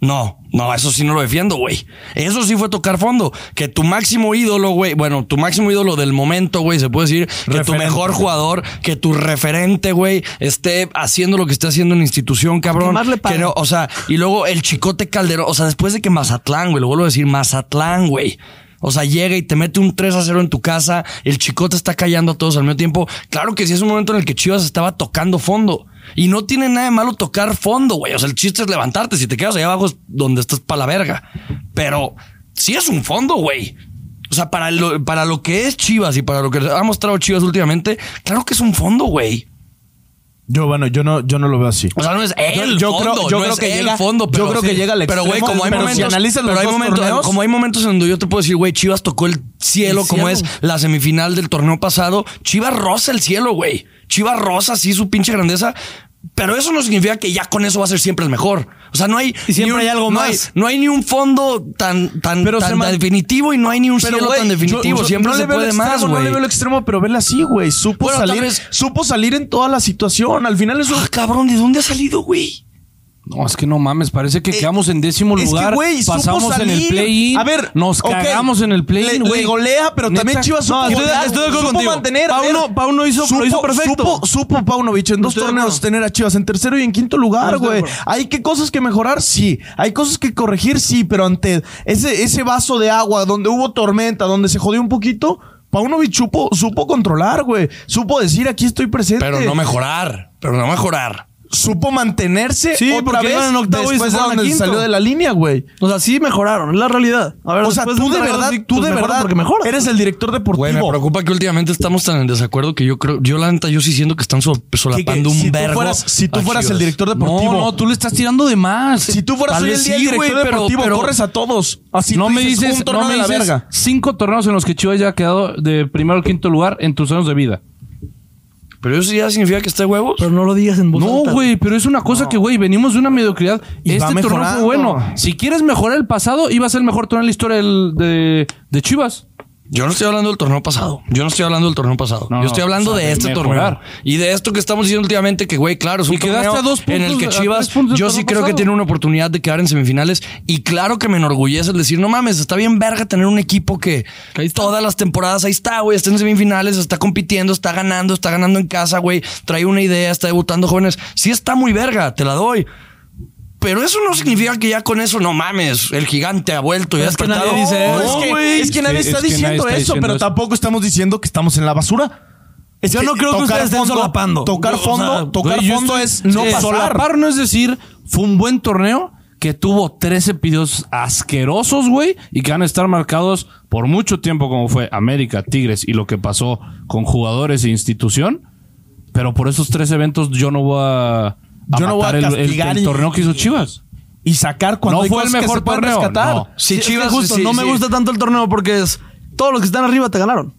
[SPEAKER 2] No, no, eso sí no lo defiendo, güey. Eso sí fue tocar fondo. Que tu máximo ídolo, güey, bueno, tu máximo ídolo del momento, güey, se puede decir, que tu
[SPEAKER 4] Referente.
[SPEAKER 2] mejor jugador, que tu referente, güey, esté haciendo lo que está haciendo en la institución, cabrón.
[SPEAKER 1] más le pagan.
[SPEAKER 2] Que no- o sea, y luego el Chicote Calderón, o sea, después de que Mazatlán, güey, lo vuelvo a decir, Mazatlán, güey. O sea, llega y te mete un 3 a 0 en tu casa, el Chicote está callando a todos al mismo tiempo. Claro que sí es un momento en el que Chivas estaba tocando fondo. Y no tiene nada de malo tocar fondo, güey. O sea, el chiste es levantarte. Si te quedas allá abajo es donde estás para la verga. Pero sí es un fondo, güey. O sea, para lo, para lo que es Chivas y para lo que ha mostrado Chivas últimamente, claro que es un fondo, güey.
[SPEAKER 4] Yo, bueno, yo no, yo no lo veo así.
[SPEAKER 2] O sea, no es el
[SPEAKER 4] yo
[SPEAKER 2] fondo,
[SPEAKER 4] creo- yo
[SPEAKER 2] no
[SPEAKER 4] creo
[SPEAKER 2] es
[SPEAKER 4] que
[SPEAKER 2] el
[SPEAKER 4] llega-
[SPEAKER 2] fondo,
[SPEAKER 4] yo
[SPEAKER 2] pero
[SPEAKER 4] creo que llega al
[SPEAKER 2] Pero güey,
[SPEAKER 4] extremo,
[SPEAKER 2] como hay
[SPEAKER 4] pero si
[SPEAKER 2] momentos,
[SPEAKER 4] analizas los
[SPEAKER 2] pero hay
[SPEAKER 4] dos
[SPEAKER 2] momentos,
[SPEAKER 4] torneos-
[SPEAKER 2] como hay momentos en donde yo te puedo decir, güey, Chivas tocó el cielo,
[SPEAKER 1] El
[SPEAKER 2] como
[SPEAKER 1] cielo.
[SPEAKER 2] es la semifinal del torneo pasado, Chivas rosa el cielo, güey. Chivas rosa sí su pinche grandeza, pero eso no significa que ya con eso va a ser siempre el mejor. O sea, no hay
[SPEAKER 1] Y siempre
[SPEAKER 2] ni un-
[SPEAKER 1] hay algo
[SPEAKER 2] no
[SPEAKER 1] más.
[SPEAKER 2] no hay ni un fondo tan tan
[SPEAKER 4] Pero
[SPEAKER 2] tan,
[SPEAKER 4] se man-
[SPEAKER 2] definitivo y no hay ni un
[SPEAKER 4] Pero,
[SPEAKER 2] cielo
[SPEAKER 4] güey,
[SPEAKER 2] tan definitivo,
[SPEAKER 4] yo- yo
[SPEAKER 2] siempre
[SPEAKER 4] no
[SPEAKER 2] se
[SPEAKER 4] le veo el
[SPEAKER 2] puede
[SPEAKER 4] extremo,
[SPEAKER 2] más,
[SPEAKER 4] No
[SPEAKER 2] güey.
[SPEAKER 4] le veo el extremo, pero vela así, güey. Supo
[SPEAKER 2] Bueno, tal
[SPEAKER 4] salir,
[SPEAKER 2] vez-
[SPEAKER 4] supo salir en toda la situación. Al final es un...
[SPEAKER 2] Ah, cabrón, ¿de dónde ha salido, güey?
[SPEAKER 3] No, es que no mames, parece que quedamos en décimo
[SPEAKER 4] Eh, Es que,
[SPEAKER 3] lugar.
[SPEAKER 4] güey, supo
[SPEAKER 3] pasamos en el
[SPEAKER 4] salir.
[SPEAKER 3] play-in.
[SPEAKER 4] A ver,
[SPEAKER 3] nos
[SPEAKER 4] ok,
[SPEAKER 3] cagamos en el
[SPEAKER 4] le-
[SPEAKER 3] play-in,
[SPEAKER 4] le
[SPEAKER 3] güey.
[SPEAKER 4] golea, pero
[SPEAKER 3] Neta,
[SPEAKER 4] también Chivas
[SPEAKER 1] No,
[SPEAKER 4] supo
[SPEAKER 1] estoy de-
[SPEAKER 4] golear,
[SPEAKER 1] estoy de acuerdo
[SPEAKER 4] supo
[SPEAKER 1] contigo.
[SPEAKER 4] mantener. a
[SPEAKER 1] Pauno-
[SPEAKER 4] ver,
[SPEAKER 1] Pauno hizo- lo hizo perfecto.
[SPEAKER 4] Supo, supo Paunovic en dos
[SPEAKER 1] Estoy de
[SPEAKER 4] torneos
[SPEAKER 1] acuerdo.
[SPEAKER 4] tener a Chivas en tercero y en quinto lugar,
[SPEAKER 1] Estoy de
[SPEAKER 4] güey.
[SPEAKER 1] acuerdo.
[SPEAKER 4] Hay que cosas que mejorar, sí. Hay cosas que corregir, sí. Pero ante ese, ese vaso de agua donde hubo tormenta, donde se jodió un poquito... Paunovic supo, supo controlar, güey. Supo decir, aquí estoy presente.
[SPEAKER 2] Pero no mejorar, pero no mejorar.
[SPEAKER 4] supo mantenerse
[SPEAKER 1] Sí,
[SPEAKER 4] otra
[SPEAKER 1] porque
[SPEAKER 4] vez
[SPEAKER 1] iban en octavo y se
[SPEAKER 4] después de
[SPEAKER 1] fueron a
[SPEAKER 4] donde se
[SPEAKER 1] quinto.
[SPEAKER 4] salió de la línea, güey.
[SPEAKER 1] O sea, sí mejoraron, es la realidad. A ver,
[SPEAKER 4] O sea,
[SPEAKER 1] después
[SPEAKER 4] tú de
[SPEAKER 1] entrenador,
[SPEAKER 4] verdad,
[SPEAKER 1] sí,
[SPEAKER 4] tú
[SPEAKER 1] pues,
[SPEAKER 4] de
[SPEAKER 1] mejoras
[SPEAKER 4] verdad
[SPEAKER 1] Porque mejoras.
[SPEAKER 4] eres el director
[SPEAKER 2] Güey, me
[SPEAKER 4] deportivo.
[SPEAKER 2] preocupa que últimamente estamos tan en desacuerdo que yo creo, yo la neta, yo sí siento que están sol-
[SPEAKER 4] Quique,
[SPEAKER 2] solapando un
[SPEAKER 4] si tú
[SPEAKER 2] vergo.
[SPEAKER 4] fueras, si tú
[SPEAKER 2] a
[SPEAKER 4] fueras el
[SPEAKER 2] Chivas.
[SPEAKER 4] director
[SPEAKER 3] No,
[SPEAKER 4] deportivo,
[SPEAKER 3] no, tú le estás tirando de más.
[SPEAKER 4] si tú fueras
[SPEAKER 2] Tal
[SPEAKER 4] hoy
[SPEAKER 2] vez
[SPEAKER 4] el día el
[SPEAKER 2] sí,
[SPEAKER 4] director
[SPEAKER 2] güey, pero-
[SPEAKER 4] deportivo,
[SPEAKER 2] pero-
[SPEAKER 4] corres a todos. Así
[SPEAKER 3] no
[SPEAKER 4] Ah, tú
[SPEAKER 3] me dices,
[SPEAKER 4] un torneo
[SPEAKER 3] no me
[SPEAKER 4] de la
[SPEAKER 3] dices
[SPEAKER 4] verga.
[SPEAKER 3] cinco torneos en los que Chivas ya ha quedado de primero al quinto lugar en tus años de vida.
[SPEAKER 2] Pero eso ya significa que esté huevos.
[SPEAKER 1] Pero no lo digas en voz
[SPEAKER 3] No,
[SPEAKER 1] alta.
[SPEAKER 3] güey, pero es una cosa que, güey, venimos de una mediocridad.
[SPEAKER 4] Y va
[SPEAKER 3] este torneo fue
[SPEAKER 4] mejorando.
[SPEAKER 3] bueno. Si quieres mejorar el pasado, iba a ser el mejor torneo en la historia del- de, de Chivas.
[SPEAKER 2] Yo no estoy hablando del torneo pasado. Yo no estoy hablando del torneo pasado.
[SPEAKER 3] No,
[SPEAKER 2] yo estoy
[SPEAKER 3] no,
[SPEAKER 2] hablando
[SPEAKER 3] o sea,
[SPEAKER 2] de
[SPEAKER 3] de
[SPEAKER 2] este
[SPEAKER 3] mejorar.
[SPEAKER 2] torneo. Y de esto que estamos diciendo últimamente, que, güey, claro, es un
[SPEAKER 3] Y quedaste
[SPEAKER 2] torneo
[SPEAKER 3] a dos puntos
[SPEAKER 2] en el que
[SPEAKER 3] de- a
[SPEAKER 2] Chivas,
[SPEAKER 3] tres puntos del
[SPEAKER 2] yo
[SPEAKER 3] torneo
[SPEAKER 2] sí creo que
[SPEAKER 3] pasado.
[SPEAKER 2] tiene una oportunidad de quedar en semifinales. Y claro que me enorgullece el decir, no mames, está bien verga tener un equipo que todas las temporadas ahí está, güey, está en semifinales, está compitiendo, está ganando, está ganando en casa, güey, trae una idea, está debutando jóvenes. Sí está muy verga, te la doy. Pero eso no significa que ya con eso, no mames, el gigante ha vuelto y ha
[SPEAKER 1] Es que nadie
[SPEAKER 2] despertado.
[SPEAKER 1] dice
[SPEAKER 2] No,
[SPEAKER 1] eso.
[SPEAKER 4] es, que,
[SPEAKER 2] güey.
[SPEAKER 4] es que
[SPEAKER 3] Es
[SPEAKER 4] nadie
[SPEAKER 3] que-
[SPEAKER 4] está
[SPEAKER 3] es que nadie
[SPEAKER 4] diciendo
[SPEAKER 3] está
[SPEAKER 4] eso,
[SPEAKER 3] diciendo
[SPEAKER 4] pero
[SPEAKER 3] eso.
[SPEAKER 4] tampoco estamos diciendo que estamos en la basura. Es
[SPEAKER 1] Yo no creo que
[SPEAKER 4] tocar
[SPEAKER 1] ustedes estén
[SPEAKER 4] fondo-
[SPEAKER 1] solapando.
[SPEAKER 4] Tocar
[SPEAKER 1] Yo, o
[SPEAKER 4] fondo,
[SPEAKER 1] sea,
[SPEAKER 4] tocar
[SPEAKER 3] Güey, yo
[SPEAKER 4] fondo
[SPEAKER 3] estoy-
[SPEAKER 4] es no
[SPEAKER 3] sí,
[SPEAKER 4] pasar.
[SPEAKER 3] Solapar no es decir, fue un buen torneo que tuvo tres episodios asquerosos, güey, y que van a estar marcados por mucho tiempo, como fue América, Tigres y lo que pasó con jugadores e institución. Pero por esos tres eventos yo no voy a, a
[SPEAKER 4] Yo no voy a
[SPEAKER 3] matar el- el,
[SPEAKER 4] castigar
[SPEAKER 3] el
[SPEAKER 4] y-
[SPEAKER 3] torneo que hizo Chivas.
[SPEAKER 4] Y sacar cuando
[SPEAKER 3] No
[SPEAKER 4] hay
[SPEAKER 3] fue el
[SPEAKER 4] cosas que
[SPEAKER 3] mejor
[SPEAKER 4] se pueden
[SPEAKER 3] torneo,
[SPEAKER 4] rescatar.
[SPEAKER 3] no.
[SPEAKER 1] Sí,
[SPEAKER 2] Sí,
[SPEAKER 1] Chivas,
[SPEAKER 2] Chivas,
[SPEAKER 1] justo,
[SPEAKER 2] sí,
[SPEAKER 1] no me
[SPEAKER 2] sí.
[SPEAKER 1] gusta tanto el torneo porque es todos los que están arriba te ganaron.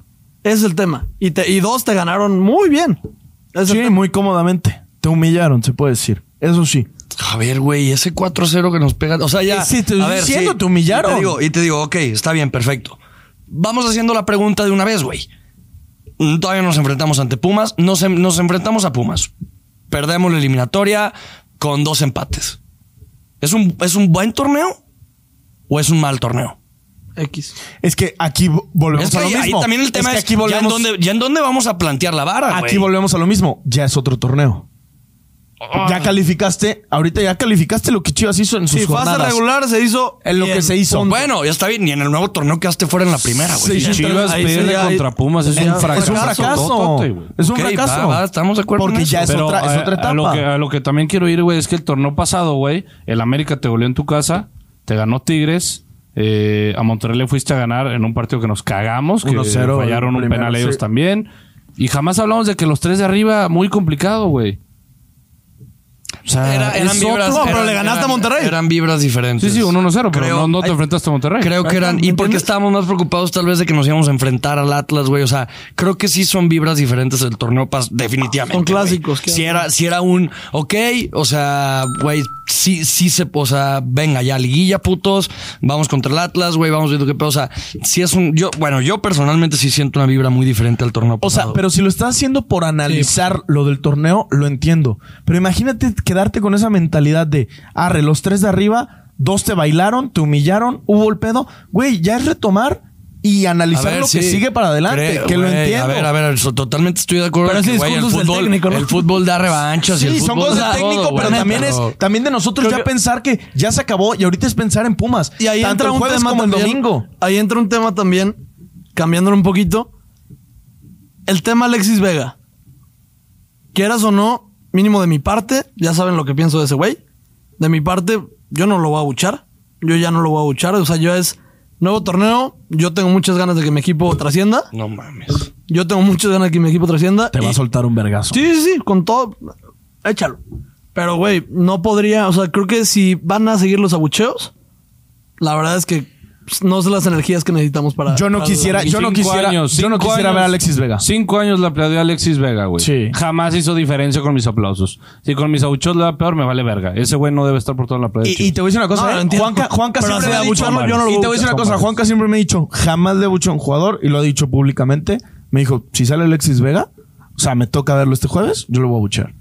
[SPEAKER 1] Ese es el tema. Y, te, y dos te ganaron muy bien. Ese es el
[SPEAKER 4] Sí,
[SPEAKER 1] tema.
[SPEAKER 4] muy cómodamente. Te humillaron, se puede decir. Eso sí.
[SPEAKER 2] A ver, güey, ese 4-0 que nos pegan. O sea, ya.
[SPEAKER 4] Eh, Sí, te
[SPEAKER 2] a
[SPEAKER 4] estoy
[SPEAKER 2] ver,
[SPEAKER 4] diciendo, te humillaron.
[SPEAKER 2] Y te, digo, y te digo, ok, está bien, perfecto. Vamos haciendo la pregunta de una vez, güey. Mm, Todavía nos enfrentamos ante Pumas. Nos, en- nos enfrentamos a Pumas. Perdemos la eliminatoria con dos empates. ¿Es un, ¿Es un buen torneo o es un mal torneo?
[SPEAKER 1] X.
[SPEAKER 4] Es que aquí vo- volvemos
[SPEAKER 2] Es que
[SPEAKER 4] a lo
[SPEAKER 2] ahí
[SPEAKER 4] mismo.
[SPEAKER 2] también el tema
[SPEAKER 4] que
[SPEAKER 2] es,
[SPEAKER 4] aquí
[SPEAKER 2] ya, en
[SPEAKER 4] volvemos, Ah,
[SPEAKER 2] dónde, ya en dónde vamos a plantear la vara, güey.
[SPEAKER 4] aquí volvemos a lo mismo. Ya es otro torneo.
[SPEAKER 2] Ah.
[SPEAKER 4] Ya calificaste, ahorita ya calificaste lo que Chivas hizo en sus
[SPEAKER 1] Si fase
[SPEAKER 4] jornadas.
[SPEAKER 1] regular se hizo.
[SPEAKER 4] En lo
[SPEAKER 1] bien.
[SPEAKER 4] que se hizo.
[SPEAKER 2] Bueno, ya está bien. Ni en el nuevo torneo quedaste fuera en la primera, güey.
[SPEAKER 4] Sí,
[SPEAKER 2] Ya.
[SPEAKER 4] sí,
[SPEAKER 3] Chivas
[SPEAKER 1] Ahí sí
[SPEAKER 3] pierde
[SPEAKER 1] ya-
[SPEAKER 3] contra Pumas es
[SPEAKER 4] Es
[SPEAKER 3] un
[SPEAKER 4] un fracaso.
[SPEAKER 3] fracaso. totote, güey.
[SPEAKER 4] Es un
[SPEAKER 2] Ok,
[SPEAKER 4] fracaso.
[SPEAKER 2] va, va, estamos de acuerdo
[SPEAKER 4] Porque
[SPEAKER 2] en
[SPEAKER 4] ya
[SPEAKER 2] eso.
[SPEAKER 4] es
[SPEAKER 3] Pero
[SPEAKER 4] otra, es
[SPEAKER 3] a-
[SPEAKER 4] otra etapa.
[SPEAKER 3] A lo, que, a lo que también quiero ir, güey, es que el torneo pasado, güey, el América te goleó en tu casa, te ganó Tigres, eh, a Monterrey le fuiste a ganar en un partido que nos cagamos, que
[SPEAKER 4] 1-0
[SPEAKER 3] fallaron
[SPEAKER 4] el
[SPEAKER 3] un
[SPEAKER 4] primero,
[SPEAKER 3] penal ellos
[SPEAKER 4] sí.
[SPEAKER 3] también. Y jamás hablamos de que los tres de arriba, muy complicado, güey. O sea,
[SPEAKER 2] Era-
[SPEAKER 3] es
[SPEAKER 2] eran
[SPEAKER 3] otro-
[SPEAKER 2] vibras.
[SPEAKER 1] No, pero
[SPEAKER 2] eran-
[SPEAKER 1] le ganaste a
[SPEAKER 2] eran-
[SPEAKER 1] Monterrey.
[SPEAKER 2] Eran vibras diferentes.
[SPEAKER 3] Sí, sí, un 1-0, pero
[SPEAKER 2] Creo-
[SPEAKER 3] no, no te
[SPEAKER 2] Ay,
[SPEAKER 3] enfrentaste a Monterrey.
[SPEAKER 2] Creo que eran.
[SPEAKER 4] ¿me
[SPEAKER 2] Y porque
[SPEAKER 4] entiendes?
[SPEAKER 2] estábamos más preocupados, tal vez, de que nos íbamos a enfrentar al Atlas, güey. O sea, creo que sí son vibras diferentes del torneo pas definitivamente.
[SPEAKER 1] Son
[SPEAKER 2] güey.
[SPEAKER 1] clásicos, claro.
[SPEAKER 2] Si era, si era un, ok, o sea, güey, sí, sí se, o sea, venga ya, liguilla, putos. Vamos contra el Atlas, güey, vamos viendo qué pedo. O sea, sí es un. Yo, bueno, yo personalmente sí siento una vibra muy diferente al torneo
[SPEAKER 4] O sea,
[SPEAKER 2] pasado.
[SPEAKER 4] pero si lo estás haciendo por analizar lo del torneo, lo entiendo. Pero imagínate quedarte con esa mentalidad de, arre, los tres de arriba, dos te bailaron, te humillaron, hubo el pedo. Güey, ya es retomar y analizar lo que
[SPEAKER 2] sí.
[SPEAKER 4] sigue para adelante.
[SPEAKER 2] Creo,
[SPEAKER 4] que lo
[SPEAKER 2] güey,
[SPEAKER 4] entiendo.
[SPEAKER 2] A ver, a ver, so- totalmente estoy de acuerdo.
[SPEAKER 1] Pero
[SPEAKER 2] que,
[SPEAKER 1] ese
[SPEAKER 2] güey,
[SPEAKER 1] discurso es del técnico, ¿no?
[SPEAKER 2] el fútbol da revanchas. y el
[SPEAKER 4] Sí, son
[SPEAKER 2] fútbol
[SPEAKER 4] cosas
[SPEAKER 2] da
[SPEAKER 4] de técnico,
[SPEAKER 2] todo,
[SPEAKER 4] pero
[SPEAKER 2] güey,
[SPEAKER 4] también es
[SPEAKER 2] pero-
[SPEAKER 4] también de nosotros ya pensar que ya se acabó y ahorita es pensar en Pumas.
[SPEAKER 1] Y ahí
[SPEAKER 4] Tanto
[SPEAKER 1] entra
[SPEAKER 4] el
[SPEAKER 1] un
[SPEAKER 4] jueves
[SPEAKER 1] tema
[SPEAKER 4] como
[SPEAKER 1] también-
[SPEAKER 4] el domingo.
[SPEAKER 1] Ahí entra un tema también, cambiándolo un poquito. El tema Alexis Vega. Quieras o no, mínimo de mi parte, ya saben lo que pienso de ese güey. De mi parte, yo no lo voy a buchar. Yo ya no lo voy a buchar. O sea, yo es nuevo torneo. Yo tengo muchas ganas de que mi equipo trascienda.
[SPEAKER 2] No mames.
[SPEAKER 1] Yo tengo muchas ganas de que mi equipo trascienda.
[SPEAKER 4] Te va
[SPEAKER 1] Y-
[SPEAKER 4] a soltar un vergazo.
[SPEAKER 1] Sí, sí, sí, con todo. Échalo. Pero, güey, no podría. O sea, creo que si van a seguir los abucheos, la verdad es que pues, no son las energías que necesitamos para.
[SPEAKER 4] Yo no
[SPEAKER 1] para-
[SPEAKER 4] quisiera,
[SPEAKER 3] Y
[SPEAKER 4] yo no
[SPEAKER 3] cinco
[SPEAKER 4] quisiera,
[SPEAKER 3] años,
[SPEAKER 4] yo no
[SPEAKER 3] cinco
[SPEAKER 4] quisiera
[SPEAKER 3] años-
[SPEAKER 4] ver a Alexis Vega.
[SPEAKER 3] Cinco años la aplaudió Alexis Vega, güey.
[SPEAKER 4] Sí.
[SPEAKER 3] Jamás hizo diferencia con mis aplausos. Si con mis abuchos le da peor, me vale verga. Ese güey no debe estar por toda la playa. de
[SPEAKER 4] Y, y
[SPEAKER 3] Chivas.
[SPEAKER 4] te voy a decir una
[SPEAKER 1] No, lo
[SPEAKER 4] cosa, eh.
[SPEAKER 1] entiendo.
[SPEAKER 4] Juanca, Juanca
[SPEAKER 1] Pero
[SPEAKER 4] siempre
[SPEAKER 1] de
[SPEAKER 4] me ha dicho,
[SPEAKER 1] abuchearlo yo no lo
[SPEAKER 4] y te
[SPEAKER 1] voy a
[SPEAKER 4] voy a decir una
[SPEAKER 1] buscar,
[SPEAKER 4] cosa,
[SPEAKER 1] compadre.
[SPEAKER 4] Juanca siempre me ha dicho, jamás le bucho a un jugador y lo ha dicho públicamente. Me dijo, si sale Alexis Vega, o sea, me toca verlo este jueves, yo lo voy a buchar.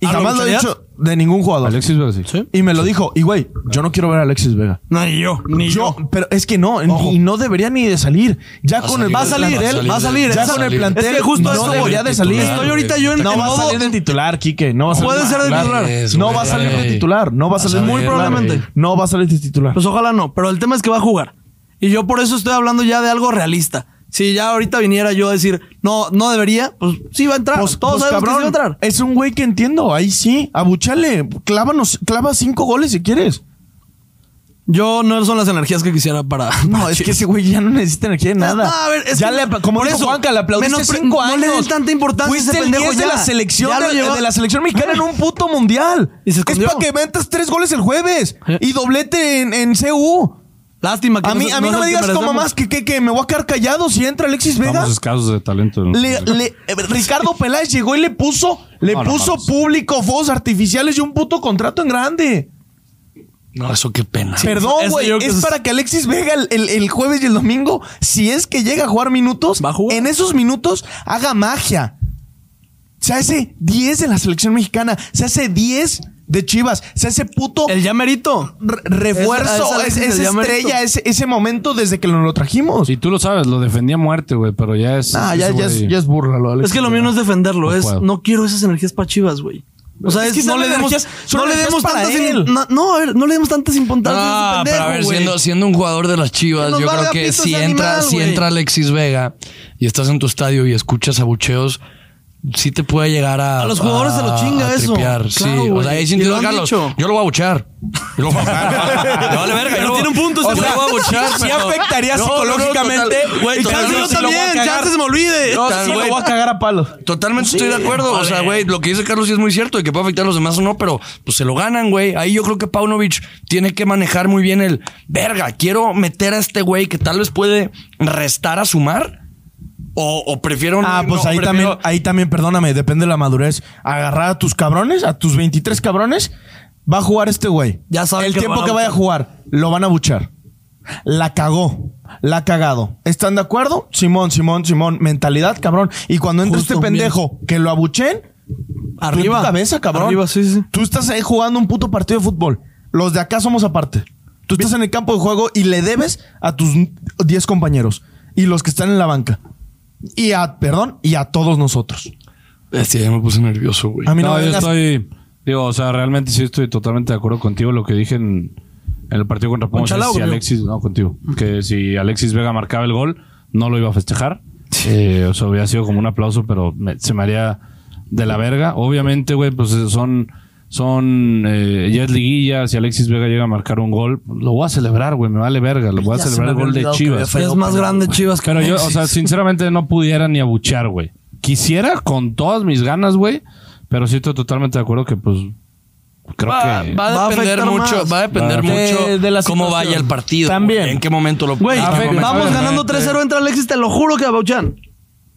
[SPEAKER 4] Y
[SPEAKER 1] ¿Ah, lo
[SPEAKER 4] jamás lo he
[SPEAKER 1] bucharías?
[SPEAKER 4] dicho de ningún jugador.
[SPEAKER 3] Alexis Vega, sí.
[SPEAKER 1] Sí.
[SPEAKER 4] Y me lo dijo, y güey, yo no quiero ver a Alexis Vega.
[SPEAKER 1] No, ni yo, ni yo.
[SPEAKER 4] Yo, pero es que no,
[SPEAKER 1] Ojo.
[SPEAKER 4] y no debería ni de salir. Ya con el
[SPEAKER 1] Va a
[SPEAKER 4] plantel-
[SPEAKER 1] salir él, va a salir.
[SPEAKER 4] Ya
[SPEAKER 1] él.
[SPEAKER 4] con el
[SPEAKER 1] Es
[SPEAKER 4] plantel
[SPEAKER 1] que justo
[SPEAKER 4] no
[SPEAKER 1] a eso voy.
[SPEAKER 4] debería de salir.
[SPEAKER 1] Estoy ahorita yo en
[SPEAKER 4] No
[SPEAKER 1] en
[SPEAKER 4] va a
[SPEAKER 1] modo-
[SPEAKER 4] salir de titular, Quique. No va a salir
[SPEAKER 1] Puede ser de titular.
[SPEAKER 2] Eso,
[SPEAKER 4] No
[SPEAKER 2] güey.
[SPEAKER 4] va a salir de titular. No va a salir de
[SPEAKER 1] Muy
[SPEAKER 4] titular.
[SPEAKER 1] probablemente.
[SPEAKER 4] No va a salir de titular.
[SPEAKER 1] Pues ojalá no, pero el tema es que va a jugar. Y yo por eso estoy hablando ya de algo realista. Si ya ahorita viniera yo a decir, no, no debería, pues sí va a entrar.
[SPEAKER 4] Pues-
[SPEAKER 1] Todos
[SPEAKER 4] pues,
[SPEAKER 1] sabemos que sí va a entrar.
[SPEAKER 4] Es un güey que entiendo. Ahí sí. Abuchale. Clávanos, clava cinco goles si quieres.
[SPEAKER 1] Yo no son las energías que quisiera para.
[SPEAKER 4] No,
[SPEAKER 1] para
[SPEAKER 4] es que
[SPEAKER 1] Chivas.
[SPEAKER 4] ese güey ya no necesita energía de nada.
[SPEAKER 1] No, a ver, es
[SPEAKER 4] ya
[SPEAKER 1] que-
[SPEAKER 4] le, como
[SPEAKER 1] por
[SPEAKER 4] dijo
[SPEAKER 1] eso,
[SPEAKER 4] Juanca, le aplaudiste
[SPEAKER 1] menos pre-
[SPEAKER 4] cinco
[SPEAKER 1] no
[SPEAKER 4] años.
[SPEAKER 1] le den tanta importancia a ese
[SPEAKER 4] Fuiste el
[SPEAKER 1] pendejo
[SPEAKER 4] 10 de
[SPEAKER 1] ya.
[SPEAKER 4] la selección,
[SPEAKER 1] Ya lo
[SPEAKER 4] de-
[SPEAKER 1] lleva-
[SPEAKER 4] de la selección mexicana en un puto mundial.
[SPEAKER 1] Y se
[SPEAKER 4] es
[SPEAKER 1] escondió.
[SPEAKER 4] para que metas tres goles el jueves
[SPEAKER 1] Sí.
[SPEAKER 4] y doblete en, en CU.
[SPEAKER 1] Lástima que
[SPEAKER 4] A mí,
[SPEAKER 1] se-
[SPEAKER 4] a mí no,
[SPEAKER 1] es el
[SPEAKER 4] me
[SPEAKER 1] que
[SPEAKER 4] digas como
[SPEAKER 1] merecemos.
[SPEAKER 4] más que, que, que me voy a quedar callado si entra Alexis Vega.
[SPEAKER 3] Estamos escasos de talento. ¿no?
[SPEAKER 4] Le- le- eh, Ricardo Peláez llegó y le puso, le
[SPEAKER 3] No, no
[SPEAKER 4] puso
[SPEAKER 3] mames.
[SPEAKER 4] público, fuegos artificiales y un puto contrato en grande.
[SPEAKER 2] No, eso qué pena.
[SPEAKER 4] Perdón,
[SPEAKER 1] eso
[SPEAKER 4] güey.
[SPEAKER 1] yo creo que
[SPEAKER 4] Es
[SPEAKER 1] es-
[SPEAKER 4] para que Alexis Vega el, el- el jueves y el domingo, si es que llega a jugar minutos,
[SPEAKER 1] Va a jugar.
[SPEAKER 4] en esos minutos haga magia. Se hace 10 de la selección mexicana, se hace 10 de Chivas, se hace puto
[SPEAKER 1] El ya merito.
[SPEAKER 4] re- refuerzo,
[SPEAKER 1] Esa- esa
[SPEAKER 4] es-
[SPEAKER 1] Alexis,
[SPEAKER 4] esa
[SPEAKER 1] el ya merito.
[SPEAKER 4] estrella, ese, ese momento desde que nos lo trajimos.
[SPEAKER 3] Y tú lo sabes, lo defendía a muerte, güey, pero ya es.
[SPEAKER 4] Ah, ya,
[SPEAKER 3] ese
[SPEAKER 4] ya es,
[SPEAKER 3] güey-
[SPEAKER 4] ya es burla lo de Alexis
[SPEAKER 1] Es que lo
[SPEAKER 4] Vega.
[SPEAKER 1] mío no es defenderlo,
[SPEAKER 3] No
[SPEAKER 1] es
[SPEAKER 3] puedo.
[SPEAKER 1] no quiero esas energías para Chivas, güey. O sea,
[SPEAKER 4] Es
[SPEAKER 1] es,
[SPEAKER 4] que
[SPEAKER 1] no
[SPEAKER 4] son
[SPEAKER 1] le demos,
[SPEAKER 4] energías- son
[SPEAKER 1] no le
[SPEAKER 4] energías
[SPEAKER 1] demos
[SPEAKER 4] para
[SPEAKER 1] tantas
[SPEAKER 4] él.
[SPEAKER 1] no, no, a ver, no le demos tantas importancias a
[SPEAKER 2] Ah,
[SPEAKER 1] ese
[SPEAKER 2] pero a ver,
[SPEAKER 1] pendejo, güey.
[SPEAKER 2] siendo, siendo un jugador de las chivas,
[SPEAKER 1] Que
[SPEAKER 2] yo
[SPEAKER 1] nos
[SPEAKER 2] creo
[SPEAKER 1] valga
[SPEAKER 2] que
[SPEAKER 1] pito
[SPEAKER 2] si
[SPEAKER 1] ese
[SPEAKER 2] entra,
[SPEAKER 1] animal,
[SPEAKER 2] si
[SPEAKER 1] güey.
[SPEAKER 2] entra Alexis Vega y estás en tu estadio y escuchas abucheos, sí te puede llegar a.
[SPEAKER 1] A los jugadores se los chinga
[SPEAKER 2] a
[SPEAKER 1] eso.
[SPEAKER 2] tripear,
[SPEAKER 1] Claro,
[SPEAKER 2] sí. O
[SPEAKER 1] güey.
[SPEAKER 2] sea, ahí
[SPEAKER 1] Y
[SPEAKER 2] sin
[SPEAKER 1] lo
[SPEAKER 2] duda,
[SPEAKER 1] han
[SPEAKER 2] Carlos.
[SPEAKER 1] dicho.
[SPEAKER 2] Yo lo voy a abuchear. Yo lo voy a abuchear. Me vale verga. yo
[SPEAKER 1] Pero
[SPEAKER 2] lo-
[SPEAKER 1] tiene un punto ese
[SPEAKER 2] o sea,
[SPEAKER 1] güey.
[SPEAKER 2] yo lo voy a abuchear.
[SPEAKER 4] Sí
[SPEAKER 2] pero-
[SPEAKER 4] afectaría
[SPEAKER 2] No, no, no,
[SPEAKER 4] psicológicamente.
[SPEAKER 2] total- güey,
[SPEAKER 4] Y
[SPEAKER 1] Chance
[SPEAKER 2] totalmente
[SPEAKER 1] yo
[SPEAKER 2] sí lo voy a
[SPEAKER 1] también,
[SPEAKER 2] cagar.
[SPEAKER 1] chance se me olvide.
[SPEAKER 2] No,
[SPEAKER 1] Esta-
[SPEAKER 2] sí, güey.
[SPEAKER 4] cagar a palos.
[SPEAKER 2] Totalmente estoy de acuerdo. O sea, güey, lo que dice Carlos sí es muy cierto de que puede afectar a los demás o no, pero pues se lo ganan, güey. Ahí yo creo que Paunovic tiene que manejar muy bien el verga. Quiero meter a este güey que tal vez puede restar a sumar. O, o prefiero
[SPEAKER 4] Ah,
[SPEAKER 2] no,
[SPEAKER 4] pues ahí
[SPEAKER 2] prefiero-
[SPEAKER 4] también, ahí también, perdóname, depende de la madurez. Agarrar a tus cabrones, a tus 23 cabrones, va a jugar este güey.
[SPEAKER 1] Ya saben
[SPEAKER 4] El
[SPEAKER 1] que
[SPEAKER 4] tiempo
[SPEAKER 1] van a
[SPEAKER 4] que vaya a
[SPEAKER 1] buchar.
[SPEAKER 4] jugar, lo van a buchar. La cagó. La ha cagado. ¿Están de acuerdo? Simón, Simón, Simón. Mentalidad, cabrón. Y cuando entre
[SPEAKER 1] Justo,
[SPEAKER 4] este pendejo que lo abuchen, tú en
[SPEAKER 1] arriba.
[SPEAKER 4] tu cabeza, cabrón.
[SPEAKER 1] Arriba, sí, sí.
[SPEAKER 4] Tú estás ahí jugando un puto partido de fútbol. Los de acá somos aparte. Tú estás en el campo de juego y le debes a tus 10 compañeros y los que están en la banca. Y a, perdón, y a todos nosotros.
[SPEAKER 2] Bestia, ya Eh, me puse nervioso, güey.
[SPEAKER 4] A mí no,
[SPEAKER 3] no,
[SPEAKER 4] me
[SPEAKER 3] yo
[SPEAKER 4] vengas-
[SPEAKER 3] estoy. Digo, o sea, realmente sí estoy totalmente de acuerdo contigo. Lo que dije en, en el partido contra Pumas.
[SPEAKER 1] Chalao,
[SPEAKER 3] es Si
[SPEAKER 1] conmigo?
[SPEAKER 3] Alexis, no, contigo. Que si Alexis Vega marcaba el gol, no lo iba a festejar. Eh, o sea, hubiera sido como un aplauso, pero me- se me haría de la verga. Obviamente, güey, pues eh, son. Son. eh, ya es liguilla. Si Alexis Vega llega a marcar un gol, lo voy a celebrar, güey. Me vale verga. Lo voy a
[SPEAKER 4] Ya se
[SPEAKER 3] celebrar el
[SPEAKER 4] me había
[SPEAKER 3] gol de
[SPEAKER 4] olvidado que había
[SPEAKER 3] Chivas.
[SPEAKER 4] fallado
[SPEAKER 1] es más
[SPEAKER 4] penal,
[SPEAKER 1] grande Chivas que
[SPEAKER 3] Pero yo, o
[SPEAKER 1] Alexis.
[SPEAKER 3] sea, sinceramente no pudiera ni abuchear, güey. Quisiera con todas mis ganas, güey. Pero sí estoy totalmente de acuerdo que, pues. Creo
[SPEAKER 2] Va,
[SPEAKER 3] que.
[SPEAKER 2] va
[SPEAKER 1] Va
[SPEAKER 2] a
[SPEAKER 1] a
[SPEAKER 2] depender
[SPEAKER 1] afectar
[SPEAKER 2] mucho,
[SPEAKER 1] más.
[SPEAKER 2] va a depender
[SPEAKER 4] Va.
[SPEAKER 2] mucho
[SPEAKER 4] De- de la
[SPEAKER 2] cómo
[SPEAKER 4] situación.
[SPEAKER 2] vaya el partido.
[SPEAKER 4] También.
[SPEAKER 2] güey, En qué momento lo
[SPEAKER 1] Güey,
[SPEAKER 2] en qué
[SPEAKER 3] afecta-
[SPEAKER 2] momento-
[SPEAKER 1] vamos ganando 3-0, entra Alexis, te lo juro que abauchan.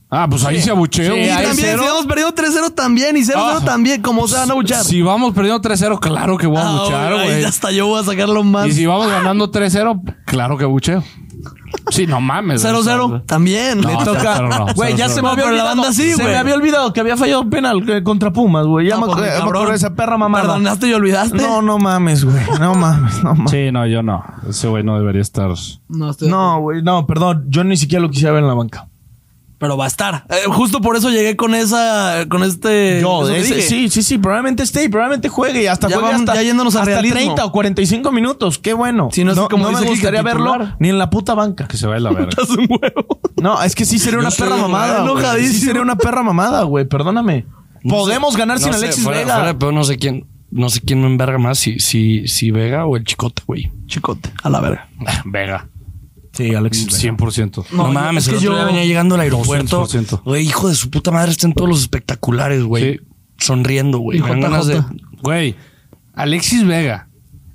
[SPEAKER 3] Ah, pues ahí se abucheó,
[SPEAKER 2] Sí,
[SPEAKER 1] Y
[SPEAKER 3] güey.
[SPEAKER 2] ahí
[SPEAKER 1] también,
[SPEAKER 2] cero.
[SPEAKER 1] si vamos perdiendo 3-0 también, y 0-0
[SPEAKER 3] Ah.
[SPEAKER 1] también, como se van a abuchar.
[SPEAKER 3] Si vamos perdiendo 3-0, claro que voy a
[SPEAKER 1] Ah,
[SPEAKER 3] abuchear,
[SPEAKER 1] ahora,
[SPEAKER 3] güey.
[SPEAKER 1] ahí Hasta yo voy a sacarlo más.
[SPEAKER 3] Y si vamos ganando 3-0, claro que abucheo. Sí, no mames. güey.
[SPEAKER 1] 0-0 también.
[SPEAKER 3] No,
[SPEAKER 1] Le
[SPEAKER 3] cero,
[SPEAKER 1] toca.
[SPEAKER 3] cero, no,
[SPEAKER 4] Güey,
[SPEAKER 3] cero,
[SPEAKER 4] ya
[SPEAKER 3] cero.
[SPEAKER 4] se me
[SPEAKER 1] No,
[SPEAKER 4] había
[SPEAKER 1] pero la
[SPEAKER 4] olvidado.
[SPEAKER 1] banda sí,
[SPEAKER 4] Se
[SPEAKER 1] güey.
[SPEAKER 4] me había olvidado que había fallado un penal eh, contra Pumas, güey. Ya
[SPEAKER 1] No,
[SPEAKER 4] me,
[SPEAKER 1] pues,
[SPEAKER 4] acuerdo- me
[SPEAKER 1] cabrón.
[SPEAKER 4] acuerdo de esa perra mamada.
[SPEAKER 1] Perdonaste y olvidaste.
[SPEAKER 4] No, no mames, güey. No mames, no mames.
[SPEAKER 3] Sí, no, yo no. Ese güey no debería estar.
[SPEAKER 1] No, estoy de acuerdo.
[SPEAKER 4] No, güey, no, perdón. Yo ni siquiera lo quisiera ver en la banca.
[SPEAKER 1] Pero va a estar. Eh, justo por eso llegué con esa. Con este.
[SPEAKER 4] Yo,
[SPEAKER 1] eso que
[SPEAKER 4] ese-
[SPEAKER 1] dije.
[SPEAKER 4] sí, sí, sí, probablemente esté y probablemente juegue y hasta
[SPEAKER 1] Ya
[SPEAKER 4] juegue
[SPEAKER 1] vamos-
[SPEAKER 4] hasta,
[SPEAKER 1] ya yéndonos al
[SPEAKER 4] hasta
[SPEAKER 1] realismo.
[SPEAKER 4] 30 o 45 minutos. Qué bueno.
[SPEAKER 1] Si no es que como
[SPEAKER 4] me
[SPEAKER 1] dice Kike,
[SPEAKER 4] gustaría verlo
[SPEAKER 1] titular.
[SPEAKER 4] ni en la puta banca.
[SPEAKER 3] Que se vaya la verga.
[SPEAKER 1] Es un huevo.
[SPEAKER 4] No, es que sí sería
[SPEAKER 2] Yo
[SPEAKER 4] una
[SPEAKER 2] estoy
[SPEAKER 4] perra mamada. güey.
[SPEAKER 1] enojadísimo.
[SPEAKER 4] Sí sería una perra mamada, güey. Perdóname.
[SPEAKER 2] No
[SPEAKER 4] Podemos
[SPEAKER 2] sé,
[SPEAKER 4] ganar
[SPEAKER 2] no
[SPEAKER 4] sin
[SPEAKER 2] sé,
[SPEAKER 4] Alexis
[SPEAKER 2] fuera-
[SPEAKER 4] Vega.
[SPEAKER 2] fuera de pedo, no sé quién, no sé quién me enverga más, si, si, si Vega o el Chicote, güey.
[SPEAKER 1] Chicote, a la verga.
[SPEAKER 3] Vega.
[SPEAKER 4] Sí, Alexis
[SPEAKER 3] 100%.
[SPEAKER 2] No,
[SPEAKER 1] yo-
[SPEAKER 2] mames,
[SPEAKER 1] es que
[SPEAKER 2] el otro
[SPEAKER 1] yo-
[SPEAKER 2] día venía llegando al aeropuerto.
[SPEAKER 3] 200%.
[SPEAKER 2] Güey, hijo de su puta madre, están todos los espectaculares, güey.
[SPEAKER 3] Sí.
[SPEAKER 2] Sonriendo, güey.
[SPEAKER 1] Y
[SPEAKER 2] Me dan
[SPEAKER 1] JJ.
[SPEAKER 2] ganas de-
[SPEAKER 3] Güey, Alexis Vega,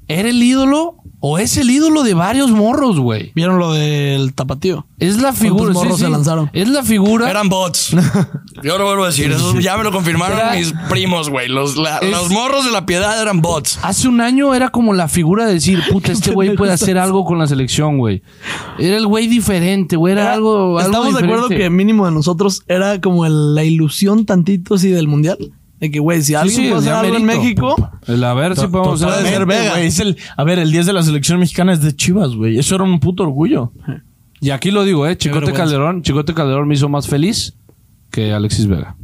[SPEAKER 3] ¿era el ídolo o es el ídolo de varios morros, güey?
[SPEAKER 1] ¿Vieron lo del tapatío?
[SPEAKER 3] Es la figura.
[SPEAKER 1] ¿Cuántos morros se lanzaron?
[SPEAKER 3] Es la figura.
[SPEAKER 2] Eran bots. Yo lo vuelvo a decir, eso ya me lo confirmaron
[SPEAKER 3] Era-
[SPEAKER 2] mis primos, güey. Los, la-
[SPEAKER 3] Es-
[SPEAKER 2] los morros de la piedad eran bots.
[SPEAKER 3] Hace un año era como la figura de decir, puta, este güey puede hacer algo con la selección, güey. Era el güey diferente, güey. Era, algo. algo
[SPEAKER 1] Estamos de acuerdo que
[SPEAKER 3] diferente.
[SPEAKER 1] mínimo de nosotros era como el- la ilusión tantito así del mundial. De que, güey, si alguien
[SPEAKER 3] sí,
[SPEAKER 1] puede hacer
[SPEAKER 3] ya
[SPEAKER 1] algo en
[SPEAKER 3] mérito.
[SPEAKER 1] México,
[SPEAKER 3] El a ver si podemos
[SPEAKER 4] Totalmente,
[SPEAKER 3] hacer.
[SPEAKER 1] Vega.
[SPEAKER 4] güey. Es el- a ver, el 10 de la selección mexicana es de Chivas, güey. Eso era un puto orgullo.
[SPEAKER 3] Y aquí lo digo, eh. Chicote
[SPEAKER 2] vergüenza.
[SPEAKER 3] Calderón, Chicote Calderón me hizo más feliz que Alexis Vega.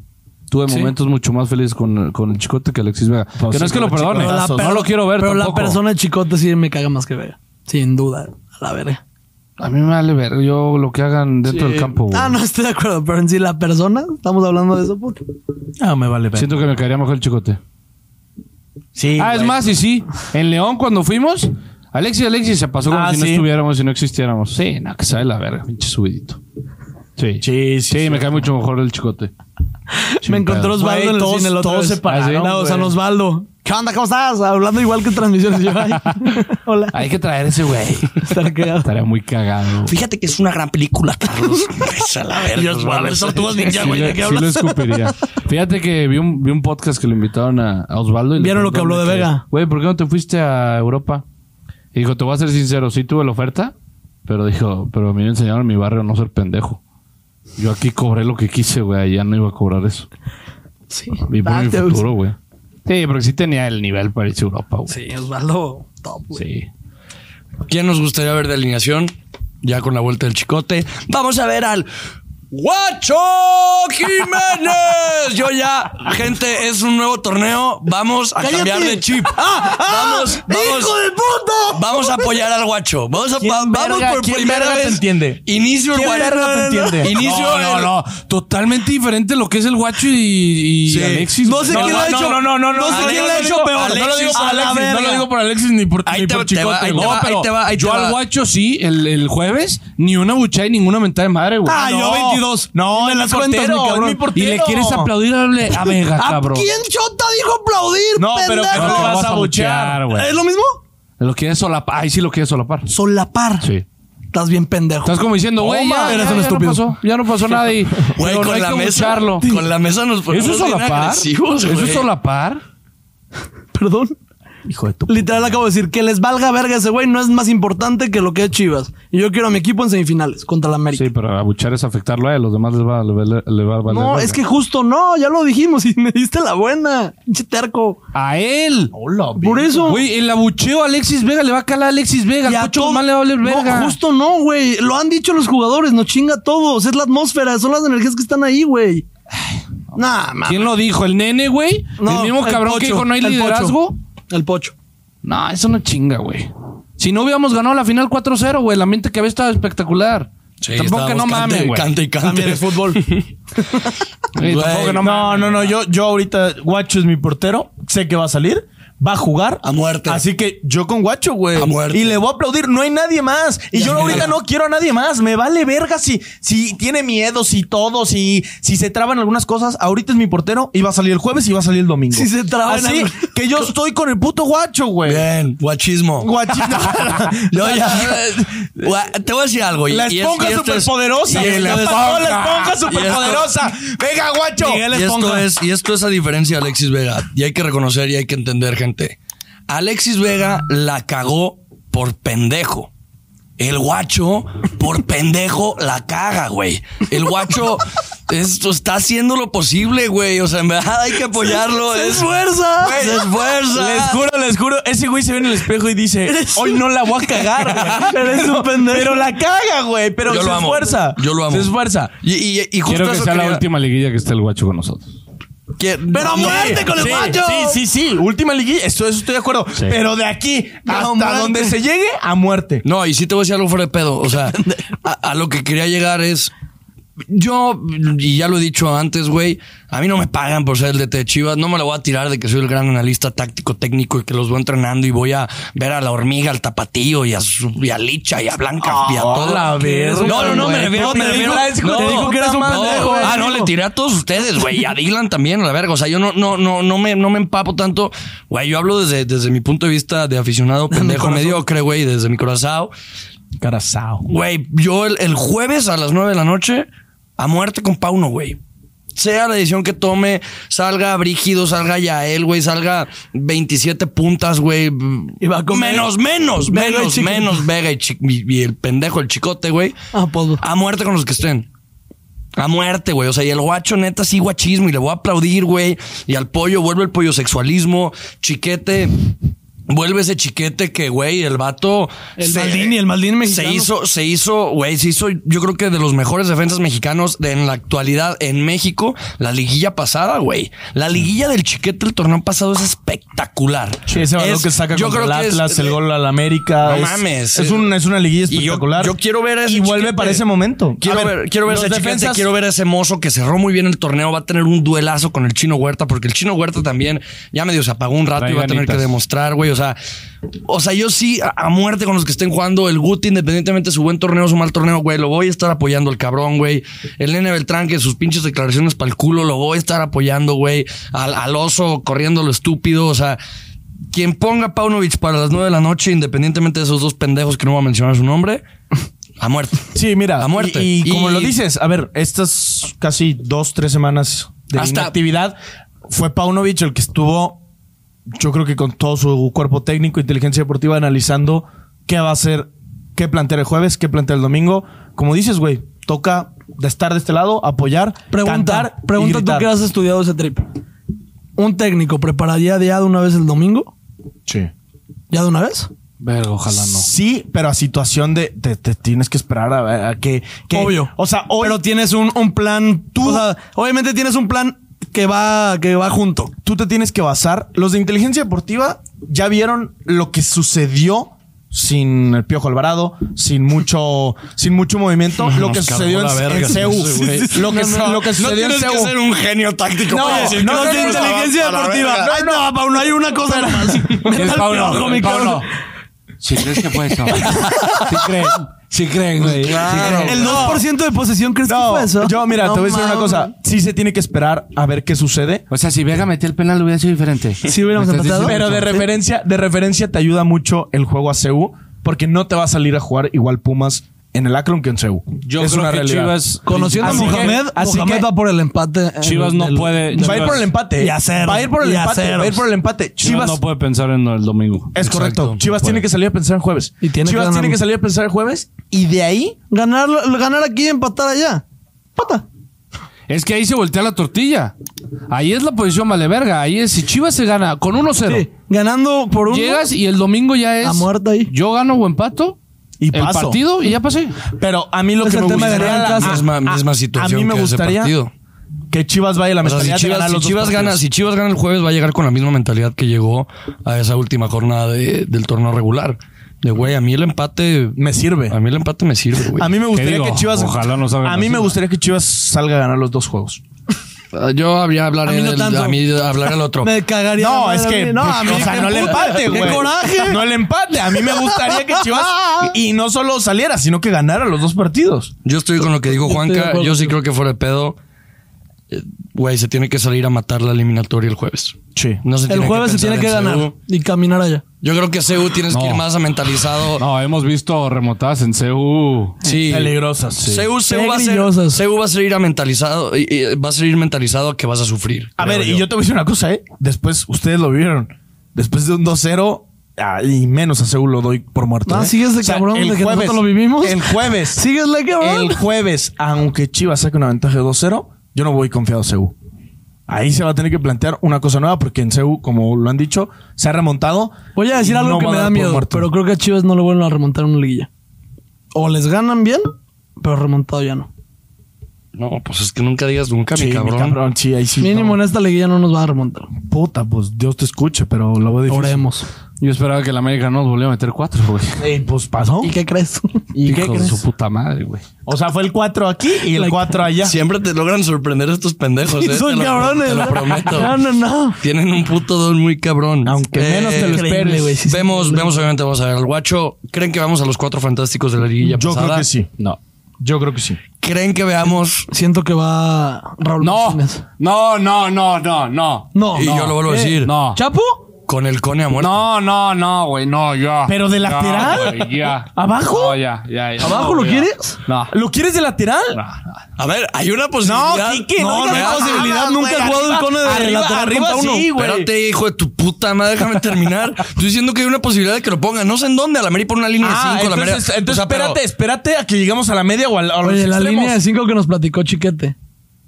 [SPEAKER 3] Tuve momentos mucho más felices con, con el Chicote que Alexis Vega. que no
[SPEAKER 4] sí,
[SPEAKER 3] es que
[SPEAKER 4] con
[SPEAKER 3] lo
[SPEAKER 4] el
[SPEAKER 3] perdone.
[SPEAKER 4] Chicote. Pero la
[SPEAKER 3] No lo quiero ver
[SPEAKER 1] pero la
[SPEAKER 3] tampoco.
[SPEAKER 1] persona de Chicote sí me caga más que Vega. Sin duda, a la verga.
[SPEAKER 3] A mí me vale ver yo lo que hagan dentro del campo, güey.
[SPEAKER 1] Ah, no estoy de acuerdo, pero en sí la persona, estamos hablando de eso porque
[SPEAKER 4] Ah, me vale.
[SPEAKER 3] Siento que me caería mejor el chicote.
[SPEAKER 4] Sí,
[SPEAKER 3] ah, es
[SPEAKER 4] güey.
[SPEAKER 3] más, y sí. En León, cuando fuimos, Alexis Alexis se pasó como
[SPEAKER 4] Ah,
[SPEAKER 3] si no
[SPEAKER 4] sí.
[SPEAKER 3] estuviéramos y no existiéramos. Sí, no, que sabe la verga, pinche subidito. Sí.
[SPEAKER 4] Sí, sí, sí.
[SPEAKER 3] me cae mucho mejor el chicote.
[SPEAKER 1] me encontró
[SPEAKER 4] pedos.
[SPEAKER 1] Osvaldo en el
[SPEAKER 4] Güey,
[SPEAKER 1] cine el
[SPEAKER 4] todos-
[SPEAKER 1] otro vez.
[SPEAKER 4] todos se pararon,
[SPEAKER 1] Ah, ¿sí? No, o sea,
[SPEAKER 4] güey.
[SPEAKER 1] Osvaldo. ¿Qué onda? ¿Cómo estás? Hablando igual que en transmisiones. Yo, ay, hola.
[SPEAKER 3] Hay que traer ese güey.
[SPEAKER 1] Estar cagado.
[SPEAKER 3] Estaría muy cagado.
[SPEAKER 2] Fíjate que es una gran película, Carlos. Ves a pues, la verga.
[SPEAKER 1] Dios,
[SPEAKER 2] güey.
[SPEAKER 1] a ver, tortugas ninja,
[SPEAKER 3] Sí,
[SPEAKER 1] güey.
[SPEAKER 3] le-
[SPEAKER 1] ¿De qué
[SPEAKER 3] sí lo
[SPEAKER 1] hablas?
[SPEAKER 3] escupiría. Fíjate que vi un, vi un podcast que lo invitaron a, a Osvaldo. y le
[SPEAKER 1] ¿Vieron lo que habló de
[SPEAKER 3] preguntaron
[SPEAKER 1] Vega?
[SPEAKER 3] Güey, ¿por qué no te fuiste a Europa? Y dijo, te voy a ser sincero, sí tuve la oferta, pero dijo, pero a mí me enseñaron en mi barrio a no ser pendejo. Yo aquí cobré lo que quise, güey, allá no iba a cobrar eso.
[SPEAKER 1] Sí.
[SPEAKER 3] Y por
[SPEAKER 1] Ah,
[SPEAKER 3] mi
[SPEAKER 1] te-
[SPEAKER 3] futuro, güey. Sí, porque sí tenía el nivel para irse a Europa, güey.
[SPEAKER 1] Sí, Osvaldo, top, güey.
[SPEAKER 3] Sí.
[SPEAKER 2] ¿Quién nos gustaría ver de alineación? Ya con la vuelta del chicote. Vamos a ver al Guacho Jiménez. Yo ya, gente, es un nuevo torneo. Vamos a
[SPEAKER 1] ¡Cállate!
[SPEAKER 2] cambiar de chip.
[SPEAKER 1] ¡Ah! ¡Ah!
[SPEAKER 2] vamos, vamos.
[SPEAKER 1] ¡Hijo de puta!
[SPEAKER 2] Vamos a apoyar al Guacho. Vamos, a,
[SPEAKER 4] ¿Quién
[SPEAKER 2] va- vamos
[SPEAKER 4] verga-
[SPEAKER 2] por
[SPEAKER 4] quién
[SPEAKER 2] primera
[SPEAKER 4] verga te
[SPEAKER 2] vez.
[SPEAKER 4] entiende?
[SPEAKER 2] Inicio el
[SPEAKER 4] ¿Quién
[SPEAKER 2] Guacho.
[SPEAKER 4] verga te entiende?
[SPEAKER 2] Inicio
[SPEAKER 3] No, no,
[SPEAKER 2] el-
[SPEAKER 3] no. Totalmente diferente lo que es el guacho y, y
[SPEAKER 2] Sí.
[SPEAKER 3] Alexis.
[SPEAKER 1] No
[SPEAKER 3] güey.
[SPEAKER 1] sé quién lo ha
[SPEAKER 3] no,
[SPEAKER 1] hecho.
[SPEAKER 3] No, no, no, no.
[SPEAKER 1] No sé
[SPEAKER 3] no,
[SPEAKER 1] quién
[SPEAKER 3] no,
[SPEAKER 1] lo ha
[SPEAKER 3] no,
[SPEAKER 1] hecho
[SPEAKER 3] no,
[SPEAKER 1] peor.
[SPEAKER 2] Alexis,
[SPEAKER 3] no lo digo por
[SPEAKER 2] a la
[SPEAKER 3] Alexis, no
[SPEAKER 2] verga.
[SPEAKER 3] lo digo por Alexis ni por,
[SPEAKER 2] Ahí
[SPEAKER 3] ni
[SPEAKER 2] te
[SPEAKER 3] por
[SPEAKER 2] va- te va-
[SPEAKER 3] Chicote,
[SPEAKER 2] ahí
[SPEAKER 3] güey.
[SPEAKER 2] te va-
[SPEAKER 3] No, pero
[SPEAKER 2] ahí te va- ahí te
[SPEAKER 3] yo
[SPEAKER 2] va.
[SPEAKER 3] al guacho sí, el, el jueves, ni una buchada y ninguna mentada de madre, güey.
[SPEAKER 4] Ah,
[SPEAKER 3] No.
[SPEAKER 4] yo 22. No, en las
[SPEAKER 1] cuentas, mi cabrón.
[SPEAKER 3] Y le quieres aplaudir a, a Vega,
[SPEAKER 1] ¿A
[SPEAKER 3] cabrón.
[SPEAKER 1] quién chota dijo aplaudir,
[SPEAKER 4] No, pero
[SPEAKER 1] pendejo?
[SPEAKER 4] que
[SPEAKER 3] No,
[SPEAKER 4] no lo vas a
[SPEAKER 3] buchear,
[SPEAKER 4] abuchear,
[SPEAKER 3] güey.
[SPEAKER 1] ¿Es lo mismo?
[SPEAKER 3] Lo quieres solapar. Ahí sí lo quieres solapar.
[SPEAKER 1] Solapar.
[SPEAKER 3] Sí.
[SPEAKER 1] Estás bien pendejo.
[SPEAKER 3] Estás como diciendo,
[SPEAKER 2] Oh,
[SPEAKER 3] güey,
[SPEAKER 1] Toma,
[SPEAKER 3] ya,
[SPEAKER 1] eres
[SPEAKER 3] ya,
[SPEAKER 1] un
[SPEAKER 3] ya no
[SPEAKER 1] estúpido.
[SPEAKER 3] pasó, ya no pasó nada y
[SPEAKER 2] Güey,
[SPEAKER 3] pero no
[SPEAKER 2] con
[SPEAKER 3] hay
[SPEAKER 2] la
[SPEAKER 3] que
[SPEAKER 2] mesa.
[SPEAKER 3] bucharlo.
[SPEAKER 2] Con la mesa nos ponemos
[SPEAKER 3] Eso es
[SPEAKER 2] bien
[SPEAKER 3] solapar.
[SPEAKER 2] agresivos,
[SPEAKER 3] Eso es
[SPEAKER 2] güey.
[SPEAKER 3] solapar.
[SPEAKER 1] Perdón.
[SPEAKER 4] Hijo de tu
[SPEAKER 1] Literal acabo de decir que les valga verga ese güey no es más importante que lo que es Chivas. Y yo quiero a mi equipo en semifinales contra la América.
[SPEAKER 3] Sí, pero abuchar es afectarlo a él. Los demás les va, le va- le va a valer
[SPEAKER 1] no,
[SPEAKER 3] verga.
[SPEAKER 1] es que justo no, ya lo dijimos y me diste la buena. Pinche terco.
[SPEAKER 3] A él.
[SPEAKER 4] Hola,
[SPEAKER 1] Por eso.
[SPEAKER 3] Güey, el abucheo a Alexis Vega le va a calar a Alexis Vega.
[SPEAKER 1] y a
[SPEAKER 3] El Pocho
[SPEAKER 1] todo-
[SPEAKER 3] Guzmán le va a valer
[SPEAKER 1] No,
[SPEAKER 3] verga.
[SPEAKER 1] justo no, güey. Lo han dicho los jugadores, nos chinga a todos. Es la atmósfera, son las energías que están ahí, güey. Nah, mames.
[SPEAKER 3] ¿Quién lo dijo? ¿El nene, güey?
[SPEAKER 1] No,
[SPEAKER 3] ¿El mismo cabrón que
[SPEAKER 1] Pocho,
[SPEAKER 3] dijo no hay
[SPEAKER 1] el Pocho,
[SPEAKER 3] liderazgo?
[SPEAKER 1] el pocho.
[SPEAKER 3] No, eso no chinga, güey. Si no hubiéramos ganado la final 4-0, güey, la mente que había estado espectacular. tampoco que no mames, güey.
[SPEAKER 2] Cante y
[SPEAKER 1] También
[SPEAKER 2] cante.
[SPEAKER 1] es fútbol.
[SPEAKER 3] Sí, tampoco que no mames.
[SPEAKER 4] No, no, no. Yo, yo ahorita, Guacho es mi portero. Sé que va a salir. Va a jugar.
[SPEAKER 2] A muerte.
[SPEAKER 4] Así que yo con Guacho, güey.
[SPEAKER 2] A muerte.
[SPEAKER 4] Y le voy a aplaudir. No hay nadie más. Y yo
[SPEAKER 2] mira.
[SPEAKER 4] ahorita no quiero a nadie más. Me vale verga si, si tiene miedo, si todo, si, si se traban algunas cosas. Ahorita es mi portero. Y va a salir el jueves y va a salir el domingo.
[SPEAKER 1] Si se traban
[SPEAKER 4] Así
[SPEAKER 1] algo-
[SPEAKER 4] que yo estoy con el puto Guacho, güey.
[SPEAKER 2] Bien, guachismo.
[SPEAKER 4] Guachito.
[SPEAKER 2] No, ya. Gua- Te voy a decir algo. y-
[SPEAKER 4] La
[SPEAKER 2] y es-
[SPEAKER 4] esponja
[SPEAKER 2] y esto es-
[SPEAKER 4] superpoderosa.
[SPEAKER 2] y esto
[SPEAKER 4] La
[SPEAKER 2] es-
[SPEAKER 4] esponja, la esponja
[SPEAKER 2] Y esto-
[SPEAKER 4] superpoderosa. Venga, guacho.
[SPEAKER 2] Y esto, es, y esto es a diferencia de Alexis Vega. Y hay que reconocer y hay que entender, gente. Alexis Vega la cagó por pendejo. El guacho, por pendejo, la caga, güey. El guacho esto está haciendo lo posible, güey. O sea, en verdad hay que apoyarlo.
[SPEAKER 1] Se
[SPEAKER 2] es-
[SPEAKER 1] esfuerza.
[SPEAKER 2] güey, se esfuerza.
[SPEAKER 4] Les juro, les juro. Ese güey se ve en el espejo y dice: Hoy no la voy a cagar. güey".
[SPEAKER 1] Eres un pendejo.
[SPEAKER 4] Pero la caga, güey. Pero
[SPEAKER 2] Yo
[SPEAKER 4] se
[SPEAKER 2] lo amo.
[SPEAKER 4] esfuerza.
[SPEAKER 2] Yo lo amo.
[SPEAKER 4] Se esfuerza.
[SPEAKER 2] Y, y- y justo
[SPEAKER 3] Quiero que
[SPEAKER 2] eso
[SPEAKER 3] sea la
[SPEAKER 2] quería-
[SPEAKER 3] última liguilla que esté el guacho con nosotros.
[SPEAKER 2] que-
[SPEAKER 1] Pero a muerte con el
[SPEAKER 4] Sí,
[SPEAKER 1] guacho.
[SPEAKER 4] Sí, sí, sí. Última liguilla. Esto, eso estoy de acuerdo.
[SPEAKER 3] Sí.
[SPEAKER 4] Pero de aquí
[SPEAKER 1] A
[SPEAKER 4] hasta
[SPEAKER 1] muerte.
[SPEAKER 4] donde se llegue, a muerte.
[SPEAKER 2] No, y sí te voy a decir algo fuera de pedo. O sea, a, a lo que quería llegar es. Yo, y ya lo he dicho antes, güey, a mí no me pagan por ser el DT de Chivas, no me la voy a tirar de que soy el gran analista táctico técnico y que los voy entrenando y voy a ver a la hormiga, al tapatío y a, su, y a Licha y a Blanca y a
[SPEAKER 1] Ah,
[SPEAKER 2] todo.
[SPEAKER 4] la verga,
[SPEAKER 2] no, no, no, me
[SPEAKER 4] güey.
[SPEAKER 2] refiero,
[SPEAKER 4] Te
[SPEAKER 2] me
[SPEAKER 4] dijo-
[SPEAKER 2] refiero.
[SPEAKER 4] te dijo- te dijo que eras un
[SPEAKER 2] no,
[SPEAKER 4] pendejo,
[SPEAKER 2] Ah,
[SPEAKER 4] eh,
[SPEAKER 2] no,
[SPEAKER 4] dijo.
[SPEAKER 2] le tiré a todos ustedes, güey, y a Dylan también, a la verga. O sea, yo no, no, no, no me, no me empapo tanto. Güey, yo hablo desde, desde mi punto de vista de aficionado pendejo
[SPEAKER 1] corazón.
[SPEAKER 2] mediocre, güey, desde mi corazón.
[SPEAKER 4] Carazao.
[SPEAKER 2] Güey, yo el, el jueves a las 9 de la noche, a muerte con Pauno, güey. Sea la decisión que tome, salga Brígido, salga Yael, güey, salga 27 puntas, güey.
[SPEAKER 1] Y va a comer.
[SPEAKER 2] Menos, menos,
[SPEAKER 1] Vega y
[SPEAKER 2] menos,
[SPEAKER 1] Chico.
[SPEAKER 2] menos Vega y, Chi- y- y el pendejo, el chicote, güey.
[SPEAKER 1] Apodo.
[SPEAKER 2] A muerte con los que estén. A muerte, güey. O sea, y el guacho, neta, sí, guachismo. Y le voy a aplaudir, güey. Y al pollo, vuelve el pollo sexualismo. Chiquete, vuelve ese chiquete que, güey, el vato.
[SPEAKER 1] El
[SPEAKER 2] se-
[SPEAKER 1] Maldini, el Maldini mexicano.
[SPEAKER 2] Se hizo, se hizo, güey, se hizo, yo creo que de los mejores defensas mexicanos de- en la actualidad en México, la liguilla pasada, güey. La liguilla del chiquete el torneo pasado es espectacular.
[SPEAKER 4] ese balón
[SPEAKER 2] Es-
[SPEAKER 4] que saca
[SPEAKER 2] yo
[SPEAKER 4] contra
[SPEAKER 2] creo
[SPEAKER 4] el
[SPEAKER 2] que es-
[SPEAKER 4] Atlas, el gol al América.
[SPEAKER 2] No
[SPEAKER 4] es-
[SPEAKER 2] mames.
[SPEAKER 4] Es, un- es una liguilla
[SPEAKER 2] Y yo-
[SPEAKER 4] espectacular.
[SPEAKER 2] Yo, quiero ver ese
[SPEAKER 4] Y vuelve
[SPEAKER 2] chiquete.
[SPEAKER 4] para ese momento.
[SPEAKER 2] Quiero
[SPEAKER 4] A
[SPEAKER 2] ver,
[SPEAKER 4] ver,
[SPEAKER 2] quiero ver
[SPEAKER 4] los
[SPEAKER 2] ese chiquete,
[SPEAKER 4] defensas-
[SPEAKER 2] quiero ver ese mozo que cerró muy bien el torneo. Va a tener un duelazo con el chino Huerta, porque el chino Huerta también ya medio se apagó un rato
[SPEAKER 3] Trae
[SPEAKER 2] y va a tener
[SPEAKER 3] ganitas.
[SPEAKER 2] que demostrar, güey. O sea, o sea, yo sí a, a muerte con los que estén jugando. El Guti, independientemente de su buen torneo o su mal torneo, güey, lo voy a estar apoyando el cabrón, güey. El Nene Beltrán, que sus pinches declaraciones para el culo, lo voy a estar apoyando, güey. Al, al oso corriendo lo estúpido, o sea. Quien ponga a Paunovic para las 9 de la noche, independientemente de esos dos pendejos que no voy a mencionar su nombre, a muerte.
[SPEAKER 4] Sí, mira.
[SPEAKER 2] A muerte.
[SPEAKER 4] Y, y como
[SPEAKER 2] Y-
[SPEAKER 4] lo dices, a ver, estas casi dos, tres semanas de
[SPEAKER 2] Hasta-
[SPEAKER 4] inactividad fue Paunovic el que estuvo, yo creo que con todo su cuerpo técnico, inteligencia deportiva, analizando qué va a hacer, qué plantear el jueves, qué plantear el domingo. Como dices, güey, toca de estar de este lado, apoyar,
[SPEAKER 1] Pregunta,
[SPEAKER 4] cantar y
[SPEAKER 1] pregunta tú
[SPEAKER 4] gritar.
[SPEAKER 1] que has estudiado ese trip. ¿Un técnico prepararía de una vez el domingo?
[SPEAKER 4] Sí.
[SPEAKER 1] ¿Ya de una vez?
[SPEAKER 3] Verga, ojalá no.
[SPEAKER 4] Sí, pero a situación de te, te tienes que esperar a, ver a que, que-
[SPEAKER 1] Obvio.
[SPEAKER 4] O sea, hoy
[SPEAKER 1] Pero tienes un, un plan. Tú. o sea, obviamente tienes un plan que va, que va junto.
[SPEAKER 4] tú te tienes que basar. Los de inteligencia deportiva ya vieron lo que sucedió sin el Piojo Alvarado, sin mucho, sin mucho movimiento, lo que
[SPEAKER 3] nos cargó
[SPEAKER 4] sucedió en,
[SPEAKER 3] la
[SPEAKER 4] en
[SPEAKER 3] verga,
[SPEAKER 4] CEU.
[SPEAKER 3] güey.
[SPEAKER 4] Lo que, lo que sucedió en CEU.
[SPEAKER 2] un genio táctico.
[SPEAKER 4] No, para decir
[SPEAKER 1] No,
[SPEAKER 4] no,
[SPEAKER 1] de
[SPEAKER 4] no,
[SPEAKER 1] inteligencia
[SPEAKER 2] no,
[SPEAKER 1] deportiva.
[SPEAKER 2] no,
[SPEAKER 1] Ay, no, Pauno, hay una cosa más. Métale el
[SPEAKER 3] Es Pauno,
[SPEAKER 1] ojo,
[SPEAKER 3] el
[SPEAKER 1] mi
[SPEAKER 3] Pauno.
[SPEAKER 1] cabrón.
[SPEAKER 3] Si crees que fue eso. Si creen. Si creen, güey. Sí creen.
[SPEAKER 1] El 2% de posesión, ¿crees que
[SPEAKER 4] No,
[SPEAKER 1] fue eso?
[SPEAKER 4] yo mira,
[SPEAKER 1] No
[SPEAKER 4] te voy a decir una
[SPEAKER 1] mames.
[SPEAKER 4] cosa. Sí se tiene que esperar a ver qué sucede.
[SPEAKER 3] O sea, si Vega metía el penal hubiera sido diferente.
[SPEAKER 1] Sí, hubiéramos
[SPEAKER 3] ¿Me estás
[SPEAKER 1] empatado.
[SPEAKER 3] diciendo?
[SPEAKER 4] Pero de referencia, de referencia te ayuda mucho el juego a CEU porque no te va a salir a jugar igual Pumas en el Akron que en CEU.
[SPEAKER 3] Yo creo que Chivas-
[SPEAKER 1] Conociendo
[SPEAKER 4] Así
[SPEAKER 1] a
[SPEAKER 4] que-
[SPEAKER 1] Mohamed,
[SPEAKER 4] así
[SPEAKER 1] Mohamed
[SPEAKER 4] que-
[SPEAKER 1] va por el empate. eh,
[SPEAKER 3] Chivas no
[SPEAKER 1] del-
[SPEAKER 3] puede.
[SPEAKER 4] Va a ir por el empate.
[SPEAKER 1] Y a cero.
[SPEAKER 4] Va a ir por el
[SPEAKER 1] Y a
[SPEAKER 4] empate.
[SPEAKER 1] ceros.
[SPEAKER 4] Va a ir por el empate.
[SPEAKER 3] Chivas
[SPEAKER 4] Chivas.
[SPEAKER 3] no puede pensar en el domingo.
[SPEAKER 4] es correcto.
[SPEAKER 2] Exacto.
[SPEAKER 4] Chivas tiene que salir a pensar en jueves.
[SPEAKER 1] Y tiene que
[SPEAKER 4] Chivas
[SPEAKER 1] ganar
[SPEAKER 4] tiene
[SPEAKER 1] un-
[SPEAKER 4] que salir a pensar en jueves. Y de ahí.
[SPEAKER 1] Ganar, ganar aquí y empatar allá. Pata.
[SPEAKER 3] Es que ahí se voltea la tortilla. Ahí es la posición vale verga. Ahí es si Chivas se gana con 1-0.
[SPEAKER 1] Sí. Ganando por uno.
[SPEAKER 3] Llegas y el domingo ya es.
[SPEAKER 1] A muerte ahí.
[SPEAKER 3] Yo gano o empato.
[SPEAKER 4] Y
[SPEAKER 3] el
[SPEAKER 4] paso.
[SPEAKER 3] partido y ya pasé.
[SPEAKER 4] Pero a mí lo
[SPEAKER 1] Es
[SPEAKER 4] que
[SPEAKER 1] el
[SPEAKER 4] me
[SPEAKER 1] tema de
[SPEAKER 4] gustaría.
[SPEAKER 1] ganar en
[SPEAKER 4] la-
[SPEAKER 1] casa.
[SPEAKER 2] Misma- misma situación que ese partido.
[SPEAKER 4] que Chivas vaya a la
[SPEAKER 2] O sea, si
[SPEAKER 4] mentalidad de
[SPEAKER 2] Chivas,
[SPEAKER 4] ganar
[SPEAKER 2] si
[SPEAKER 4] los dos
[SPEAKER 2] Chivas
[SPEAKER 4] partidos.
[SPEAKER 2] gana, si Chivas gana el jueves, va a llegar con la misma mentalidad que llegó a esa última jornada de- del torneo regular. De güey, a mí el empate.
[SPEAKER 4] Me sirve.
[SPEAKER 2] A mí el empate me sirve, güey.
[SPEAKER 4] A mí me gustaría
[SPEAKER 3] digo?
[SPEAKER 4] que Chivas.
[SPEAKER 3] Ojalá no salgan
[SPEAKER 4] a mí
[SPEAKER 3] así,
[SPEAKER 4] me
[SPEAKER 3] ¿no?
[SPEAKER 4] gustaría que Chivas salga a ganar los dos juegos.
[SPEAKER 2] Ah, Yo había hablaré
[SPEAKER 1] A mí no
[SPEAKER 2] del-
[SPEAKER 1] tanto.
[SPEAKER 2] a mí hablaré al otro.
[SPEAKER 1] Me cagaría. la
[SPEAKER 4] No,
[SPEAKER 1] madre
[SPEAKER 4] es
[SPEAKER 1] a
[SPEAKER 4] que.
[SPEAKER 1] mí. No, a mí
[SPEAKER 4] o sea,
[SPEAKER 1] qué
[SPEAKER 4] no el
[SPEAKER 1] puta,
[SPEAKER 4] empate, güey.
[SPEAKER 1] ¡Qué coraje!
[SPEAKER 4] No el empate. A mí me gustaría que Chivas. Y no solo saliera, sino que ganara los dos partidos.
[SPEAKER 2] Yo estoy con lo que
[SPEAKER 1] Yo
[SPEAKER 2] dijo
[SPEAKER 1] estoy de
[SPEAKER 2] Juanca.
[SPEAKER 1] acuerdo
[SPEAKER 2] Yo sí
[SPEAKER 1] contigo.
[SPEAKER 2] creo que fuera de pedo. eh, Güey, se tiene que salir a matar la eliminatoria el jueves.
[SPEAKER 4] Sí.
[SPEAKER 2] No se tiene
[SPEAKER 1] El jueves se
[SPEAKER 2] pensar
[SPEAKER 1] tiene que
[SPEAKER 2] en
[SPEAKER 1] ganar
[SPEAKER 2] CU.
[SPEAKER 1] y caminar
[SPEAKER 4] ¿Eh?
[SPEAKER 1] allá.
[SPEAKER 2] Yo creo que CU tienes que
[SPEAKER 3] No.
[SPEAKER 2] ir más mentalizado.
[SPEAKER 3] No, hemos visto remontadas en CU.
[SPEAKER 2] Sí.
[SPEAKER 4] Peligrosas.
[SPEAKER 2] CU, CU va a ser,
[SPEAKER 1] Peligrosas.
[SPEAKER 2] CU va a ser ir a mentalizado, y- y va a ser ir mentalizado a que vas a sufrir.
[SPEAKER 4] A ver,
[SPEAKER 2] creo
[SPEAKER 4] y yo te voy a decir una cosa, ¿eh? Después, ustedes lo vieron. Después de un 2-0, ah, y menos a Seúl lo doy por muerto.
[SPEAKER 1] Ah,
[SPEAKER 4] ¿eh?
[SPEAKER 1] sigues de cabrón de que nosotros lo vivimos.
[SPEAKER 4] El jueves.
[SPEAKER 1] ¿Sigues de cabrón?
[SPEAKER 4] El jueves, aunque Chivas saque una ventaja de 2-0, yo no voy confiado a Seúl. Ahí se va a tener que plantear una cosa nueva, porque en Seúl, como lo han dicho, se ha remontado.
[SPEAKER 1] Voy a decir
[SPEAKER 4] y
[SPEAKER 1] algo
[SPEAKER 4] no
[SPEAKER 1] que
[SPEAKER 4] va a
[SPEAKER 1] me
[SPEAKER 4] dar
[SPEAKER 1] da
[SPEAKER 4] por
[SPEAKER 1] miedo,
[SPEAKER 4] muerto.
[SPEAKER 1] pero creo que a Chivas no lo vuelven a remontar en una liguilla. O les ganan bien, pero remontado ya no.
[SPEAKER 2] No, pues es que nunca digas nunca,
[SPEAKER 4] Sí,
[SPEAKER 2] mi cabrón.
[SPEAKER 4] sí, ahí sí.
[SPEAKER 1] Mínimo en
[SPEAKER 4] no.
[SPEAKER 1] esta liguilla no nos va a remontar.
[SPEAKER 4] Puta, pues Dios te escuche, pero lo voy a decir.
[SPEAKER 1] Oremos.
[SPEAKER 3] Yo esperaba que el América no nos volviera a meter cuatro, güey.
[SPEAKER 4] Y pues pasó.
[SPEAKER 1] ¿Y qué crees?
[SPEAKER 4] ¿Y qué
[SPEAKER 3] Hijo de
[SPEAKER 4] crees?
[SPEAKER 3] su puta madre, güey.
[SPEAKER 4] O sea, fue el 4 aquí y el
[SPEAKER 1] La-
[SPEAKER 4] 4 allá.
[SPEAKER 2] Siempre te logran sorprender estos pendejos.
[SPEAKER 4] pues,
[SPEAKER 2] ¿eh?
[SPEAKER 1] Son
[SPEAKER 4] este,
[SPEAKER 2] Te lo-
[SPEAKER 1] cabrones.
[SPEAKER 2] Te lo
[SPEAKER 1] ¿no?
[SPEAKER 2] prometo.
[SPEAKER 1] No, no, no.
[SPEAKER 2] Tienen un puto don muy cabrón. Eh,
[SPEAKER 4] Aunque menos te lo
[SPEAKER 1] Increíble,
[SPEAKER 4] esperes.
[SPEAKER 1] güey, sí, sí.
[SPEAKER 2] Vemos, vemos, obviamente, vamos a ver al guacho. ¿Creen que vamos a los cuatro fantásticos de la liguilla
[SPEAKER 4] Yo
[SPEAKER 2] pasada?
[SPEAKER 4] creo que sí.
[SPEAKER 3] No.
[SPEAKER 4] Yo creo que sí.
[SPEAKER 2] ¿Creen que veamos?
[SPEAKER 1] Siento que va Raúl
[SPEAKER 3] No,
[SPEAKER 1] Martínez.
[SPEAKER 3] no, no, no, no, no.
[SPEAKER 1] No.
[SPEAKER 2] y yo lo vuelvo a
[SPEAKER 1] Eh,
[SPEAKER 2] decir.
[SPEAKER 3] no.
[SPEAKER 1] ¿Chapo?
[SPEAKER 2] Con el cone a muerte.
[SPEAKER 3] No, no, no, güey, no, ya.
[SPEAKER 4] ¿Pero de
[SPEAKER 3] Ya,
[SPEAKER 4] lateral? Ah,
[SPEAKER 3] güey, ya.
[SPEAKER 4] ¿Abajo?
[SPEAKER 3] No, ya, ya, ya.
[SPEAKER 1] ¿Abajo
[SPEAKER 3] No,
[SPEAKER 1] lo
[SPEAKER 3] ya.
[SPEAKER 1] quieres?
[SPEAKER 3] No.
[SPEAKER 4] ¿Lo quieres de lateral?
[SPEAKER 3] no, no.
[SPEAKER 2] A ver, hay una posibilidad.
[SPEAKER 4] Quique, no
[SPEAKER 2] hay
[SPEAKER 4] digas
[SPEAKER 2] una
[SPEAKER 4] mamadas,
[SPEAKER 2] posibilidad.
[SPEAKER 4] güey,
[SPEAKER 1] Nunca has jugado el
[SPEAKER 4] arriba-
[SPEAKER 1] cone de
[SPEAKER 4] arriba-
[SPEAKER 1] lateral
[SPEAKER 4] arriba
[SPEAKER 1] contra uno.
[SPEAKER 4] sí, güey.
[SPEAKER 2] Espérate, hijo de tu puta madre, déjame terminar. Estoy diciendo que hay una posibilidad de que lo pongan. No sé en dónde. A la Meri por una línea de
[SPEAKER 4] Ah,
[SPEAKER 2] cinco. la
[SPEAKER 4] entonces,
[SPEAKER 2] Ameri-
[SPEAKER 4] entonces
[SPEAKER 2] o sea, pero
[SPEAKER 4] espérate, espérate a que llegamos a la media o a, la- a los
[SPEAKER 1] Oye, la
[SPEAKER 4] extremos.
[SPEAKER 1] línea de cinco que nos platicó Chiquete.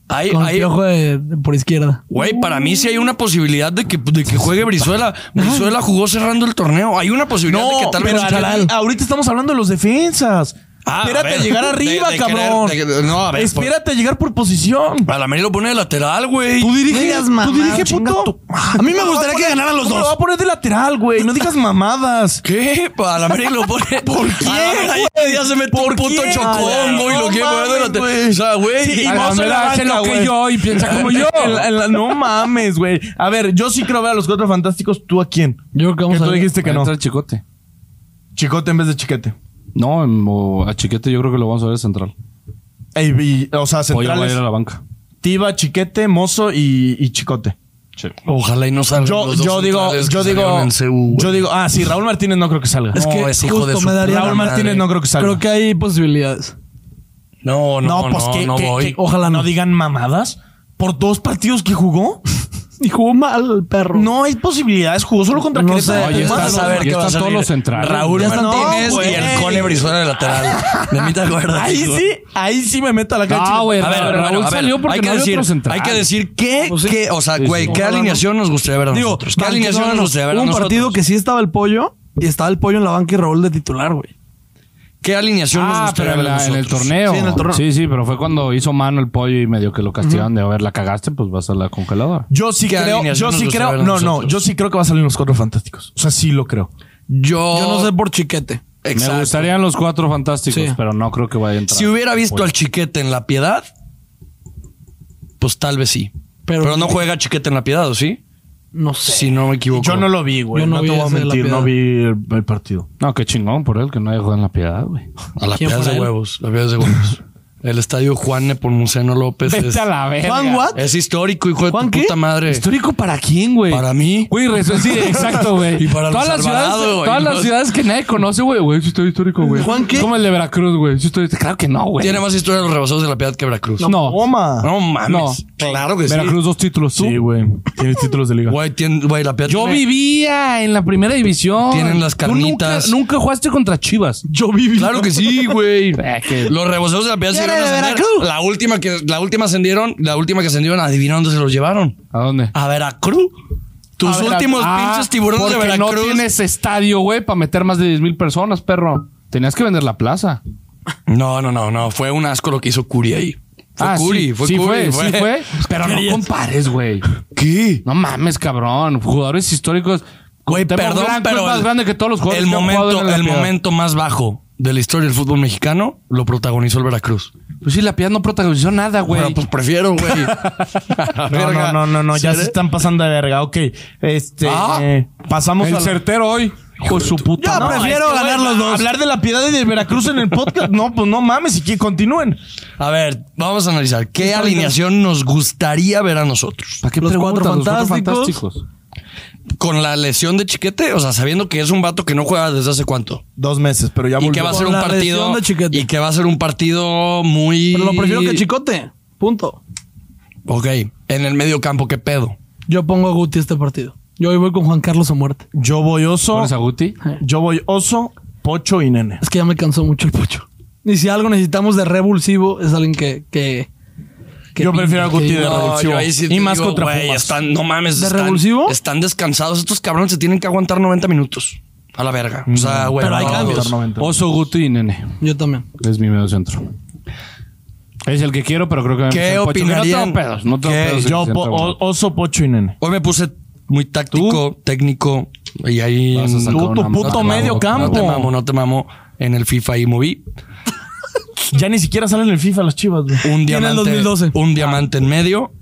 [SPEAKER 2] hay-
[SPEAKER 1] con
[SPEAKER 2] hay-
[SPEAKER 1] el piojo de- de- por izquierda.
[SPEAKER 2] Güey, para mí sí hay una posibilidad de que, de que juegue Brizuela. Brizuela jugó cerrando el torneo. Hay una posibilidad
[SPEAKER 4] Ah. No,
[SPEAKER 2] de que tal
[SPEAKER 4] pero
[SPEAKER 2] vez.
[SPEAKER 4] a la- ahorita estamos hablando de los defensas.
[SPEAKER 2] Ah,
[SPEAKER 4] espérate
[SPEAKER 2] a
[SPEAKER 4] a,
[SPEAKER 2] ver.
[SPEAKER 4] llegar
[SPEAKER 2] De-
[SPEAKER 4] arriba,
[SPEAKER 2] de
[SPEAKER 4] cabrón.
[SPEAKER 2] querer- de que- no, a ver,
[SPEAKER 4] espérate a llegar por posición.
[SPEAKER 2] A la Meri lo pone de lateral, güey.
[SPEAKER 4] Tú
[SPEAKER 1] No
[SPEAKER 4] dirige,
[SPEAKER 1] digas
[SPEAKER 4] tú
[SPEAKER 1] mamadas,
[SPEAKER 4] dirige,
[SPEAKER 1] chinga
[SPEAKER 4] puto.
[SPEAKER 1] tu madre. A mí me
[SPEAKER 4] ¿Cómo lo
[SPEAKER 1] gustaría
[SPEAKER 4] va
[SPEAKER 1] que
[SPEAKER 4] poner-
[SPEAKER 1] ganaran los
[SPEAKER 4] cómo
[SPEAKER 1] dos?
[SPEAKER 4] lo va a poner de lateral, güey. No digas mamadas.
[SPEAKER 2] ¿Qué? A la Meri lo pone. ¿Por qué? ya se metió
[SPEAKER 4] ¿Por
[SPEAKER 2] un puto
[SPEAKER 4] quién?
[SPEAKER 2] chocongo y
[SPEAKER 4] No
[SPEAKER 2] lo quiere poner de
[SPEAKER 4] mames,
[SPEAKER 2] lateral.
[SPEAKER 4] güey.
[SPEAKER 2] O sea, güey.
[SPEAKER 4] Sí,
[SPEAKER 2] a
[SPEAKER 4] y
[SPEAKER 2] la
[SPEAKER 4] vos en
[SPEAKER 2] mera-
[SPEAKER 4] la
[SPEAKER 3] hace
[SPEAKER 4] banca,
[SPEAKER 3] lo que
[SPEAKER 4] güey.
[SPEAKER 3] yo y piensa como yo.
[SPEAKER 4] En la- en la- no mames, güey. A ver, yo sí creo ver a los cuatro fantásticos. ¿Tú a quién?
[SPEAKER 1] Yo creo que vamos
[SPEAKER 4] Que
[SPEAKER 1] a
[SPEAKER 4] tú
[SPEAKER 1] ver.
[SPEAKER 4] dijiste que no.
[SPEAKER 3] Entra el chicote.
[SPEAKER 4] Chicote en vez de chiquete.
[SPEAKER 3] No, en- o a chiquete yo creo que lo vamos a ver central.
[SPEAKER 4] Ey, vi- o sea,
[SPEAKER 3] Pollo va a ir a
[SPEAKER 4] centrales.
[SPEAKER 3] la banca.
[SPEAKER 4] Tiba, chiquete, mozo y, y chicote.
[SPEAKER 3] Sí.
[SPEAKER 2] Ojalá y no salga.
[SPEAKER 4] Yo, yo digo, yo digo, yo digo, ah, sí, Raúl Martínez no creo que salga.
[SPEAKER 1] Es
[SPEAKER 2] No,
[SPEAKER 1] que
[SPEAKER 2] ese hijo
[SPEAKER 1] justo
[SPEAKER 2] de su
[SPEAKER 1] me daría
[SPEAKER 2] puta
[SPEAKER 4] Raúl Martínez
[SPEAKER 2] madre.
[SPEAKER 4] no creo que salga.
[SPEAKER 1] Creo que hay posibilidades.
[SPEAKER 2] No, no, pues no, no,
[SPEAKER 4] pues que- que-
[SPEAKER 2] voy.
[SPEAKER 4] que- ojalá no digan mamadas. Por dos partidos que jugó,
[SPEAKER 1] Y jugó mal el perro.
[SPEAKER 4] no hay posibilidades. Jugó solo contra
[SPEAKER 1] No
[SPEAKER 4] Querétaro.
[SPEAKER 1] sé,
[SPEAKER 2] Oye,
[SPEAKER 1] ya
[SPEAKER 2] estás
[SPEAKER 4] Además,
[SPEAKER 2] a ver
[SPEAKER 3] ya
[SPEAKER 2] qué va a
[SPEAKER 3] están
[SPEAKER 2] salir.
[SPEAKER 3] todos los centrales.
[SPEAKER 2] Raúl
[SPEAKER 4] Ya están
[SPEAKER 2] Martínez
[SPEAKER 4] todos,
[SPEAKER 2] y el
[SPEAKER 4] güey.
[SPEAKER 2] Cone Brizuela de lateral. De mí te acuerdas.
[SPEAKER 4] Ahí
[SPEAKER 2] hijo.
[SPEAKER 4] sí, ahí sí me meto a la cancha.
[SPEAKER 3] Ah, güey,
[SPEAKER 2] A ver,
[SPEAKER 3] Raúl
[SPEAKER 2] bueno, a ver,
[SPEAKER 3] salió porque
[SPEAKER 2] hay
[SPEAKER 3] no
[SPEAKER 2] que
[SPEAKER 3] había
[SPEAKER 2] decir,
[SPEAKER 3] otro central.
[SPEAKER 2] Hay que decir qué,
[SPEAKER 1] Pues sí.
[SPEAKER 2] qué- o sea, güey, qué
[SPEAKER 1] Ojalá
[SPEAKER 2] alineación nos gustaría ver a
[SPEAKER 1] Digo,
[SPEAKER 2] nosotros. ¿Qué alineación nos gustaría ver
[SPEAKER 1] hubo
[SPEAKER 2] a
[SPEAKER 1] un
[SPEAKER 2] nosotros?
[SPEAKER 1] partido que sí estaba el pollo y estaba el pollo en la banca y Raúl de titular, güey.
[SPEAKER 2] ¿Qué alineación nos
[SPEAKER 3] Ah,
[SPEAKER 2] gustaría
[SPEAKER 3] pero en,
[SPEAKER 2] ver a
[SPEAKER 3] la- en
[SPEAKER 2] nosotros?
[SPEAKER 3] el torneo.
[SPEAKER 1] Sí, en el torneo.
[SPEAKER 3] Sí, sí, pero fue cuando hizo mano el pollo y medio que lo castigaron de, a ver, la cagaste, pues vas a la congeladora.
[SPEAKER 4] Yo sí
[SPEAKER 2] ¿Qué
[SPEAKER 4] creo,
[SPEAKER 2] alineación
[SPEAKER 4] yo
[SPEAKER 2] nos
[SPEAKER 4] sí
[SPEAKER 2] gustaría ver
[SPEAKER 4] creo,
[SPEAKER 2] a
[SPEAKER 4] no, no,
[SPEAKER 2] nosotros?
[SPEAKER 4] yo sí creo que va a salir en los cuatro fantásticos. O sea, sí lo creo.
[SPEAKER 2] Yo,
[SPEAKER 1] Yo no sé por chiquete.
[SPEAKER 2] Exacto.
[SPEAKER 3] Me gustarían los cuatro fantásticos,
[SPEAKER 1] Sí.
[SPEAKER 3] pero no creo que vaya a entrar.
[SPEAKER 2] Si hubiera visto al Chiquete en la Piedad, pues tal vez sí. Pero,
[SPEAKER 1] Pero-
[SPEAKER 2] no juega Chiquete en la Piedad, ¿o sí?
[SPEAKER 1] No sé.
[SPEAKER 2] Si no me equivoco.
[SPEAKER 4] Yo no lo vi, güey.
[SPEAKER 1] Yo no
[SPEAKER 4] No, te
[SPEAKER 1] vi
[SPEAKER 4] voy a
[SPEAKER 1] ese de la
[SPEAKER 4] mentir,
[SPEAKER 1] Piedad.
[SPEAKER 4] no vi el, el partido.
[SPEAKER 3] No, qué chingón por él que no haya jugado en la piedad, güey.
[SPEAKER 2] A la
[SPEAKER 1] ¿Quién
[SPEAKER 2] Piedad
[SPEAKER 1] fuera
[SPEAKER 2] de
[SPEAKER 1] él?
[SPEAKER 2] Huevos. La Piedad de Huevos. El estadio Juan Nepomuceno López es,
[SPEAKER 3] la verga.
[SPEAKER 1] Juan What?
[SPEAKER 2] es histórico, hijo de tu
[SPEAKER 1] ¿Juan qué?
[SPEAKER 2] puta madre.
[SPEAKER 3] ¿Histórico para quién, güey?
[SPEAKER 2] Para mí.
[SPEAKER 3] Güey, res- sí, exacto, güey.
[SPEAKER 2] Y para
[SPEAKER 3] todas
[SPEAKER 2] los
[SPEAKER 3] las ciudades,
[SPEAKER 2] Alvarado, güey.
[SPEAKER 3] todas las ciudades que nadie conoce, güey, güey, sí estoy histórico, güey.
[SPEAKER 1] ¿Juan qué?
[SPEAKER 3] Es Como el de Veracruz, güey. Sí estoy claro que no, güey.
[SPEAKER 2] Tiene más historia los rebasados de la Piedad que Veracruz.
[SPEAKER 3] No. No,
[SPEAKER 4] Toma.
[SPEAKER 2] No mames. Claro que sí.
[SPEAKER 3] Veracruz dos títulos, tú.
[SPEAKER 4] Sí, güey. Tienes títulos de liga.
[SPEAKER 2] Güey, tiene- güey, la Piedad
[SPEAKER 3] Yo
[SPEAKER 2] tiene-
[SPEAKER 3] vivía en la primera división.
[SPEAKER 2] Tienen las
[SPEAKER 3] Tú nunca-
[SPEAKER 2] carnitas.
[SPEAKER 3] nunca jugaste contra Chivas.
[SPEAKER 1] Yo viví.
[SPEAKER 2] Claro que sí, güey.
[SPEAKER 3] Eh, que-
[SPEAKER 2] Los reboceros de la piedad
[SPEAKER 1] Viene de
[SPEAKER 2] se llegaron a ascender.
[SPEAKER 1] Veracruz.
[SPEAKER 2] La última que la última ascendieron, la última que ascendieron, adivina dónde se los llevaron.
[SPEAKER 3] ¿A dónde?
[SPEAKER 2] A Veracruz. Tus
[SPEAKER 3] A ver,
[SPEAKER 2] últimos
[SPEAKER 3] ah,
[SPEAKER 2] pinches tiburones de
[SPEAKER 3] porque
[SPEAKER 2] Veracruz.
[SPEAKER 3] no tienes estadio, güey, para meter más de 10 mil personas, perro. Tenías que vender la plaza.
[SPEAKER 2] no, no, no, no, fue un asco lo que hizo Curi ahí. Fue
[SPEAKER 3] Ah,
[SPEAKER 2] Curry,
[SPEAKER 3] sí,
[SPEAKER 2] fue
[SPEAKER 3] sí
[SPEAKER 2] Curry,
[SPEAKER 3] fue,
[SPEAKER 2] fue-
[SPEAKER 3] sí fue. Pero no compares, güey.
[SPEAKER 2] ¿Qué?
[SPEAKER 3] No mames, cabrón. Jugadores históricos.
[SPEAKER 2] Güey,
[SPEAKER 3] Cuauhtémoc
[SPEAKER 2] perdón,
[SPEAKER 3] Blanco
[SPEAKER 2] pero
[SPEAKER 3] es más
[SPEAKER 2] el-
[SPEAKER 3] grande que todos los jugadores
[SPEAKER 2] el
[SPEAKER 3] que han
[SPEAKER 2] momento,
[SPEAKER 3] jugado en la
[SPEAKER 2] el
[SPEAKER 3] Piedad.
[SPEAKER 2] momento más bajo de la historia del fútbol mexicano lo protagonizó el Veracruz.
[SPEAKER 3] Pues sí, la piedad no protagonizó nada, güey.
[SPEAKER 2] Bueno, pues prefiero, güey. ¿eh?
[SPEAKER 4] No, no, no, no, no, ya se
[SPEAKER 2] está
[SPEAKER 4] están pasando de verga. Ok, este.
[SPEAKER 2] Ah,
[SPEAKER 4] eh, pasamos al.
[SPEAKER 3] certero hoy. Hijo de su puta
[SPEAKER 1] Yo
[SPEAKER 3] madre.
[SPEAKER 1] prefiero ganar los dos.
[SPEAKER 4] Hablar de la piedad y de Veracruz en el podcast. No, pues no mames, y que continúen.
[SPEAKER 2] A ver, vamos a analizar. ¿Qué alineación nos gustaría ver a nosotros?
[SPEAKER 3] ¿Para qué
[SPEAKER 1] Los
[SPEAKER 3] preguntas?
[SPEAKER 1] cuatro
[SPEAKER 3] Los cuatro
[SPEAKER 1] fantásticos.
[SPEAKER 3] fantásticos.
[SPEAKER 2] Con la lesión de Chiquete, o sea, sabiendo que es un vato que no juega desde hace cuánto.
[SPEAKER 4] Dos meses, pero ya
[SPEAKER 2] Y que
[SPEAKER 4] volvió.
[SPEAKER 2] va a ser
[SPEAKER 1] Con
[SPEAKER 2] un
[SPEAKER 1] la
[SPEAKER 2] partido.
[SPEAKER 1] lesión de Chiquete.
[SPEAKER 2] Y que va a ser un partido muy.
[SPEAKER 1] Pero lo prefiero que Chicote. Punto.
[SPEAKER 2] Ok. En el medio campo, ¿qué pedo?
[SPEAKER 1] Yo pongo a Guti este partido. Yo hoy voy con Juan Carlos a muerte.
[SPEAKER 4] Yo voy oso.
[SPEAKER 3] ¿Pones a Guti?
[SPEAKER 4] Yo voy oso, pocho y nene.
[SPEAKER 1] Es que ya me cansó mucho el pocho. Y si algo necesitamos de revulsivo, es alguien que. que, que
[SPEAKER 4] Yo prefiero a
[SPEAKER 1] pinte,
[SPEAKER 4] Guti
[SPEAKER 1] que-
[SPEAKER 4] de revulsivo.
[SPEAKER 2] yo ahí sí
[SPEAKER 4] Y
[SPEAKER 2] te
[SPEAKER 4] más
[SPEAKER 2] digo,
[SPEAKER 4] contra
[SPEAKER 2] güey,
[SPEAKER 4] Pumas.
[SPEAKER 2] están- no mames.
[SPEAKER 1] ¿De
[SPEAKER 2] están,
[SPEAKER 1] revulsivo?
[SPEAKER 2] Están descansados. Estos cabrones se tienen que aguantar 90 minutos. A la verga. O
[SPEAKER 4] Mm,
[SPEAKER 2] sea, güey.
[SPEAKER 1] Pero hay
[SPEAKER 2] no,
[SPEAKER 1] cambios.
[SPEAKER 2] Dios.
[SPEAKER 3] Oso, Guti y Nene.
[SPEAKER 1] Yo también.
[SPEAKER 3] Es mi medio centro. Es el que quiero, pero creo que... me
[SPEAKER 2] ¿Qué
[SPEAKER 3] meto el pocho.
[SPEAKER 2] opinarían?
[SPEAKER 3] No tengo pedos. No tengo
[SPEAKER 2] ¿Qué?
[SPEAKER 3] pedos. en
[SPEAKER 4] Yo
[SPEAKER 3] el
[SPEAKER 4] po-
[SPEAKER 3] centro,
[SPEAKER 4] o- oso, pocho y nene.
[SPEAKER 2] Hoy me puse muy táctico, técnico. Y ahí.
[SPEAKER 3] Vas a sacar
[SPEAKER 4] Tú,
[SPEAKER 3] una
[SPEAKER 4] tu
[SPEAKER 3] mano,
[SPEAKER 4] puto
[SPEAKER 3] claro.
[SPEAKER 4] medio campo.
[SPEAKER 2] No te mamo, no te mamo. En el FIFA ahí moví
[SPEAKER 4] Ya ni siquiera salen en el FIFA las chivas, güey.
[SPEAKER 2] un
[SPEAKER 1] Y en el
[SPEAKER 2] diamante,
[SPEAKER 1] 2012.
[SPEAKER 2] un diamante en medio,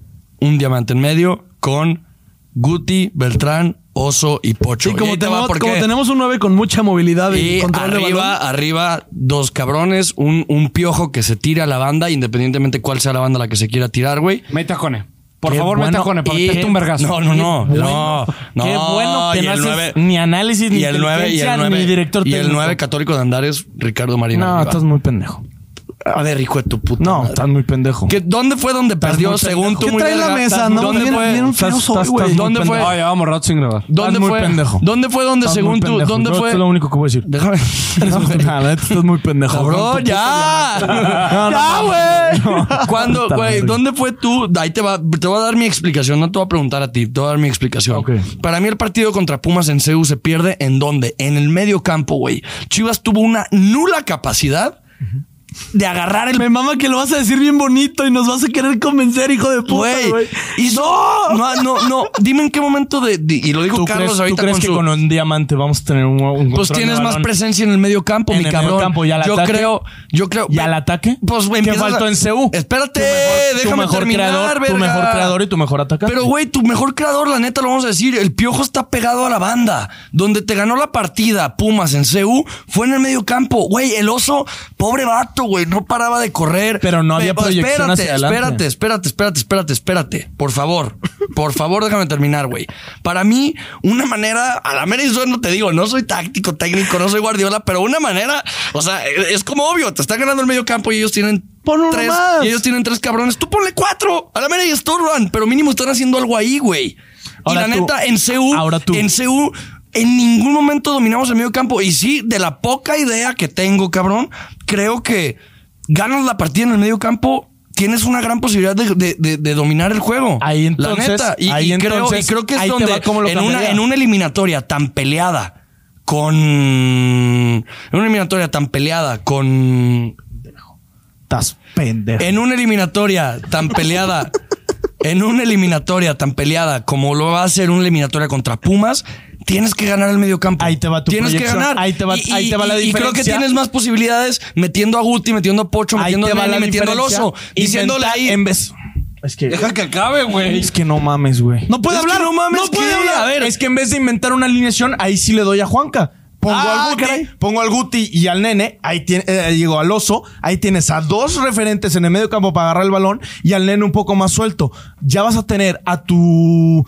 [SPEAKER 2] un diamante en medio con Guti, Beltrán, Oso y Pocho.
[SPEAKER 1] Sí,
[SPEAKER 2] Y
[SPEAKER 1] como,
[SPEAKER 2] ahí te va
[SPEAKER 1] tenemos,
[SPEAKER 2] porque-
[SPEAKER 1] como tenemos un 9 con mucha movilidad y,
[SPEAKER 2] y
[SPEAKER 1] control de
[SPEAKER 2] arriba,
[SPEAKER 1] balón.
[SPEAKER 2] arriba, dos cabrones, un, un piojo que se tira a la banda, independientemente cuál sea la banda a la que se quiera tirar, güey.
[SPEAKER 3] Mete a Cone. Por
[SPEAKER 4] Qué
[SPEAKER 3] favor,
[SPEAKER 4] bueno.
[SPEAKER 3] mete a Cone para
[SPEAKER 2] Y-
[SPEAKER 3] meterte un vergazo.
[SPEAKER 2] No, no, no, no, no.
[SPEAKER 4] Qué bueno que
[SPEAKER 2] y
[SPEAKER 4] no
[SPEAKER 2] el
[SPEAKER 4] haces
[SPEAKER 2] nueve-
[SPEAKER 4] ni análisis, ni
[SPEAKER 2] y el 9 y el
[SPEAKER 4] inteligencia,
[SPEAKER 2] 9
[SPEAKER 4] ni director
[SPEAKER 2] y el
[SPEAKER 4] técnico.
[SPEAKER 2] 9 católico de Andares, Ricardo Marino.
[SPEAKER 4] No,
[SPEAKER 2] arriba.
[SPEAKER 4] estás muy pendejo.
[SPEAKER 2] A ver, hijo de tu puta.
[SPEAKER 4] No,
[SPEAKER 2] madre.
[SPEAKER 4] estás muy pendejo.
[SPEAKER 2] ¿Qué- ¿Dónde fue donde perdió
[SPEAKER 4] muy
[SPEAKER 2] según
[SPEAKER 4] pendejo.
[SPEAKER 2] tú
[SPEAKER 1] ¿Qué
[SPEAKER 2] muy
[SPEAKER 1] trae la
[SPEAKER 2] verga?
[SPEAKER 1] mesa? No,
[SPEAKER 2] ¿Dónde
[SPEAKER 1] bien-
[SPEAKER 2] fue?
[SPEAKER 1] bien feo
[SPEAKER 4] Estás-
[SPEAKER 1] soy,
[SPEAKER 4] estás-
[SPEAKER 1] güey.
[SPEAKER 4] estás muy
[SPEAKER 2] ¿Dónde fue?
[SPEAKER 3] Ah, llevamos rato sin grabar.
[SPEAKER 2] ¿Dónde
[SPEAKER 4] Estás muy
[SPEAKER 2] fue?
[SPEAKER 4] pendejo.
[SPEAKER 2] ¿Dónde fue donde
[SPEAKER 4] Estás
[SPEAKER 2] según
[SPEAKER 4] muy
[SPEAKER 2] tú?
[SPEAKER 4] pendejo.
[SPEAKER 2] ¿Dónde
[SPEAKER 4] Yo
[SPEAKER 2] fue?
[SPEAKER 4] esto es lo único que voy a decir.
[SPEAKER 2] Déjame.
[SPEAKER 4] No, la neta, estás muy pendejo.
[SPEAKER 2] Cabrón, ya.
[SPEAKER 4] No, no, mames.
[SPEAKER 2] ya, güey. Cuando,
[SPEAKER 4] Puta
[SPEAKER 2] güey,
[SPEAKER 4] madre.
[SPEAKER 2] ¿dónde fue tú? Ahí te va, te voy a dar mi explicación, no te voy a preguntar a ti, te voy a dar mi explicación.
[SPEAKER 4] Ok.
[SPEAKER 2] Para mí el partido contra Pumas en CEU se pierde en dónde? En el medio campo, güey. Chivas tuvo una nula capacidad de agarrar el
[SPEAKER 1] Me mama que lo vas a decir bien bonito y nos vas a querer convencer, hijo de puta,
[SPEAKER 2] Güey,
[SPEAKER 1] güey.
[SPEAKER 2] y no, no, no, no. Dime en qué momento de, de- y lo dijo
[SPEAKER 4] ¿Tú
[SPEAKER 2] Carlos
[SPEAKER 4] crees, tú
[SPEAKER 2] ahorita
[SPEAKER 4] crees
[SPEAKER 2] con
[SPEAKER 4] que
[SPEAKER 2] su-
[SPEAKER 4] con un diamante vamos a tener un, un
[SPEAKER 2] pues
[SPEAKER 4] control
[SPEAKER 2] tienes
[SPEAKER 4] de
[SPEAKER 2] más
[SPEAKER 4] balón?
[SPEAKER 2] presencia en el medio campo,
[SPEAKER 4] En
[SPEAKER 2] mi
[SPEAKER 4] el
[SPEAKER 2] cabrón.
[SPEAKER 4] medio campo y al
[SPEAKER 2] yo
[SPEAKER 4] ataque.
[SPEAKER 2] creo, yo creo.
[SPEAKER 4] ¿Y al ataque?
[SPEAKER 2] Pues güey,
[SPEAKER 4] ¿Qué
[SPEAKER 2] empiezas
[SPEAKER 4] faltó
[SPEAKER 2] a-
[SPEAKER 4] en CU?
[SPEAKER 2] Espérate,
[SPEAKER 4] Tu mejor- tu
[SPEAKER 2] déjame
[SPEAKER 4] mejor
[SPEAKER 2] terminar,
[SPEAKER 4] creador, Tu
[SPEAKER 2] verga.
[SPEAKER 4] mejor creador y tu mejor atacante.
[SPEAKER 2] Pero, güey, tu mejor creador, la neta, lo vamos a decir. El piojo está pegado a la banda. Donde te ganó la partida Pumas en CU fue en el medio campo. Güey, el oso, pobre vato, güey, no paraba de correr.
[SPEAKER 4] Pero no había proyección
[SPEAKER 2] espérate,
[SPEAKER 4] hacia
[SPEAKER 2] Espérate,
[SPEAKER 4] adelante.
[SPEAKER 2] espérate, espérate, espérate, espérate. Por favor, por favor, déjame terminar, güey. Para mí, una manera, a la mera y yo no te digo, no soy táctico, técnico, no soy guardiola, pero una manera, o sea, es como obvio, te está ganando el medio campo y ellos tienen.
[SPEAKER 1] Pon uno
[SPEAKER 2] tres,
[SPEAKER 1] más.
[SPEAKER 2] y ellos tienen tres cabrones. Tú ponle cuatro. A la mera y estorban, pero mínimo están haciendo algo ahí, güey. Y
[SPEAKER 4] Ahora
[SPEAKER 2] la
[SPEAKER 4] tú.
[SPEAKER 2] neta, en CU,
[SPEAKER 4] Ahora tú.
[SPEAKER 2] en CU, en ningún momento dominamos el medio campo. Y sí, de la poca idea que tengo, cabrón, creo que ganas la partida en el medio campo, tienes una gran posibilidad de, de- de- de dominar el juego.
[SPEAKER 4] Ahí entonces,
[SPEAKER 2] La neta. Y,
[SPEAKER 4] ahí
[SPEAKER 2] y creo,
[SPEAKER 4] entonces,
[SPEAKER 2] y creo que es
[SPEAKER 4] ahí te
[SPEAKER 2] donde,
[SPEAKER 4] va cómo lo
[SPEAKER 2] en, una,
[SPEAKER 4] cambiaría.
[SPEAKER 2] en una eliminatoria tan peleada, con. En una eliminatoria tan peleada, con
[SPEAKER 4] Estás pendejo.
[SPEAKER 2] en una eliminatoria tan peleada, en una eliminatoria tan peleada como lo va a ser una eliminatoria contra Pumas, tienes que ganar el mediocampo.
[SPEAKER 4] Ahí te va tu
[SPEAKER 2] Tienes
[SPEAKER 4] proyección.
[SPEAKER 2] que ganar.
[SPEAKER 4] Ahí te va-
[SPEAKER 2] y,
[SPEAKER 4] ahí
[SPEAKER 2] y-
[SPEAKER 4] te va la
[SPEAKER 2] y- y creo que
[SPEAKER 4] diferencia.
[SPEAKER 2] tienes más posibilidades metiendo a Guti, metiendo a Pocho,
[SPEAKER 4] Ahí
[SPEAKER 2] metiendo a
[SPEAKER 4] te va
[SPEAKER 2] Meli,
[SPEAKER 4] la
[SPEAKER 2] metiendo al
[SPEAKER 4] diferencia.
[SPEAKER 2] oso, diciéndole
[SPEAKER 4] Inventar
[SPEAKER 2] ahí.
[SPEAKER 4] En vez. Es que.
[SPEAKER 2] Deja que acabe, güey.
[SPEAKER 4] Es que no mames, güey.
[SPEAKER 1] No puede
[SPEAKER 2] Es que
[SPEAKER 1] hablar.
[SPEAKER 2] no mames,
[SPEAKER 1] no puede
[SPEAKER 2] ¿qué?
[SPEAKER 1] hablar.
[SPEAKER 2] A ver.
[SPEAKER 4] Es que en vez de inventar una alineación, ahí sí le doy a Juanca. Pongo,
[SPEAKER 1] Ah,
[SPEAKER 4] al, Guti,
[SPEAKER 1] caray.
[SPEAKER 4] pongo al Guti y al nene, ahí tiene, eh, digo, al oso, ahí tienes a dos referentes en el medio campo para agarrar el balón y al nene un poco más suelto. Ya vas a tener a tu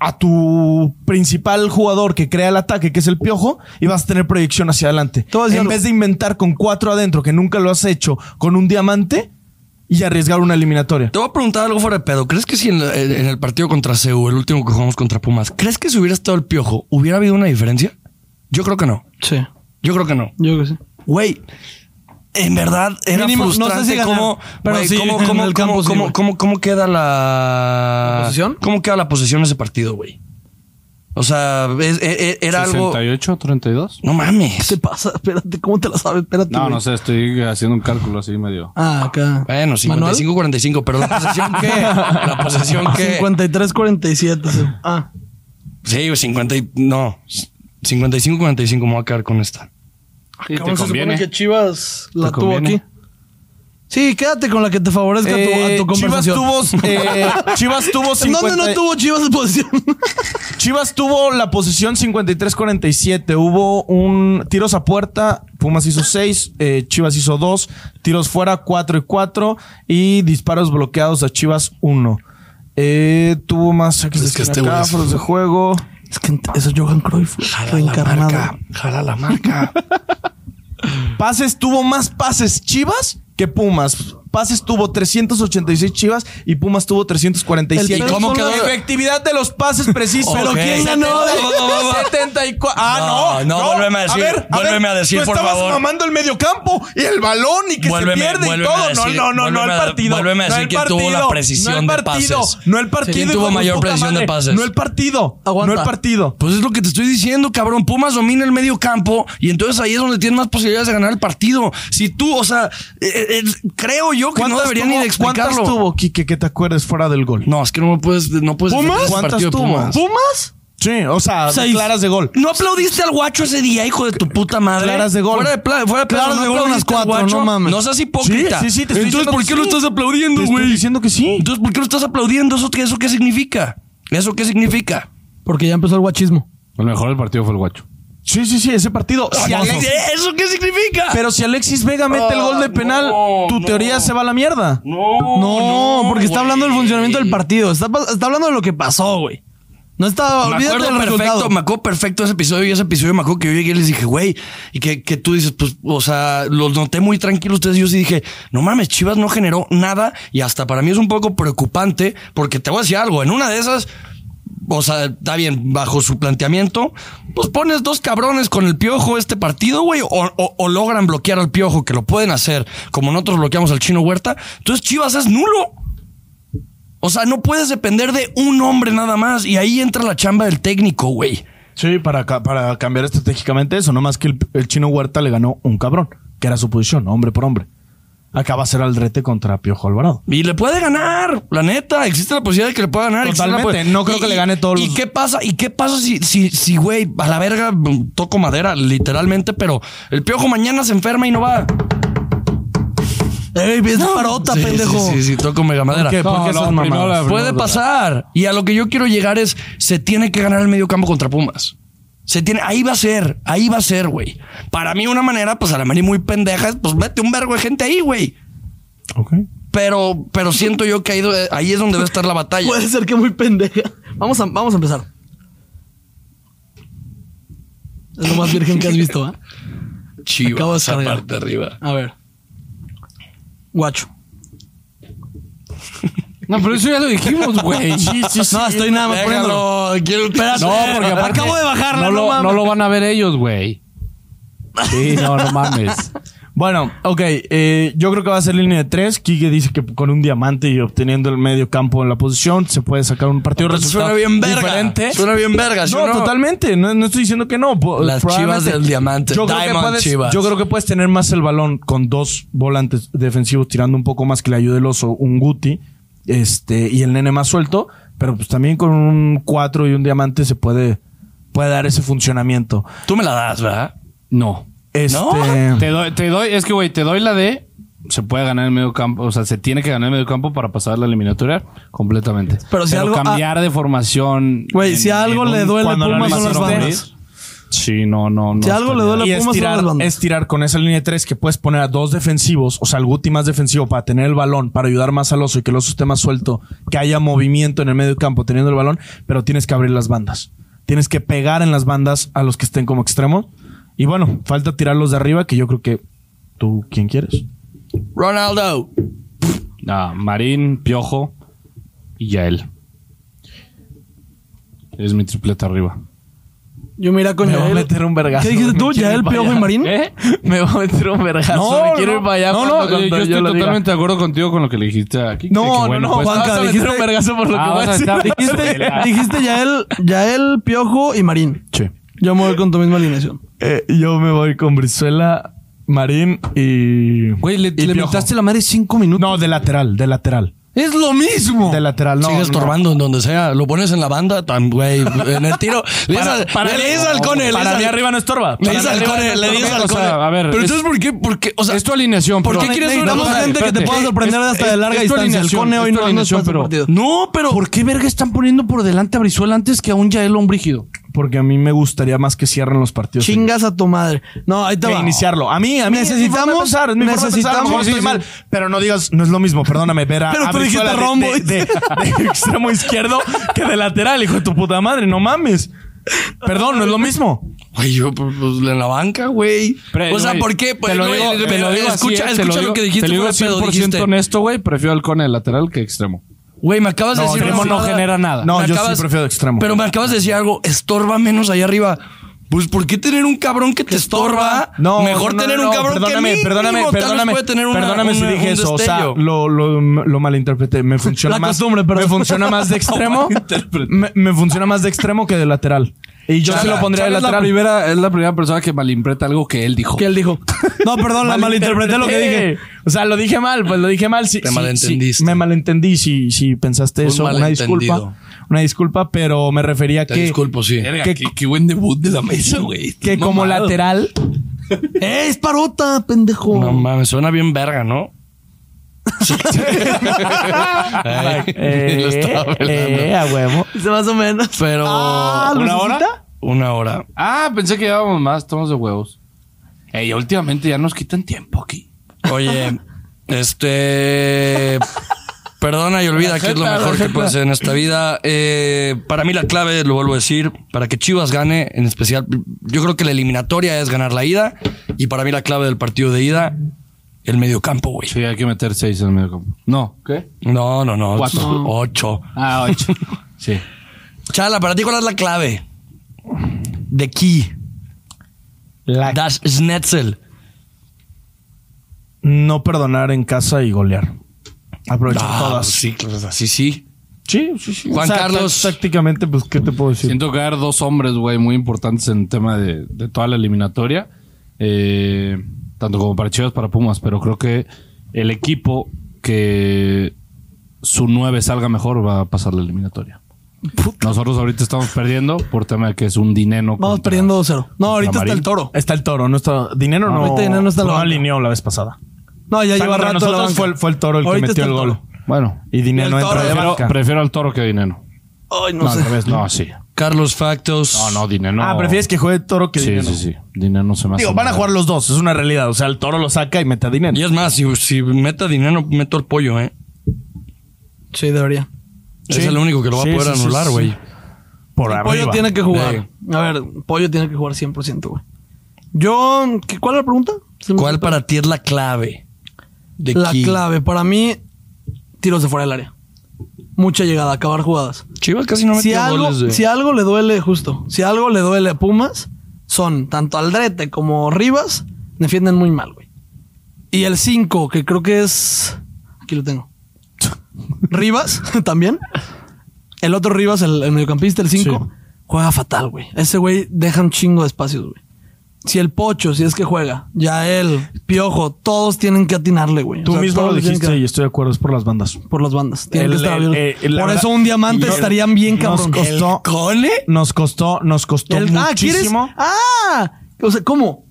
[SPEAKER 4] a tu principal jugador que crea el ataque, que es el piojo, y vas a tener proyección hacia adelante.
[SPEAKER 1] Todo es
[SPEAKER 4] en
[SPEAKER 1] diálogo.
[SPEAKER 4] vez de inventar con cuatro adentro, que nunca lo has hecho, con un diamante y arriesgar una eliminatoria.
[SPEAKER 2] Te voy a preguntar algo fuera de pedo. ¿Crees que si en, la- en el partido contra CEU, el último que jugamos contra Pumas, ¿crees que si hubiera estado el piojo, hubiera habido una diferencia? Yo creo que no.
[SPEAKER 1] Sí,
[SPEAKER 2] Yo creo que no.
[SPEAKER 1] yo que sí.
[SPEAKER 2] Güey, en verdad era
[SPEAKER 1] Mínimo, no sé
[SPEAKER 2] frustrante
[SPEAKER 1] si ganar,
[SPEAKER 2] cómo,
[SPEAKER 1] pero
[SPEAKER 2] güey,
[SPEAKER 1] sí,
[SPEAKER 2] cómo,
[SPEAKER 1] en
[SPEAKER 2] cómo,
[SPEAKER 1] el
[SPEAKER 2] cómo,
[SPEAKER 1] campo sí,
[SPEAKER 2] cómo-
[SPEAKER 1] güey.
[SPEAKER 2] cómo- cómo queda la...
[SPEAKER 1] ¿La posesión?
[SPEAKER 2] ¿Cómo queda la posesión de ese partido, güey? O sea, es- e- e- era algo.
[SPEAKER 3] 68, 32.
[SPEAKER 2] No
[SPEAKER 1] ¿Qué
[SPEAKER 2] mames.
[SPEAKER 1] te pasa? Espérate, ¿cómo te la sabes? Espérate.
[SPEAKER 3] No,
[SPEAKER 1] güey.
[SPEAKER 3] no sé, estoy haciendo un cálculo así medio.
[SPEAKER 1] Ah, acá.
[SPEAKER 2] Bueno, 55, 45, pero la posesión qué? La posesión
[SPEAKER 1] Ah,
[SPEAKER 2] qué?
[SPEAKER 1] 53, 47. sí. Ah.
[SPEAKER 2] Sí, 50 y- no. 55 45 me voy a quedar con esta.
[SPEAKER 3] Sí,
[SPEAKER 1] Cabrón,
[SPEAKER 3] te
[SPEAKER 1] se supone
[SPEAKER 3] conviene.
[SPEAKER 1] que Chivas la
[SPEAKER 3] Te
[SPEAKER 1] tuvo
[SPEAKER 3] conviene.
[SPEAKER 1] aquí. Sí, quédate con la que te favorezca a tu- a
[SPEAKER 4] Eh,
[SPEAKER 1] tu
[SPEAKER 4] Chivas
[SPEAKER 1] conversación.
[SPEAKER 4] tuvo. eh, Chivas tuvo
[SPEAKER 1] ¿En
[SPEAKER 4] 50
[SPEAKER 1] dónde no tuvo Chivas la posición?
[SPEAKER 4] Chivas tuvo la posesión 53-47. Hubo un tiros a puerta. Pumas hizo 6. Chivas hizo 2. Tiros fuera 4 y 4. Y disparos bloqueados a Chivas 1. Eh, tuvo más saques de
[SPEAKER 2] Es que
[SPEAKER 4] esquina
[SPEAKER 2] este güey
[SPEAKER 4] acá,
[SPEAKER 2] es-
[SPEAKER 4] fueros de juego.
[SPEAKER 1] es que eso es Johan Cruyff güey, reencarnado.
[SPEAKER 2] jala la marca.
[SPEAKER 4] Pases tuvo más pases Chivas que Pumas. Pases tuvo 386 Chivas y Pumas tuvo 347.
[SPEAKER 1] El- ¿Y cómo
[SPEAKER 2] quedó?
[SPEAKER 4] La efectividad de los pases precisos.
[SPEAKER 2] Pero ¿quién ganó?
[SPEAKER 4] 74. Ah, no.
[SPEAKER 2] No, no, vuélveme a decir, vuélveme a decir,
[SPEAKER 4] tú
[SPEAKER 2] por
[SPEAKER 4] estabas
[SPEAKER 2] favor.
[SPEAKER 4] mamando el mediocampo y el balón y que
[SPEAKER 2] Vuélveme,
[SPEAKER 4] se pierde y
[SPEAKER 2] vuélveme a
[SPEAKER 4] todo.
[SPEAKER 2] decir-
[SPEAKER 4] no, no, no, no
[SPEAKER 2] vuélveme
[SPEAKER 4] el
[SPEAKER 2] a-
[SPEAKER 4] partido.
[SPEAKER 2] vuélveme a
[SPEAKER 4] no
[SPEAKER 2] decir
[SPEAKER 4] el
[SPEAKER 2] quién tuvo la
[SPEAKER 4] partido,
[SPEAKER 2] precisión
[SPEAKER 4] no el
[SPEAKER 2] de
[SPEAKER 4] partido,
[SPEAKER 2] pases.
[SPEAKER 4] No el
[SPEAKER 2] Sí,
[SPEAKER 4] partido.
[SPEAKER 2] ¿quién
[SPEAKER 4] hijo
[SPEAKER 2] tuvo
[SPEAKER 4] de
[SPEAKER 2] mayor
[SPEAKER 4] puta
[SPEAKER 2] precisión de
[SPEAKER 4] madre,
[SPEAKER 2] pases?
[SPEAKER 4] No el partido.
[SPEAKER 1] Aguanta.
[SPEAKER 4] No el partido.
[SPEAKER 2] Pues es lo que te estoy diciendo, cabrón. Pumas domina el medio campo y entonces ahí es donde tienes más posibilidades de ganar el partido. Si tú, o sea, eh, eh, creo yo que no
[SPEAKER 4] ¿Cuántas
[SPEAKER 2] deberían ni
[SPEAKER 4] tuvo-
[SPEAKER 2] de explicarlo.
[SPEAKER 4] ¿Cuántas tuvo, Quique, que te acuerdes fuera del gol?
[SPEAKER 2] No, es que no puedes, no puedes. defender ese
[SPEAKER 4] ¿Cuántas
[SPEAKER 2] partido de
[SPEAKER 4] tuvo?
[SPEAKER 2] Pumas.
[SPEAKER 1] ¿Pumas?
[SPEAKER 4] Sí, o sea,
[SPEAKER 1] Seis.
[SPEAKER 4] claras de gol.
[SPEAKER 2] No aplaudiste al guacho ese día, hijo de tu puta madre.
[SPEAKER 4] Claras de gol.
[SPEAKER 2] Fuera de, pla- fuera de plazo,
[SPEAKER 4] Claras
[SPEAKER 2] ¿no
[SPEAKER 4] de gol
[SPEAKER 2] aplaudiste
[SPEAKER 4] unas
[SPEAKER 2] al
[SPEAKER 4] cuatro,
[SPEAKER 2] guacho?
[SPEAKER 4] no mames.
[SPEAKER 2] No seas hipócrita.
[SPEAKER 4] Sí, sí, sí, te
[SPEAKER 2] Entonces,
[SPEAKER 4] estoy diciendo
[SPEAKER 2] ¿por
[SPEAKER 4] que
[SPEAKER 2] qué lo
[SPEAKER 4] sí.
[SPEAKER 2] estás
[SPEAKER 4] Te
[SPEAKER 2] aplaudiendo,
[SPEAKER 4] estoy
[SPEAKER 2] güey?
[SPEAKER 4] diciendo que sí.
[SPEAKER 2] Entonces, ¿por qué lo estás aplaudiendo? ¿Eso, qué- eso qué significa? ¿Eso qué significa?
[SPEAKER 1] Porque ya empezó el guachismo.
[SPEAKER 3] El mejor del partido fue el guacho.
[SPEAKER 4] Sí, sí, sí, ese partido. Si
[SPEAKER 2] Ah, no,
[SPEAKER 4] Alexis-
[SPEAKER 2] ¿Eso qué significa?
[SPEAKER 4] pero si Alexis Vega mete el gol de penal,
[SPEAKER 2] no,
[SPEAKER 4] tu
[SPEAKER 2] no.
[SPEAKER 4] teoría se va a la mierda.
[SPEAKER 2] Oh, no,
[SPEAKER 1] No, porque está
[SPEAKER 2] güey.
[SPEAKER 1] hablando del funcionamiento del partido. Está, pas- está hablando de lo que pasó, güey. No está.
[SPEAKER 2] Me
[SPEAKER 1] olvídate
[SPEAKER 2] acuerdo
[SPEAKER 1] del
[SPEAKER 2] perfecto,
[SPEAKER 1] resultado.
[SPEAKER 2] me acuerdo perfecto ese episodio y ese episodio me acuerdo que yo llegué y les dije, güey, y que, que tú dices, pues, o sea, los noté muy tranquilos ustedes y yo sí dije, no mames, Chivas no generó nada y hasta para mí es un poco preocupante porque te voy a decir algo, en una de esas, o sea, está bien, bajo su planteamiento, pues pones dos cabrones con el piojo este partido, güey, o, o- o logran bloquear al piojo, que lo pueden hacer, como nosotros bloqueamos al chino Huerta, entonces Chivas es nulo. O sea, no puedes depender de un hombre nada más. Y ahí entra la chamba del técnico, güey.
[SPEAKER 4] Sí, para, ca- para cambiar estratégicamente eso, no más que el, el chino Huerta le ganó un cabrón, que era su posición, hombre por hombre. Acaba a ser Aldrete contra Piojo Alvarado.
[SPEAKER 2] Y le puede ganar, la neta. Existe la posibilidad de que le pueda ganar. existe la
[SPEAKER 4] Totalmente,
[SPEAKER 2] pos-
[SPEAKER 4] no creo
[SPEAKER 2] Y-
[SPEAKER 4] que le gane todos
[SPEAKER 2] ¿Y
[SPEAKER 4] los-
[SPEAKER 2] qué pasa? ¿Y qué pasa si, si, si, güey, a la verga mm, toco madera, literalmente, pero el piojo mañana se enferma y no va?
[SPEAKER 1] Ey, es parota,
[SPEAKER 2] Sí,
[SPEAKER 1] pendejo.
[SPEAKER 2] sí, sí, sí, toco mega madera.
[SPEAKER 4] ¿Qué? ¿Por
[SPEAKER 3] No,
[SPEAKER 4] qué
[SPEAKER 3] no,
[SPEAKER 4] esas
[SPEAKER 3] primero
[SPEAKER 4] mamadas?
[SPEAKER 3] la-
[SPEAKER 2] Puede
[SPEAKER 3] no,
[SPEAKER 2] pasar. Y a lo que yo quiero llegar es, se tiene que ganar el medio campo contra Pumas. Se tiene, ahí va a ser, ahí va a ser, güey. Para mí una manera, pues a la mani muy pendeja, es, pues vete un vergo de gente ahí, güey. Pero, pero siento yo que ahí, ahí es donde va a estar la batalla.
[SPEAKER 3] Pues,
[SPEAKER 1] Puede ser que muy pendeja. Vamos a, vamos a empezar. Es lo más virgen que has visto, ¿ah?
[SPEAKER 2] Chivas,
[SPEAKER 1] acabo de
[SPEAKER 2] esa
[SPEAKER 1] descargar.
[SPEAKER 2] parte arriba.
[SPEAKER 1] A ver. Guacho.
[SPEAKER 3] No, pero eso ya lo dijimos, güey.
[SPEAKER 1] no, estoy nada más poniéndolo.
[SPEAKER 2] Déjalo, quiero- espérate.
[SPEAKER 3] Ah, No, porque aparte-
[SPEAKER 1] Acabo de bajarla,
[SPEAKER 3] no,
[SPEAKER 1] no
[SPEAKER 3] lo,
[SPEAKER 1] mames.
[SPEAKER 3] no lo van a ver ellos, güey. Sí, no, no mames.
[SPEAKER 4] Bueno, ok, eh, yo creo que va a ser línea de tres. Quique dice que con un diamante y obteniendo el medio campo en la posición se puede sacar un partido
[SPEAKER 2] Pues
[SPEAKER 4] resultado
[SPEAKER 2] Suena bien verga.
[SPEAKER 4] diferente.
[SPEAKER 2] Suena bien verga. ¿sí
[SPEAKER 4] No,
[SPEAKER 2] o no?
[SPEAKER 4] totalmente. No, no estoy diciendo que no. Po-
[SPEAKER 2] Las
[SPEAKER 4] probablemente-
[SPEAKER 2] chivas del diamante,
[SPEAKER 4] Yo creo, que
[SPEAKER 2] Diamond
[SPEAKER 4] puedes,
[SPEAKER 2] Chivas.
[SPEAKER 4] yo creo que puedes tener más el balón con dos volantes defensivos tirando un poco más que le ayude el oso, un Guti este, y el nene más suelto. Pero pues también con un 4 y un diamante se puede, puede dar ese funcionamiento.
[SPEAKER 2] Tú me la das, ¿verdad?
[SPEAKER 3] No.
[SPEAKER 4] Este,
[SPEAKER 3] Te doy, te doy, es que, güey, te doy la de. Se puede ganar el medio campo, o sea, se tiene que ganar el medio campo para pasar la eliminatoria completamente.
[SPEAKER 1] Pero si algo- ah,
[SPEAKER 3] cambiar de formación.
[SPEAKER 1] Güey,
[SPEAKER 3] en-
[SPEAKER 1] si algo
[SPEAKER 3] en
[SPEAKER 1] le
[SPEAKER 3] un-
[SPEAKER 1] duele
[SPEAKER 4] cuando lo
[SPEAKER 1] Pumas son las
[SPEAKER 4] analizaste.
[SPEAKER 1] bandas.
[SPEAKER 3] Sí, no, no, no.
[SPEAKER 1] Si algo le
[SPEAKER 3] estaría-
[SPEAKER 1] duele
[SPEAKER 4] Y
[SPEAKER 1] a
[SPEAKER 4] es
[SPEAKER 1] Pumas son
[SPEAKER 4] tirar,
[SPEAKER 1] las bandas.
[SPEAKER 4] es tirar con esa línea de tres que puedes poner a dos defensivos, o sea, el Guti más defensivo para tener el balón, para ayudar más al oso y que el oso esté más suelto, que haya movimiento en el medio campo teniendo el balón, pero tienes que abrir las bandas. Tienes que pegar en las bandas a los que estén como extremos. Y bueno, falta tirarlos de arriba, que yo creo que tú, ¿quién quieres?
[SPEAKER 2] Ronaldo.
[SPEAKER 3] Ah, Marín, Piojo y Yael. Es mi tripleta arriba.
[SPEAKER 1] Yo me iré con
[SPEAKER 4] Me voy a
[SPEAKER 1] Yael.
[SPEAKER 4] meter un vergazo.
[SPEAKER 1] ¿Qué dijiste tú? ¿Yael, Piojo y Marín?
[SPEAKER 4] ¿Eh? Me voy a meter un vergazo.
[SPEAKER 3] No,
[SPEAKER 4] me quiero
[SPEAKER 3] no.
[SPEAKER 4] ir para allá.
[SPEAKER 3] No, no,
[SPEAKER 4] cuando-
[SPEAKER 3] eh,
[SPEAKER 4] cuando
[SPEAKER 3] yo estoy
[SPEAKER 4] lo diga.
[SPEAKER 3] totalmente de acuerdo contigo con lo que le dijiste aquí.
[SPEAKER 1] No, no, no,
[SPEAKER 3] pues,
[SPEAKER 1] Juanca,
[SPEAKER 3] vas a meter
[SPEAKER 1] dijiste-
[SPEAKER 3] un verga-
[SPEAKER 4] vergazo por lo
[SPEAKER 3] Ah,
[SPEAKER 4] que voy
[SPEAKER 3] vas
[SPEAKER 4] a
[SPEAKER 3] a
[SPEAKER 4] decir.
[SPEAKER 3] estar-
[SPEAKER 1] Dijiste, dijiste Yael, Yael, Piojo y Marín.
[SPEAKER 4] Sí.
[SPEAKER 1] Yo me voy con tu misma alineación.
[SPEAKER 4] Eh, yo me voy con Brizuela, Marín y.
[SPEAKER 2] Güey, le,
[SPEAKER 4] y
[SPEAKER 2] le
[SPEAKER 4] Piojo.
[SPEAKER 2] mentaste la madre cinco minutos.
[SPEAKER 4] No, de lateral, de lateral.
[SPEAKER 2] Es lo mismo.
[SPEAKER 4] De lateral, no.
[SPEAKER 2] Sigues
[SPEAKER 4] no.
[SPEAKER 2] estorbando en donde sea. Lo pones en la banda, tan güey. En el tiro. Le dices al-
[SPEAKER 4] para-
[SPEAKER 2] le dices al cone. le
[SPEAKER 4] para
[SPEAKER 2] dices
[SPEAKER 4] mí
[SPEAKER 2] al-
[SPEAKER 4] arriba no estorba.
[SPEAKER 2] Le
[SPEAKER 4] Para
[SPEAKER 2] dices
[SPEAKER 4] mí
[SPEAKER 2] al
[SPEAKER 4] arriba
[SPEAKER 2] cone.
[SPEAKER 4] no
[SPEAKER 2] Le dices
[SPEAKER 4] estorba.
[SPEAKER 2] al
[SPEAKER 3] o sea,
[SPEAKER 2] cone.
[SPEAKER 3] a ver,
[SPEAKER 2] Pero
[SPEAKER 3] es-
[SPEAKER 2] entonces, ¿por qué? ¿Por qué? O sea,
[SPEAKER 3] es tu alineación,
[SPEAKER 2] ¿Por
[SPEAKER 3] pero-
[SPEAKER 2] qué quieres una
[SPEAKER 1] Necesitamos
[SPEAKER 2] cosa?
[SPEAKER 1] gente que te
[SPEAKER 2] Espérate.
[SPEAKER 1] pueda
[SPEAKER 2] Eh,
[SPEAKER 1] sorprender
[SPEAKER 3] es-
[SPEAKER 1] hasta
[SPEAKER 3] es-
[SPEAKER 1] de larga
[SPEAKER 3] es tu
[SPEAKER 1] distancia. El
[SPEAKER 3] alineación,
[SPEAKER 1] cone hoy
[SPEAKER 3] es tu
[SPEAKER 1] no nos
[SPEAKER 3] alineación,
[SPEAKER 1] pasa
[SPEAKER 3] pero-
[SPEAKER 1] partido.
[SPEAKER 2] No, pero.
[SPEAKER 3] ¿Por qué verga están poniendo por delante a Brizuela antes que a un Yael Ombrígido?
[SPEAKER 4] Porque a mí me gustaría más que cierren los partidos.
[SPEAKER 1] Chingas a tu madre. No, ahí te
[SPEAKER 4] Que
[SPEAKER 1] va.
[SPEAKER 4] iniciarlo. A mí, a mí
[SPEAKER 1] Necesitamos-
[SPEAKER 4] necesitamos. Es mi forma de pensar, a lo mejor
[SPEAKER 1] necesitamos-
[SPEAKER 4] estoy mal. Pero no digas, no es lo mismo, perdóname. Ver a,
[SPEAKER 1] Pero
[SPEAKER 4] a
[SPEAKER 1] tú dijiste
[SPEAKER 4] Brizuela de-
[SPEAKER 1] rombo.
[SPEAKER 4] De, de- de extremo izquierdo que de lateral, hijo de tu puta madre, no mames. Perdón, no es lo mismo.
[SPEAKER 2] Güey, yo pues, en la banca, güey.
[SPEAKER 3] Pero,
[SPEAKER 2] O sea,
[SPEAKER 3] güey,
[SPEAKER 2] ¿por qué?
[SPEAKER 3] Te lo
[SPEAKER 2] Güey,
[SPEAKER 3] digo, te lo digo así,
[SPEAKER 2] Escucha,
[SPEAKER 3] Pues, eh, te
[SPEAKER 2] escucha
[SPEAKER 3] digo-
[SPEAKER 2] lo que dijiste.
[SPEAKER 3] Te lo digo
[SPEAKER 2] fuera de pedo,
[SPEAKER 3] 100%
[SPEAKER 2] dijiste.
[SPEAKER 3] honesto, güey. Prefiero al cone de lateral que extremo.
[SPEAKER 2] Güey, me acabas de
[SPEAKER 4] No,
[SPEAKER 2] decir.
[SPEAKER 4] extremo
[SPEAKER 2] una
[SPEAKER 3] no
[SPEAKER 2] mamada.
[SPEAKER 3] genera nada.
[SPEAKER 4] No,
[SPEAKER 2] Me
[SPEAKER 4] yo sí prefiero extremo.
[SPEAKER 2] Pero me acabas de decir algo. Estorba menos allá arriba. Pues, ¿por qué tener un cabrón que te estorba?
[SPEAKER 4] No,
[SPEAKER 2] Mejor
[SPEAKER 4] no,
[SPEAKER 2] tener
[SPEAKER 4] no,
[SPEAKER 2] un
[SPEAKER 4] no,
[SPEAKER 2] cabrón
[SPEAKER 4] perdóname,
[SPEAKER 2] que mínimo
[SPEAKER 4] perdóname,
[SPEAKER 2] tal vez
[SPEAKER 4] perdóname,
[SPEAKER 2] puede tener una-
[SPEAKER 4] perdóname si
[SPEAKER 2] una-
[SPEAKER 4] dije
[SPEAKER 2] un
[SPEAKER 4] eso, o sea,
[SPEAKER 2] destello.
[SPEAKER 4] lo, lo, lo malinterpreté, me funciona
[SPEAKER 1] La
[SPEAKER 4] más,
[SPEAKER 1] costumbre, perdón.
[SPEAKER 4] me funciona más de extremo, me, me funciona más de extremo que de lateral, y yo se lo pondría de
[SPEAKER 3] Chava es la
[SPEAKER 4] lateral.
[SPEAKER 3] primera, es la primera persona que malinterpreta algo que él dijo.
[SPEAKER 1] Que él dijo. No, perdón, la malinterpreté lo que dije.
[SPEAKER 4] O sea, lo dije mal, pues lo dije mal. Sí,
[SPEAKER 2] Te
[SPEAKER 4] sí,
[SPEAKER 2] malentendiste.
[SPEAKER 4] sí, me malentendí si, si pensaste
[SPEAKER 2] Un
[SPEAKER 4] eso. Una disculpa.
[SPEAKER 2] malentendido.
[SPEAKER 4] Una disculpa, pero me refería a
[SPEAKER 2] Te
[SPEAKER 4] que,
[SPEAKER 2] disculpo, sí.
[SPEAKER 3] Verga,
[SPEAKER 4] que-
[SPEAKER 3] qué, qué buen debut de la mesa, güey.
[SPEAKER 4] que como lateral.
[SPEAKER 1] ¡Eh, es parota, pendejo!
[SPEAKER 2] No mames, suena bien verga, ¿no? Ay, lo estaba
[SPEAKER 4] eh,
[SPEAKER 2] velando.
[SPEAKER 4] eh, a huevo.
[SPEAKER 1] Dice más o menos. Ah,
[SPEAKER 2] Pero-
[SPEAKER 1] ¿una
[SPEAKER 4] ¿una
[SPEAKER 1] hora?
[SPEAKER 4] hora?
[SPEAKER 2] Una hora.
[SPEAKER 3] Ah, pensé que llevábamos más. Estamos de huevos. Ey, últimamente ya nos quitan tiempo aquí.
[SPEAKER 2] Oye, este. Perdona y olvida que es lo mejor que puede ser en esta vida. Eh, para mí la clave, lo vuelvo a decir, para que Chivas gane, en especial, yo creo que la eliminatoria es ganar la ida. Y para mí la clave del partido de ida, el mediocampo, güey.
[SPEAKER 3] Sí, hay que meter seis en medio campo. No. ¿Qué?
[SPEAKER 2] No, no, no.
[SPEAKER 3] Cuatro.
[SPEAKER 2] No. Ocho.
[SPEAKER 3] Ah, ocho. sí.
[SPEAKER 2] Chala, para ti, ¿cuál es la clave? De Key.
[SPEAKER 4] La-
[SPEAKER 2] Das Schnetzel.
[SPEAKER 4] no perdonar en casa y golear. Aprovechar
[SPEAKER 2] Ah,
[SPEAKER 4] todas.
[SPEAKER 2] pues sí, claro, así sí.
[SPEAKER 4] Sí, sí, sí.
[SPEAKER 2] Juan Carlos.
[SPEAKER 4] Tácticamente, pues, ¿qué te puedo decir?
[SPEAKER 3] Siento que hay dos hombres, güey, muy importantes en tema de, de toda la eliminatoria. Eh, tanto como para Chivas, para Pumas. Pero creo que el equipo que su 9 salga mejor va a pasar la eliminatoria. Nosotros ahorita estamos perdiendo por tema de que es un dinero.
[SPEAKER 1] Vamos
[SPEAKER 3] contra-
[SPEAKER 1] perdiendo 2-0. No, ahorita está
[SPEAKER 3] Amarillo.
[SPEAKER 1] el toro.
[SPEAKER 4] Está el toro, no está. Dinero no.
[SPEAKER 1] Ahorita Dinero no está en la banca.
[SPEAKER 4] alineó la vez pasada.
[SPEAKER 1] No, ya
[SPEAKER 4] O sea,
[SPEAKER 1] lleva rato
[SPEAKER 4] contra
[SPEAKER 1] la
[SPEAKER 4] nosotros
[SPEAKER 1] banca.
[SPEAKER 4] fue, el- fue el toro el
[SPEAKER 1] Ahorita
[SPEAKER 4] que metió
[SPEAKER 1] está
[SPEAKER 4] el
[SPEAKER 1] el
[SPEAKER 4] gol.
[SPEAKER 1] Toro.
[SPEAKER 3] Bueno,
[SPEAKER 4] Y Dinero
[SPEAKER 1] El
[SPEAKER 4] no
[SPEAKER 1] Toro,
[SPEAKER 4] entra. de
[SPEAKER 1] pero-
[SPEAKER 3] prefiero,
[SPEAKER 4] banca.
[SPEAKER 3] prefiero al toro que a Dineno.
[SPEAKER 1] Ay, no,
[SPEAKER 4] No, al
[SPEAKER 1] sé.
[SPEAKER 4] revés, no.
[SPEAKER 3] No, sí.
[SPEAKER 2] Carlos Factos.
[SPEAKER 3] No, no, Dineno.
[SPEAKER 4] Ah, prefieres que juegue toro que
[SPEAKER 3] Sí,
[SPEAKER 4] dinero.
[SPEAKER 3] sí, sí. Dineno se me hace.
[SPEAKER 4] Digo, van a jugar los dos, es una realidad. O sea, el toro lo saca y mete a dinero.
[SPEAKER 2] Y es más, si, si meta dinero, meto el pollo, ¿eh?
[SPEAKER 1] Sí, debería.
[SPEAKER 2] Es
[SPEAKER 4] Sí.
[SPEAKER 2] el único que lo va
[SPEAKER 4] Sí,
[SPEAKER 2] a poder
[SPEAKER 4] sí, sí,
[SPEAKER 2] anular,
[SPEAKER 4] sí.
[SPEAKER 2] güey.
[SPEAKER 4] Por
[SPEAKER 1] El
[SPEAKER 4] arriba.
[SPEAKER 1] Pollo tiene que jugar.
[SPEAKER 2] Eh.
[SPEAKER 1] A ver, Pollo tiene que jugar 100%, güey. Yo, ¿qué- ¿cuál es la pregunta? Se me
[SPEAKER 2] ¿Cuál
[SPEAKER 1] fue.
[SPEAKER 2] para ti es la clave? De
[SPEAKER 1] La
[SPEAKER 2] Key?
[SPEAKER 1] clave para mí, tiros de fuera del área. Mucha llegada, acabar jugadas.
[SPEAKER 2] Chivas casi no
[SPEAKER 1] si,
[SPEAKER 2] metió
[SPEAKER 1] algo,
[SPEAKER 2] goles de...
[SPEAKER 1] si algo le duele, justo, si algo le duele a Pumas, son tanto Aldrete como Rivas, defienden muy mal, güey. Y el 5, que creo que es. Aquí lo tengo. Rivas, también. El otro Rivas, el, el mediocampista, el 5, juega fatal, güey. Ese güey deja un chingo de espacios, güey. Si el Pocho, si es que juega, ya él, Piojo, todos tienen que atinarle, güey. O
[SPEAKER 4] Tú
[SPEAKER 1] sea,
[SPEAKER 4] mismo
[SPEAKER 1] todos
[SPEAKER 4] lo
[SPEAKER 1] le tienen que-
[SPEAKER 4] dijiste y estoy de acuerdo, es por las bandas.
[SPEAKER 1] por las bandas. Tienen
[SPEAKER 4] El-
[SPEAKER 1] que estar
[SPEAKER 4] el-
[SPEAKER 1] abiertos.
[SPEAKER 4] eh, la
[SPEAKER 1] Por
[SPEAKER 4] verdad-
[SPEAKER 1] eso un diamante
[SPEAKER 4] y-
[SPEAKER 1] estarían bien
[SPEAKER 4] nos
[SPEAKER 1] cabrón.
[SPEAKER 4] costó-
[SPEAKER 2] ¿El Cone?
[SPEAKER 4] Nos costó, nos costó
[SPEAKER 1] El- ah, ¿quieres?
[SPEAKER 4] muchísimo.
[SPEAKER 1] Ah, o sea, ¿cómo?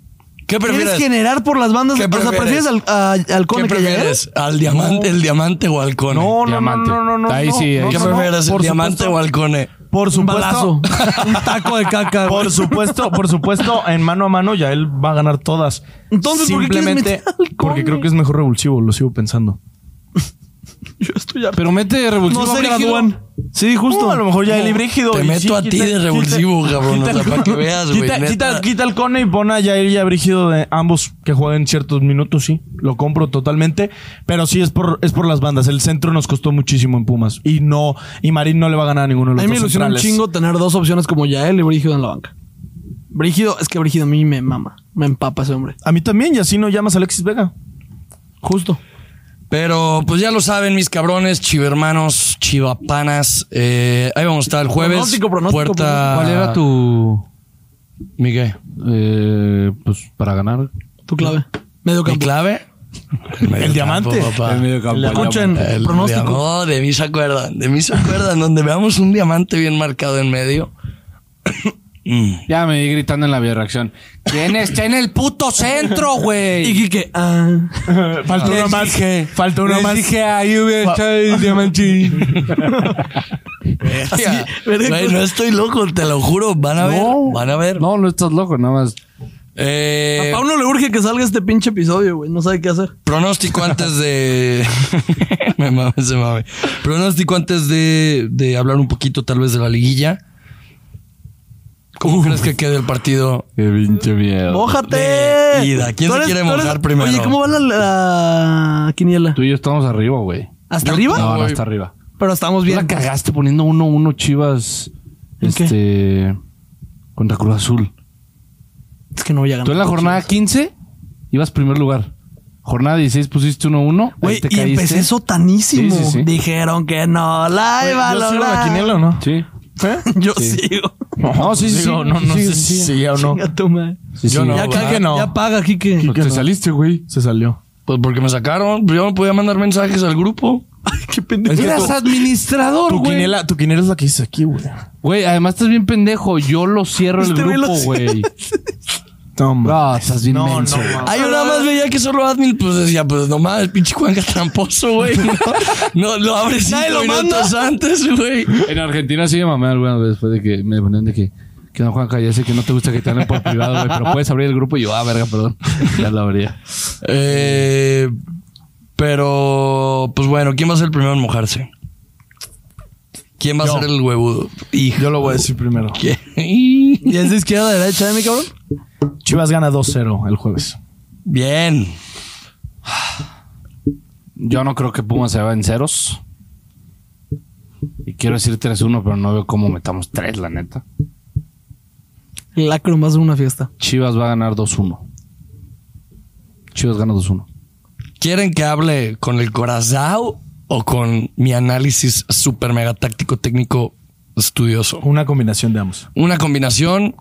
[SPEAKER 2] ¿Qué
[SPEAKER 1] ¿Quieres
[SPEAKER 2] prefieres?
[SPEAKER 1] generar por las bandas?
[SPEAKER 2] ¿Qué
[SPEAKER 1] O sea,
[SPEAKER 2] prefieres?
[SPEAKER 1] ¿prefieres al, a- al
[SPEAKER 2] ¿Qué
[SPEAKER 1] Cone que llegue?
[SPEAKER 2] prefieres? ¿Al diamante, el diamante o al Cone?
[SPEAKER 4] No, no, no,
[SPEAKER 3] Diamante.
[SPEAKER 4] no, no, no.
[SPEAKER 3] Ahí
[SPEAKER 4] no,
[SPEAKER 3] sí,
[SPEAKER 4] no,
[SPEAKER 3] ahí
[SPEAKER 2] ¿Qué
[SPEAKER 3] sí.
[SPEAKER 4] no, no,
[SPEAKER 2] prefieres, el
[SPEAKER 4] por
[SPEAKER 2] diamante
[SPEAKER 4] supuesto.
[SPEAKER 2] o al Cone?
[SPEAKER 4] Por
[SPEAKER 1] Un
[SPEAKER 4] supuesto.
[SPEAKER 1] balazo. un taco de caca. güey.
[SPEAKER 4] Por supuesto, por supuesto, en mano a mano ya él va a ganar todas.
[SPEAKER 1] Entonces, ¿por qué quieres
[SPEAKER 4] simplemente
[SPEAKER 1] meter al
[SPEAKER 4] porque
[SPEAKER 1] Cone?
[SPEAKER 4] creo que es mejor revulsivo, lo sigo pensando.
[SPEAKER 1] Yo estoy ya-
[SPEAKER 3] Pero mete revulsivo.
[SPEAKER 1] No se
[SPEAKER 3] Brígido.
[SPEAKER 1] gradúan. Sí, justo.
[SPEAKER 4] No, Uh, a lo mejor ya
[SPEAKER 1] No.
[SPEAKER 4] el librígido.
[SPEAKER 2] Te meto a ti de revulsivo, cabrón, o sea, para que veas, güey,
[SPEAKER 4] Quita,
[SPEAKER 2] neta.
[SPEAKER 4] quita, quita el cone y pon a Yair y a Brígido de ambos que jueguen ciertos minutos, sí. Lo compro totalmente. Pero sí es por, es por las bandas. El centro nos costó muchísimo en Pumas. Y no, y Marín no le va a ganar a ninguno de
[SPEAKER 1] A
[SPEAKER 4] los
[SPEAKER 1] mí me
[SPEAKER 4] dos
[SPEAKER 1] ilusiona un
[SPEAKER 4] centrales.
[SPEAKER 1] chingo tener dos opciones como Yael y Brígido en la banca. Brígido, es que Brígido a mí me mama. Me empapa ese hombre.
[SPEAKER 4] A mí también, y así no llamas a Alexis Vega.
[SPEAKER 1] Justo.
[SPEAKER 2] Pero pues ya lo saben, mis cabrones, chivermanos, chivapanas. eh, ahí vamos a estar el jueves.
[SPEAKER 1] Pronóstico, pronóstico,
[SPEAKER 2] puerta...
[SPEAKER 3] ¿Cuál era tu.
[SPEAKER 2] Miguel.
[SPEAKER 3] eh, pues para ganar?
[SPEAKER 1] Tu clave. Medio
[SPEAKER 2] ¿Mi
[SPEAKER 1] campo.
[SPEAKER 2] clave?
[SPEAKER 4] El diamante.
[SPEAKER 2] papá.
[SPEAKER 4] El
[SPEAKER 3] mediocampo,
[SPEAKER 4] La
[SPEAKER 3] el
[SPEAKER 4] concha en
[SPEAKER 1] diamante.
[SPEAKER 2] El
[SPEAKER 1] Pronóstico.
[SPEAKER 2] dia- No, de mí se acuerdan. De mí se acuerdan. Donde veamos un diamante bien marcado en medio. Mm.
[SPEAKER 3] Ya me vi gritando en la bioreacción. ¿Quién está en el puto centro,
[SPEAKER 1] Y
[SPEAKER 3] güey?
[SPEAKER 1] Quique, ah.
[SPEAKER 4] Falta uno
[SPEAKER 3] Les
[SPEAKER 4] más.
[SPEAKER 3] dije-
[SPEAKER 4] Falta uno
[SPEAKER 3] les
[SPEAKER 4] más.
[SPEAKER 3] dije, ahí hubiera estado el diamantín.
[SPEAKER 1] Así,
[SPEAKER 2] Ya.
[SPEAKER 1] verga.
[SPEAKER 2] Güey, no estoy loco, te lo juro. Van a ver, van a ver.
[SPEAKER 3] No, no estás loco, nada más.
[SPEAKER 2] Eh,
[SPEAKER 1] A Pauno le urge que salga este pinche episodio, güey. No sabe qué hacer.
[SPEAKER 2] Pronóstico antes de. me mame, se mame. Pronóstico antes de, de hablar un poquito, tal vez, de la liguilla. ¿Cómo crees que quede el partido?
[SPEAKER 3] Qué pinche miedo.
[SPEAKER 1] ¡Mójate!
[SPEAKER 2] de ida. ¿Quién
[SPEAKER 1] Tú
[SPEAKER 2] se quiere
[SPEAKER 1] tú
[SPEAKER 2] mojar primero?
[SPEAKER 1] Oye, ¿cómo va la, la quiniela?
[SPEAKER 3] Tú y yo estamos arriba, güey.
[SPEAKER 1] ¿Hasta
[SPEAKER 2] Yo-
[SPEAKER 1] arriba?
[SPEAKER 3] No, no
[SPEAKER 2] güey.
[SPEAKER 3] está arriba.
[SPEAKER 1] Pero estamos
[SPEAKER 3] Tú la
[SPEAKER 1] bien.
[SPEAKER 3] cagaste poniendo 1-1 Chivas.
[SPEAKER 1] ¿En qué?
[SPEAKER 3] Este. Contra Cruz Azul.
[SPEAKER 1] Es que no voy a ganar.
[SPEAKER 3] Tú en la jornada 15 ibas primer lugar. Jornada 16 pusiste 1-1.
[SPEAKER 1] Güey,
[SPEAKER 3] ahí te
[SPEAKER 1] y
[SPEAKER 3] caíste.
[SPEAKER 1] empecé sotanísimo.
[SPEAKER 3] Sí, sí, sí.
[SPEAKER 1] Dijeron que no la iba a
[SPEAKER 4] ¿Yo sigo la
[SPEAKER 1] lograr.
[SPEAKER 4] quiniela o no?
[SPEAKER 3] Sí.
[SPEAKER 1] Yo
[SPEAKER 3] Sí.
[SPEAKER 1] sigo.
[SPEAKER 3] No, sí, sí, sí.
[SPEAKER 4] Digo, no, no
[SPEAKER 3] Sí, sí,
[SPEAKER 4] sé si
[SPEAKER 3] sí.
[SPEAKER 4] sí o no.
[SPEAKER 1] Chinga tu madre.
[SPEAKER 3] Sí,
[SPEAKER 2] Yo
[SPEAKER 3] sí.
[SPEAKER 2] no,
[SPEAKER 1] Ya,
[SPEAKER 2] ¿verdad?
[SPEAKER 1] caga,
[SPEAKER 4] que no.
[SPEAKER 1] ya paga, Quique.
[SPEAKER 3] Pues te saliste, güey.
[SPEAKER 4] Se salió.
[SPEAKER 2] Pues porque me sacaron. Yo no podía mandar mensajes al grupo.
[SPEAKER 1] Ay, qué pendejo.
[SPEAKER 4] Es que
[SPEAKER 1] Mira,
[SPEAKER 4] tú-
[SPEAKER 3] administrador,
[SPEAKER 4] Tu quiniela, tu quiniela es la que dices aquí, güey.
[SPEAKER 3] Güey, además estás bien pendejo. Yo lo cierro
[SPEAKER 1] Este
[SPEAKER 3] el
[SPEAKER 1] güey lo
[SPEAKER 3] grupo,
[SPEAKER 1] cierra.
[SPEAKER 3] güey.
[SPEAKER 4] Toma.
[SPEAKER 3] No, estás bien
[SPEAKER 4] No,
[SPEAKER 3] menso.
[SPEAKER 4] no,
[SPEAKER 3] güey.
[SPEAKER 4] no.
[SPEAKER 2] Ahí Ah, yo nada más veía que solo admin, pues decía, pues nomás el pinche Juanca tramposo, güey. No, lo abres
[SPEAKER 1] Nadie
[SPEAKER 2] cinco
[SPEAKER 1] lo manda.
[SPEAKER 2] minutos antes, güey.
[SPEAKER 3] En Argentina sigue mamar, güey, después de que me ponían de que. Que no, Juanca, ya sé que no te gusta que te hablen por privado, güey, pero puedes abrir el grupo y yo, ah, verga, perdón. Ya lo abría.
[SPEAKER 2] Eh, pero, pues bueno, ¿quién va a ser el primero en mojarse? ¿Quién va a ser el huevudo? Hijo.
[SPEAKER 4] Yo lo voy a decir primero.
[SPEAKER 2] ¿Qué?
[SPEAKER 1] ¿Y es de izquierda a derecha de mi cabrón?
[SPEAKER 4] Chivas gana 2-0 el jueves.
[SPEAKER 2] Bien.
[SPEAKER 3] Yo no creo que Puma se va en ceros. Y quiero decir 3-1, pero no veo cómo metamos 3, la neta.
[SPEAKER 1] Lacro más de una fiesta.
[SPEAKER 3] Chivas va a ganar 2-1. Chivas gana 2-1.
[SPEAKER 2] ¿Quieren que hable con el corazón o con mi análisis super mega táctico técnico estudioso?
[SPEAKER 4] Una combinación de ambos.
[SPEAKER 2] Una combinación.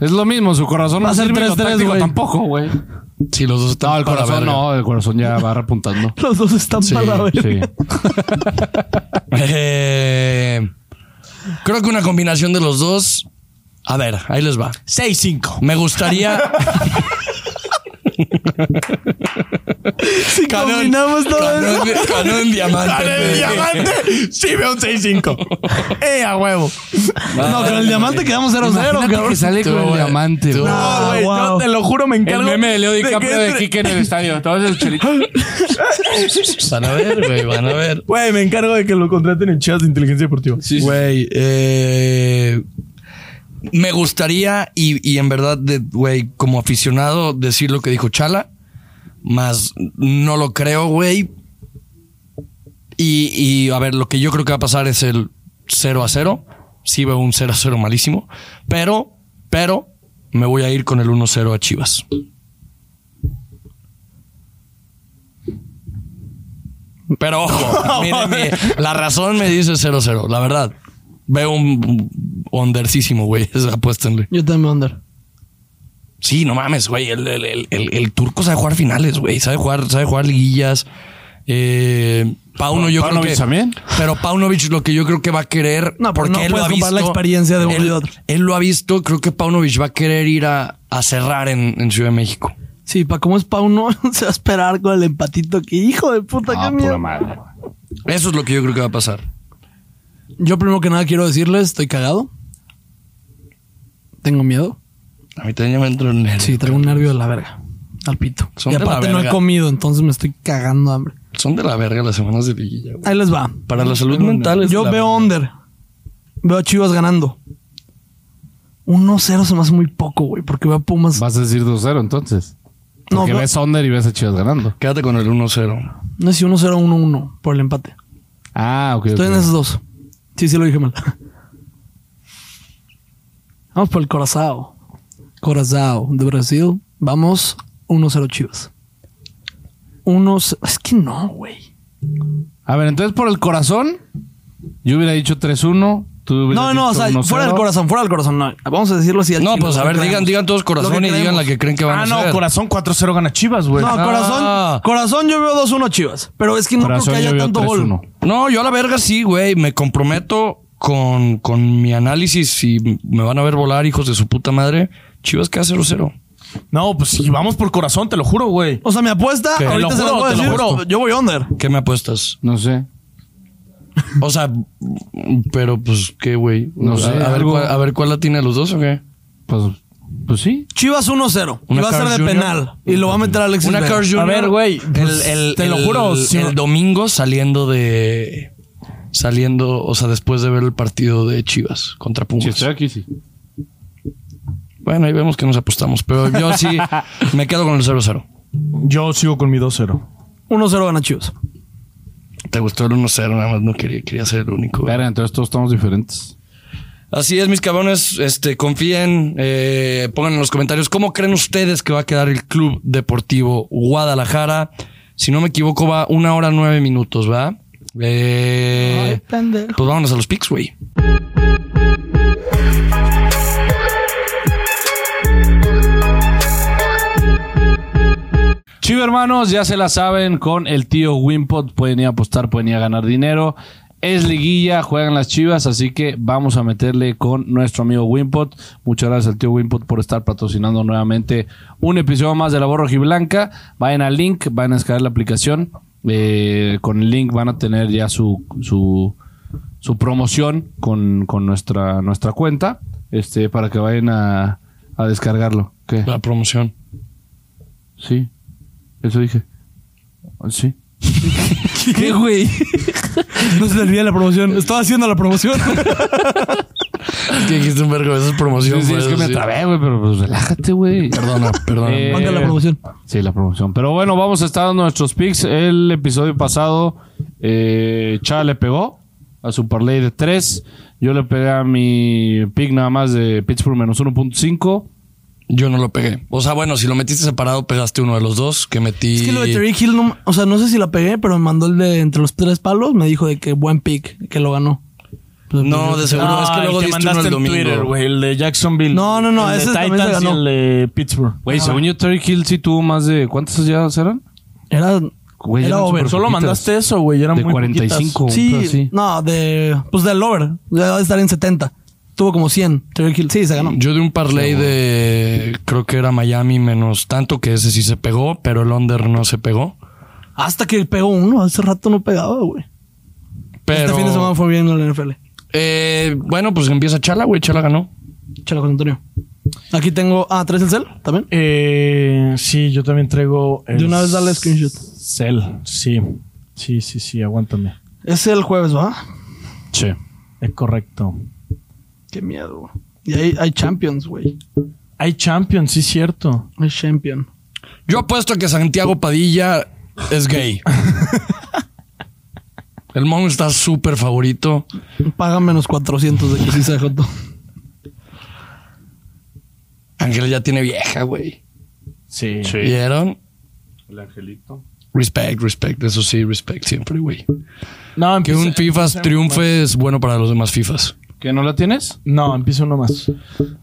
[SPEAKER 3] Es lo mismo, su corazón
[SPEAKER 1] Va a
[SPEAKER 3] no
[SPEAKER 1] ser
[SPEAKER 3] sirve en
[SPEAKER 1] 3-3,
[SPEAKER 3] lo táctico
[SPEAKER 1] güey.
[SPEAKER 3] tampoco, güey.
[SPEAKER 2] Si los dos están
[SPEAKER 3] No, el
[SPEAKER 2] para
[SPEAKER 3] corazón
[SPEAKER 2] verga.
[SPEAKER 3] no, el corazón ya va repuntando.
[SPEAKER 1] Los dos están
[SPEAKER 2] Sí,
[SPEAKER 1] para la verga.
[SPEAKER 3] Sí.
[SPEAKER 2] Eh, creo que una combinación de los dos. A ver, ahí les va.
[SPEAKER 4] 6-5.
[SPEAKER 2] Me gustaría.
[SPEAKER 1] Si combinamos todo eso.
[SPEAKER 2] Canón, canón diamante.
[SPEAKER 4] ¡El diamante! Sí, veo un 6-5. ¡Eh, a huevo!
[SPEAKER 1] No, con el diamante quedamos 0-0,
[SPEAKER 3] Imagínate
[SPEAKER 1] cabrón.
[SPEAKER 3] que sale
[SPEAKER 2] Tú,
[SPEAKER 3] con el
[SPEAKER 2] güey.
[SPEAKER 3] diamante,
[SPEAKER 2] Tú.
[SPEAKER 3] güey.
[SPEAKER 4] No, güey,
[SPEAKER 1] wow.
[SPEAKER 4] yo te lo juro, me
[SPEAKER 3] El
[SPEAKER 4] encargo.
[SPEAKER 3] meme de Leo
[SPEAKER 4] que
[SPEAKER 3] DiCaprio de
[SPEAKER 4] entre-
[SPEAKER 3] Kike en el estadio. Todo el chelito.
[SPEAKER 2] Van a ver, güey, van a ver.
[SPEAKER 4] Güey, me encargo de que lo contraten en Chivas de Inteligencia Deportiva.
[SPEAKER 3] Sí, sí.
[SPEAKER 2] Güey, eh, me gustaría, y, y en verdad, de, güey, como aficionado, decir lo que dijo Chala, más no lo creo, güey. Y, y, a ver, lo que yo creo que va a pasar es el 0 a 0. Sí veo un 0 a 0 malísimo, pero, pero me voy a ir con el 1 a 0 a Chivas. Pero ojo, mírenme, la razón me dice 0-0, la verdad. Veo un ondercísimo, güey, esa apuesta. güey.
[SPEAKER 1] Yo también, Under.
[SPEAKER 2] Sí, no mames, güey, el, el- el- el- el turco sabe jugar finales, güey, sabe jugar, sabe jugar liguillas. Eh, Pauno yo creo
[SPEAKER 3] Paunovic
[SPEAKER 2] que...
[SPEAKER 3] también.
[SPEAKER 2] Pero Paunovic lo que yo creo que va a querer...
[SPEAKER 1] No, pero
[SPEAKER 2] porque
[SPEAKER 1] no
[SPEAKER 2] él lo
[SPEAKER 1] puedes
[SPEAKER 2] ha
[SPEAKER 1] comparar la
[SPEAKER 2] visto,
[SPEAKER 1] experiencia de uno y
[SPEAKER 2] él,
[SPEAKER 1] de otro.
[SPEAKER 2] Él lo ha visto, creo que Paunovic va a querer ir a, a cerrar en, en Ciudad de México.
[SPEAKER 1] Sí, pa' cómo es pa' uno, se va a esperar con el empatito. Que hijo de puta,
[SPEAKER 3] Ah,
[SPEAKER 1] qué
[SPEAKER 3] pura
[SPEAKER 1] miedo.
[SPEAKER 3] madre. güey.
[SPEAKER 2] Eso es lo que yo creo que va a pasar.
[SPEAKER 1] Yo primero que nada quiero decirles, estoy cagado. Tengo miedo.
[SPEAKER 2] A mí también ya me entró el nervio.
[SPEAKER 1] Sí, traigo un nervio de la verga. Al pito.
[SPEAKER 2] Son
[SPEAKER 1] y
[SPEAKER 2] de la
[SPEAKER 1] aparte no he
[SPEAKER 2] verga.
[SPEAKER 1] comido, entonces me estoy cagando de hambre.
[SPEAKER 2] Son de la verga las semanas de liguilla, güey.
[SPEAKER 1] Ahí les va.
[SPEAKER 2] Para la salud mental es
[SPEAKER 1] Yo
[SPEAKER 2] la
[SPEAKER 1] veo under. Veo a Chivas ganando. 1-0 se me hace muy poco, güey, porque veo a Pumas.
[SPEAKER 3] Vas a decir 2-0 entonces.
[SPEAKER 1] No,
[SPEAKER 3] Porque
[SPEAKER 1] no.
[SPEAKER 3] ves a Onder y ves a Chivas ganando.
[SPEAKER 2] Quédate con el 1-0.
[SPEAKER 1] No sé si 1-0 o 1-1 por el empate.
[SPEAKER 3] Ah, ok.
[SPEAKER 1] Estoy
[SPEAKER 3] ok.
[SPEAKER 1] en esos dos. Sí, sí lo dije mal. Vamos por el corazón. Corazao de Brasil. Vamos 1-0 Chivas. 1 Es que no, güey.
[SPEAKER 3] A ver, entonces por el corazón, yo hubiera dicho 3-1. tú hubieras
[SPEAKER 1] No, no, o
[SPEAKER 3] dicho
[SPEAKER 1] sea,
[SPEAKER 3] 1-0.
[SPEAKER 1] fuera del corazón, fuera del corazón. no. Vamos a decirlo así. al
[SPEAKER 2] No,
[SPEAKER 1] chino,
[SPEAKER 2] pues a
[SPEAKER 1] lo
[SPEAKER 2] ver,
[SPEAKER 1] que
[SPEAKER 2] digan,
[SPEAKER 1] creemos.
[SPEAKER 2] digan todos corazón
[SPEAKER 1] Lo que
[SPEAKER 2] y digan
[SPEAKER 1] creemos.
[SPEAKER 2] la que creen que van
[SPEAKER 4] Ah,
[SPEAKER 2] a
[SPEAKER 4] no,
[SPEAKER 2] ser.
[SPEAKER 4] corazón 4-0 gana Chivas, güey.
[SPEAKER 1] No,
[SPEAKER 4] Ah,
[SPEAKER 2] Ah.
[SPEAKER 1] corazón, corazón yo veo 2-1 Chivas. Pero es que no
[SPEAKER 3] Corazón,
[SPEAKER 1] creo que
[SPEAKER 3] yo
[SPEAKER 1] haya
[SPEAKER 3] veo
[SPEAKER 1] tanto
[SPEAKER 3] 3-1.
[SPEAKER 1] gol.
[SPEAKER 2] No, yo a la verga sí, güey. Me comprometo con, con mi análisis y me van a ver volar, hijos de su puta madre. Chivas queda 0-0.
[SPEAKER 4] No, pues si vamos por corazón, te lo juro, güey.
[SPEAKER 1] O sea, mi apuesta,
[SPEAKER 2] Te lo
[SPEAKER 1] ahorita se la
[SPEAKER 4] juro,
[SPEAKER 1] puedo
[SPEAKER 4] te lo
[SPEAKER 1] decir.
[SPEAKER 4] juro.
[SPEAKER 1] Yo voy under.
[SPEAKER 2] ¿Qué me apuestas?
[SPEAKER 3] No sé.
[SPEAKER 2] O sea, mm, pero pues qué, güey.
[SPEAKER 3] No
[SPEAKER 2] A-
[SPEAKER 3] sé,
[SPEAKER 2] A, ver
[SPEAKER 3] algo.
[SPEAKER 2] cuál, a ver cuál la tiene los dos o qué.
[SPEAKER 3] Pues, pues sí.
[SPEAKER 1] Chivas 1-0. Y
[SPEAKER 2] Una
[SPEAKER 1] va a ser
[SPEAKER 2] Carl
[SPEAKER 1] de
[SPEAKER 2] Jr.
[SPEAKER 1] penal. Y lo va a meter Alexis
[SPEAKER 2] Una
[SPEAKER 1] Vega.
[SPEAKER 2] Carl Jr.
[SPEAKER 4] A ver, güey, pues, te lo juro,
[SPEAKER 2] El,
[SPEAKER 4] si-
[SPEAKER 2] el domingo saliendo de. Saliendo, o sea, después de ver el partido de Chivas contra Pumas.
[SPEAKER 3] Si estoy aquí, sí.
[SPEAKER 2] Bueno, ahí vemos que nos apostamos. Pero yo sí me quedo con el 0-0.
[SPEAKER 4] Yo sigo con mi 2-0.
[SPEAKER 1] 1-0 gana Chivas.
[SPEAKER 2] Te gustó el 1-0, nada más no quería, quería ser el único. güey.
[SPEAKER 3] Verga, entonces todos estamos diferentes.
[SPEAKER 2] Así es, mis cabrones. Este, confíen, eh, pongan en los comentarios cómo creen ustedes que va a quedar el Club Deportivo Guadalajara. Si no me equivoco, va una hora nueve minutos, ¿va? Eh, pues vámonos a los picks, güey.
[SPEAKER 3] Chivo hermanos, ya se la saben, con el tío Wimpot pueden ir a apostar, pueden ir a ganar dinero. Es liguilla, juegan las chivas, así que vamos a meterle con nuestro amigo Wimpot. Muchas gracias al tío Wimpot por estar patrocinando nuevamente un episodio más de La Borra Blanca. Vayan al link, van a descargar la aplicación. Eh, con el link van a tener ya su, su, su promoción con, con nuestra, nuestra cuenta este, para que vayan a, a descargarlo. ¿Qué?
[SPEAKER 2] La promoción.
[SPEAKER 3] Sí, eso dije. Sí.
[SPEAKER 1] ¿Qué, güey? No se te olvide la promoción. Estaba haciendo la promoción.
[SPEAKER 2] que dijiste un vergo, esa es promoción.
[SPEAKER 3] Sí, sí,
[SPEAKER 2] güey,
[SPEAKER 3] es que
[SPEAKER 2] eso
[SPEAKER 3] me
[SPEAKER 2] sí.
[SPEAKER 3] trabé, güey, pero pues relájate, güey.
[SPEAKER 2] Perdona, perdona.
[SPEAKER 3] Eh,
[SPEAKER 1] Manda la promoción.
[SPEAKER 3] Sí, la promoción. Pero bueno, vamos a estar dando nuestros picks. El episodio pasado, eh, Chava le pegó a su parlay de 3. Yo le pegué a mi pick nada más de Pittsburgh menos 1.5.
[SPEAKER 2] Yo no lo pegué. O sea, bueno, si lo metiste separado, pegaste uno de los dos que metí.
[SPEAKER 1] Es que lo de Tyreek Hill, no- o sea, no sé si la pegué, pero me mandó el de entre los tres palos. Me dijo de que buen pick, que lo ganó. Pues,
[SPEAKER 2] No,
[SPEAKER 1] pues,
[SPEAKER 2] de seguro. es que luego
[SPEAKER 4] el
[SPEAKER 2] diste uno el domingo.
[SPEAKER 4] güey. El de Jacksonville.
[SPEAKER 1] No, no, no,
[SPEAKER 4] El de
[SPEAKER 1] ese también se
[SPEAKER 4] Titans y
[SPEAKER 1] ganó.
[SPEAKER 4] el de Pittsburgh.
[SPEAKER 3] Güey, según yo, Terry Hill sí tuvo más de. ¿Cuántas ya eran?
[SPEAKER 1] Era.
[SPEAKER 3] Güey,
[SPEAKER 1] era
[SPEAKER 3] eran
[SPEAKER 1] over.
[SPEAKER 3] súper
[SPEAKER 4] Solo
[SPEAKER 3] poquitas.
[SPEAKER 4] mandaste eso, güey. Eran
[SPEAKER 3] De
[SPEAKER 4] muy
[SPEAKER 3] 45.
[SPEAKER 4] poquitas.
[SPEAKER 1] Sí,
[SPEAKER 3] pero sí.
[SPEAKER 1] no, de. Pues del over. Ya debe estar en 70. Tuvo como 100. Tyreek Hill. Sí, se ganó.
[SPEAKER 2] Yo de un parlay de. Creo que era Miami menos tanto, que ese sí se pegó, pero el under no se pegó.
[SPEAKER 1] Hasta que pegó uno. Hace rato no pegaba, güey.
[SPEAKER 2] Pero.
[SPEAKER 1] Este fin de semana fue bien en la NFL.
[SPEAKER 2] Eh, bueno, pues empieza Chala, güey. Chala ganó.
[SPEAKER 1] Chalo con Antonio. Aquí tengo. Ah, ¿traes el cel? También.
[SPEAKER 4] Eh, sí, yo también traigo. el
[SPEAKER 1] De una vez dale screenshot.
[SPEAKER 4] Cell. Sí. Sí, sí, sí. Aguántame.
[SPEAKER 1] Es el jueves, ¿va?
[SPEAKER 3] Che.
[SPEAKER 4] Es correcto.
[SPEAKER 1] Qué miedo, güey. Y hay, hay Champions, güey.
[SPEAKER 4] Hay Champions, sí, cierto.
[SPEAKER 1] Hay Champion.
[SPEAKER 2] Yo apuesto a que Santiago Padilla es gay. el Mon está súper favorito.
[SPEAKER 1] Paga menos 400 de que sí se dejó todo.
[SPEAKER 2] Ángel ya tiene vieja, güey.
[SPEAKER 4] Sí.
[SPEAKER 2] ¿Vieron?
[SPEAKER 3] El angelito.
[SPEAKER 2] Respect, respect. Eso sí, respect siempre, güey.
[SPEAKER 4] No,
[SPEAKER 2] Que
[SPEAKER 4] empieza,
[SPEAKER 2] un FIFA
[SPEAKER 4] empieza-
[SPEAKER 2] triunfe es bueno para los demás FIFAs.
[SPEAKER 3] ¿Que no la tienes?
[SPEAKER 4] No, empieza uno más.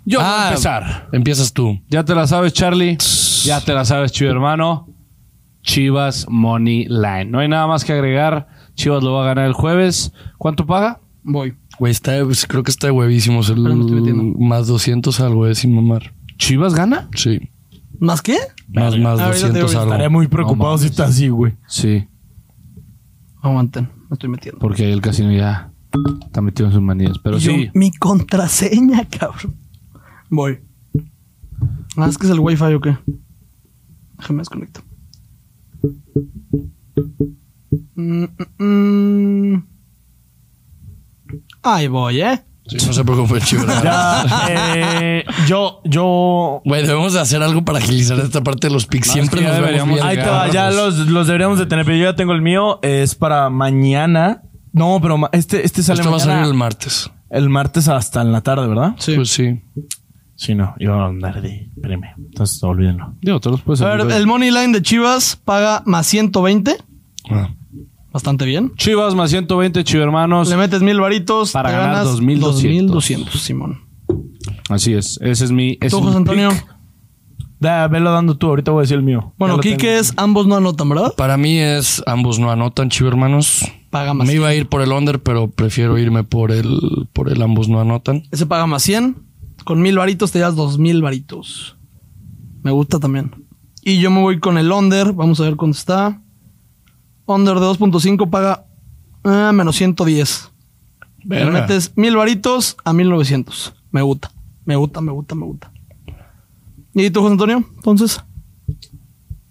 [SPEAKER 3] Yo voy
[SPEAKER 2] Ah,
[SPEAKER 3] a empezar.
[SPEAKER 2] Empiezas tú.
[SPEAKER 3] Ya te la sabes, Charlie. Ya te la sabes, chido hermano. Chivas Money Line. No hay nada más que agregar. Chivas lo va a ganar el jueves. ¿Cuánto paga?
[SPEAKER 1] Voy.
[SPEAKER 2] Güey, está, pues, creo que está de huevísimos. El,
[SPEAKER 1] Pero no estoy metiendo.
[SPEAKER 2] más 200 algo, güey, sin mamar.
[SPEAKER 3] ¿Chivas gana?
[SPEAKER 2] Sí.
[SPEAKER 1] ¿Más qué?
[SPEAKER 2] Más, más
[SPEAKER 1] Ahorita te
[SPEAKER 2] 200
[SPEAKER 1] digo,
[SPEAKER 2] algo.
[SPEAKER 4] Estaré muy preocupado si está así, güey.
[SPEAKER 3] Sí,
[SPEAKER 1] Aguanten, me estoy metiendo.
[SPEAKER 3] porque ahí el casino ya está metido en sus manías. Pero
[SPEAKER 1] Y yo-
[SPEAKER 3] sí,
[SPEAKER 1] mi contraseña, cabrón. Voy. Ah, es que es el wifi o qué. Déjame desconecto. Mm, mm, mm. Ahí voy, ¿eh?
[SPEAKER 2] Sí, no se preocupen, chivas.
[SPEAKER 4] Ya, eh, yo, yo.
[SPEAKER 2] Güey, debemos de hacer algo para agilizar esta parte de los picks. Siempre
[SPEAKER 3] es que
[SPEAKER 2] nos
[SPEAKER 3] ya
[SPEAKER 2] deberíamos.
[SPEAKER 3] deberíamos-
[SPEAKER 2] Bien.
[SPEAKER 3] Ahí
[SPEAKER 4] Ahí te va, ya los, los deberíamos de tener, pero yo ya tengo el mío. Es para mañana. No, pero ma- este, este sale
[SPEAKER 2] Esto va a
[SPEAKER 4] mañana.
[SPEAKER 2] salir el
[SPEAKER 4] el...
[SPEAKER 2] martes.
[SPEAKER 4] martes hasta en la tarde, ¿verdad?
[SPEAKER 1] Sí.
[SPEAKER 2] Pues sí.
[SPEAKER 4] Sí, no, iba a andar de premio. Entonces, olvídenlo.
[SPEAKER 3] Digo, todos los puedes
[SPEAKER 1] A ver,
[SPEAKER 3] olvidar.
[SPEAKER 1] el money line de Chivas paga más 120.
[SPEAKER 2] Ah.
[SPEAKER 1] Bastante bien.
[SPEAKER 3] Chivas más 120, Chivermanos.
[SPEAKER 1] Le metes mil varitos.
[SPEAKER 3] Pues, Para
[SPEAKER 1] te
[SPEAKER 3] ganar
[SPEAKER 1] ganas
[SPEAKER 3] 2200.
[SPEAKER 1] 2200, Simón.
[SPEAKER 3] Así es. Ese es mi. ese
[SPEAKER 1] Tú,
[SPEAKER 3] es mi
[SPEAKER 1] José Antonio.
[SPEAKER 3] pick.
[SPEAKER 4] Da, velo dando tú, ahorita voy a decir el mío.
[SPEAKER 1] Bueno, Quique es ambos no anotan, ¿verdad?
[SPEAKER 2] Para mí es ambos no anotan, chivo hermanos.
[SPEAKER 1] Paga más.
[SPEAKER 2] Me iba a ir por el under, pero prefiero irme por el por el ambos no anotan.
[SPEAKER 1] Ese paga más 100. Con mil varitos te das dos mil varitos. Me gusta también. Y yo me voy con el under. Vamos a ver cuánto está. Under de 2.5 paga ah, menos 110. Le
[SPEAKER 2] Verga.
[SPEAKER 1] metes mil varitos a 1900. Me gusta. Me gusta, me gusta, me gusta. ¿Y tú, José Antonio? Entonces,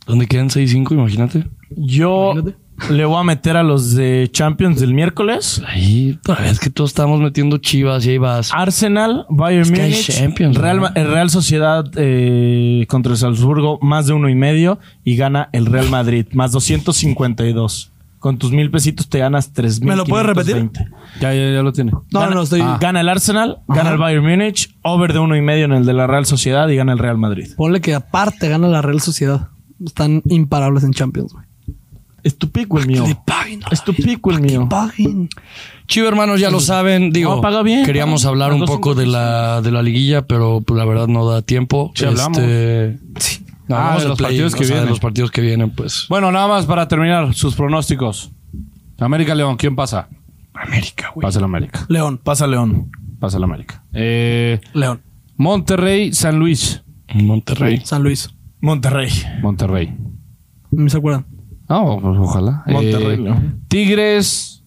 [SPEAKER 2] ¿Dónde quedan 6-5? Imagínate.
[SPEAKER 4] Yo
[SPEAKER 1] Imagínate.
[SPEAKER 4] le voy a meter a los de Champions del miércoles.
[SPEAKER 2] Ahí, otra vez que todos estamos metiendo chivas y ahí vas.
[SPEAKER 4] Arsenal, Bayern
[SPEAKER 2] Es que hay
[SPEAKER 4] Múnich,
[SPEAKER 2] Champions,
[SPEAKER 4] Real,
[SPEAKER 2] ¿no?
[SPEAKER 4] el Real Sociedad eh, contra el Salzburgo, más de uno y medio. Y gana el Real Madrid, más 252. Con tus mil pesitos te ganas tres mil.
[SPEAKER 1] ¿Me lo puedes repetir?
[SPEAKER 3] Ya, ya, ya lo tiene.
[SPEAKER 1] No,
[SPEAKER 4] gana,
[SPEAKER 1] no, no, estoy-
[SPEAKER 4] Ah. Gana el Arsenal,
[SPEAKER 1] Ajá.
[SPEAKER 4] gana el Bayern Múnich, over de uno y medio en el de la Real Sociedad y gana el Real Madrid.
[SPEAKER 1] ponle que aparte gana la Real Sociedad. Están imparables en Champions, güey.
[SPEAKER 4] Es tu pico el mío.
[SPEAKER 1] Que paguen. a la
[SPEAKER 4] Es tu
[SPEAKER 1] verga,
[SPEAKER 4] pico el
[SPEAKER 1] que
[SPEAKER 4] mío.
[SPEAKER 1] paguen.
[SPEAKER 2] Chivo hermanos, ya lo saben. Digo,
[SPEAKER 4] No, paga bien.
[SPEAKER 2] queríamos hablar un poco de la, de la liguilla, pero pues, la verdad no da tiempo. Este,
[SPEAKER 3] Sí, hablamos.
[SPEAKER 1] Sí.
[SPEAKER 2] no,
[SPEAKER 3] Ah,
[SPEAKER 2] hablamos
[SPEAKER 3] de
[SPEAKER 2] del
[SPEAKER 3] los
[SPEAKER 2] play-in,
[SPEAKER 3] partidos que
[SPEAKER 2] o sea, de
[SPEAKER 3] vienen.
[SPEAKER 2] los partidos que vienen, pues.
[SPEAKER 3] Bueno, nada más para terminar, sus pronósticos. América León, ¿quién pasa?
[SPEAKER 2] América, güey.
[SPEAKER 3] Pasa el América.
[SPEAKER 1] León,
[SPEAKER 4] Pasa León.
[SPEAKER 3] Pasa el América. Eh,
[SPEAKER 1] León,
[SPEAKER 3] Monterrey, San Luis.
[SPEAKER 2] Monterrey.
[SPEAKER 1] San Luis.
[SPEAKER 4] Monterrey.
[SPEAKER 3] Monterrey.
[SPEAKER 1] ¿Me se acuerdan?
[SPEAKER 3] Ah, o- pues ojalá.
[SPEAKER 4] Monterrey,
[SPEAKER 3] Eh,
[SPEAKER 4] León.
[SPEAKER 3] Tigres.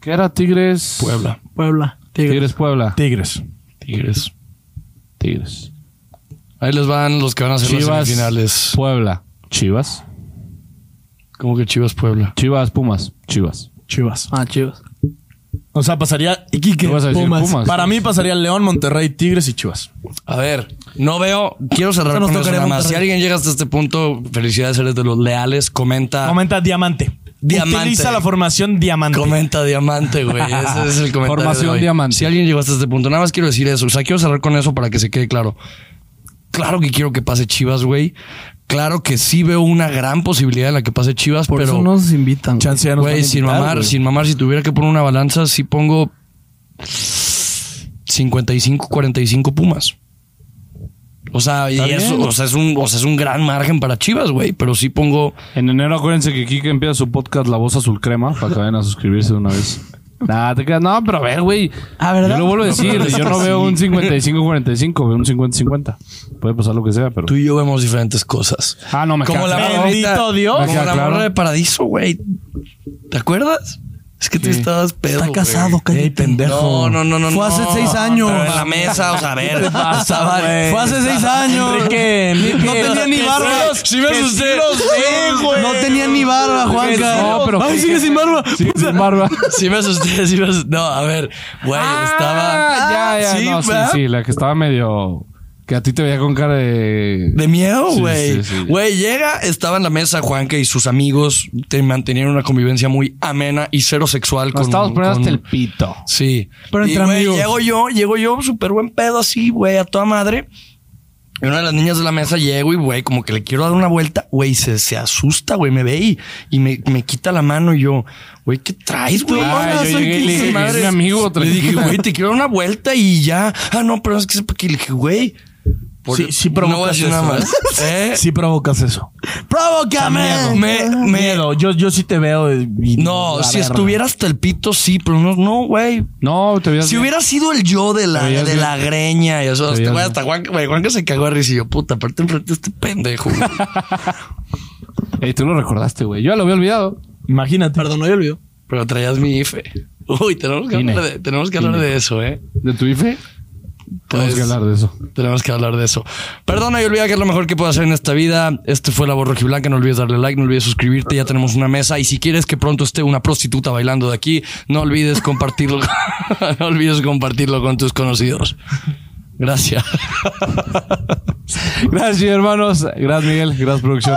[SPEAKER 3] ¿Qué era Tigres?
[SPEAKER 2] Puebla.
[SPEAKER 1] Puebla, Tigres.
[SPEAKER 3] Tigres, Puebla.
[SPEAKER 4] Tigres.
[SPEAKER 2] Tigres.
[SPEAKER 3] Tigres.
[SPEAKER 2] Ahí les van los que van a hacer las
[SPEAKER 3] Chivas.
[SPEAKER 2] semifinales.
[SPEAKER 3] Puebla. Chivas.
[SPEAKER 2] Como que Chivas Puebla.
[SPEAKER 3] Chivas, Pumas. Chivas.
[SPEAKER 4] Chivas.
[SPEAKER 1] Ah, chivas.
[SPEAKER 4] O sea, pasaría
[SPEAKER 3] ¿Qué
[SPEAKER 4] Iquique.
[SPEAKER 3] vas a decir?
[SPEAKER 4] Pumas.
[SPEAKER 3] Pumas.
[SPEAKER 4] Para mí pasaría León, Monterrey, Tigres y Chivas.
[SPEAKER 2] A ver, no veo. Quiero cerrar
[SPEAKER 1] Eso nos
[SPEAKER 2] con eso
[SPEAKER 1] tocaría
[SPEAKER 2] nada más.
[SPEAKER 1] Monterrey.
[SPEAKER 2] Si alguien llega hasta este punto, felicidades, eres de los leales. Comenta.
[SPEAKER 4] Comenta diamante.
[SPEAKER 2] Ah. Diamante.
[SPEAKER 4] Utiliza la formación diamante.
[SPEAKER 2] Comenta diamante, güey. Ese es el comentario.
[SPEAKER 3] Formación
[SPEAKER 2] de hoy.
[SPEAKER 3] diamante.
[SPEAKER 2] Si alguien llegó hasta este punto, nada más quiero decir eso. O sea, quiero cerrar con eso para que se quede claro. Claro que quiero que pase Chivas, güey. Claro que sí veo una gran posibilidad en la que pase Chivas,
[SPEAKER 1] Por
[SPEAKER 2] pero.
[SPEAKER 1] eso nos invitan. güey.
[SPEAKER 4] Chance ya nos van
[SPEAKER 2] Güey,
[SPEAKER 4] a
[SPEAKER 2] sin
[SPEAKER 4] invitar,
[SPEAKER 2] mamar,
[SPEAKER 4] güey.
[SPEAKER 2] sin mamar, si tuviera que poner una balanza, sí pongo 55, 45 Pumas. O sea, y
[SPEAKER 3] Está bien.
[SPEAKER 2] eso, o sea, es un, o sea, es un gran margen para Chivas, güey. Pero sí pongo.
[SPEAKER 3] En enero acuérdense que Kike empieza su podcast La Voz Azul Crema para que vayan a suscribirse de una vez. Nah, te quedas. No, pero a ver, güey.
[SPEAKER 1] Ah, ¿verdad?
[SPEAKER 3] Yo lo vuelvo a decir.
[SPEAKER 1] No, pero-
[SPEAKER 3] yo no veo un 55-45, veo un 50-50. Puede pasar lo que sea, pero.
[SPEAKER 2] Tú y yo vemos diferentes cosas.
[SPEAKER 3] Ah, no, me
[SPEAKER 2] Como
[SPEAKER 3] queda
[SPEAKER 2] la
[SPEAKER 3] claro.
[SPEAKER 2] morra ahorita-
[SPEAKER 4] Bendito Dios.
[SPEAKER 2] Como
[SPEAKER 3] Me
[SPEAKER 2] la
[SPEAKER 3] queda
[SPEAKER 2] morra
[SPEAKER 3] claro.
[SPEAKER 2] de Paradiso, güey. ¿Te acuerdas? Es que tú estabas pedo.
[SPEAKER 1] Está
[SPEAKER 2] güey.
[SPEAKER 1] casado, cállate.
[SPEAKER 4] Ey, pendejo.
[SPEAKER 2] No, no, no, no.
[SPEAKER 1] Fue
[SPEAKER 2] no.
[SPEAKER 1] hace seis años.
[SPEAKER 2] Pero En la mesa, o sea, a ver.
[SPEAKER 1] Estaba- Fue hace seis años.
[SPEAKER 4] Enrique, Enrique.
[SPEAKER 1] no tenía ni
[SPEAKER 4] Que
[SPEAKER 1] barba.
[SPEAKER 4] sí los-
[SPEAKER 2] Si ves usted.
[SPEAKER 1] No tenía ni barba, Juanca.
[SPEAKER 3] No, pero-
[SPEAKER 1] Ay, sigue sin barba.
[SPEAKER 3] Sí, sin barba.
[SPEAKER 2] Si ves usted, si ves. No, a ver. Güey, estaba.
[SPEAKER 3] Ah, ya, ya.
[SPEAKER 2] Sí,
[SPEAKER 3] no, sí,
[SPEAKER 2] ¿verdad?
[SPEAKER 3] sí, la que estaba medio. Que a ti te veía con cara de.
[SPEAKER 2] De miedo,
[SPEAKER 3] Sí,
[SPEAKER 2] güey.
[SPEAKER 3] sí, sí.
[SPEAKER 2] Güey, llega, estaba en la mesa Juanca y sus amigos te mantenían una convivencia muy amena y cero sexual
[SPEAKER 3] Nos
[SPEAKER 2] con
[SPEAKER 3] estábamos poniendo
[SPEAKER 2] con-
[SPEAKER 3] hasta el pito.
[SPEAKER 2] Sí.
[SPEAKER 1] Pero
[SPEAKER 2] Y,
[SPEAKER 1] entre
[SPEAKER 2] güey,
[SPEAKER 1] amigos.
[SPEAKER 2] Llego yo, llego yo, súper buen pedo así, güey, a toda madre. Y una de las niñas de la mesa llego y, güey, como que le quiero dar una vuelta, güey, se, se asusta, güey, me ve y, y me, me quita la mano y yo, güey, ¿qué traes, güey?
[SPEAKER 3] Ah,
[SPEAKER 2] Hola,
[SPEAKER 3] yo
[SPEAKER 2] soy
[SPEAKER 3] llegué y le
[SPEAKER 2] Kike,
[SPEAKER 3] dije,
[SPEAKER 2] madres.
[SPEAKER 3] "Es mi amigo,
[SPEAKER 2] Le dije,
[SPEAKER 3] tranquila".
[SPEAKER 2] güey, te quiero dar una vuelta y ya. Ah, no, pero es que sepa que le dije, güey. por-
[SPEAKER 4] Sí, sí
[SPEAKER 2] no voy a
[SPEAKER 4] provocas
[SPEAKER 2] decir
[SPEAKER 4] eso.
[SPEAKER 2] nada más. ¿Eh?
[SPEAKER 4] Sí provocas eso.
[SPEAKER 1] ¡Provócame!
[SPEAKER 2] Me, me,
[SPEAKER 4] Miedo. Yo, yo sí te veo. y- y-
[SPEAKER 2] no,
[SPEAKER 4] la
[SPEAKER 2] si
[SPEAKER 4] verga.
[SPEAKER 2] estuviera hasta el pito, sí, pero no, no, güey.
[SPEAKER 3] No, te veías.
[SPEAKER 2] Si
[SPEAKER 3] bien.
[SPEAKER 2] hubiera sido el yo de la,
[SPEAKER 3] Te veías
[SPEAKER 2] de
[SPEAKER 3] bien.
[SPEAKER 2] la greña y eso,
[SPEAKER 3] Te
[SPEAKER 2] hasta,
[SPEAKER 3] veías
[SPEAKER 2] güey, hasta Juan, güey, Juan que se cagó de risa y yo, puta, aparte enfrente de este pendejo. güey.
[SPEAKER 3] Ey, tú lo recordaste, güey. Yo ya lo había olvidado.
[SPEAKER 4] Imagínate.
[SPEAKER 1] Perdón, no, yo olvidó.
[SPEAKER 2] Pero traías mi IFE. Uy, tenemos que,
[SPEAKER 3] Ine.
[SPEAKER 2] hablar de, tenemos que hablar
[SPEAKER 3] Ine.
[SPEAKER 2] de eso, ¿eh?
[SPEAKER 3] ¿De tu IFE?
[SPEAKER 2] Pues,
[SPEAKER 3] Tenemos que hablar de eso.
[SPEAKER 2] Tenemos que hablar de eso. Perdona y olvida que es lo mejor que puedo hacer en esta vida. Este fue La Voz Rojiblanca. No olvides darle like, no olvides suscribirte. Ya tenemos una mesa. Y si quieres que pronto esté una prostituta bailando de aquí, no olvides compartirlo. no olvides compartirlo con tus conocidos. Gracias.
[SPEAKER 3] Gracias, hermanos. Gracias, Miguel. Gracias, producción.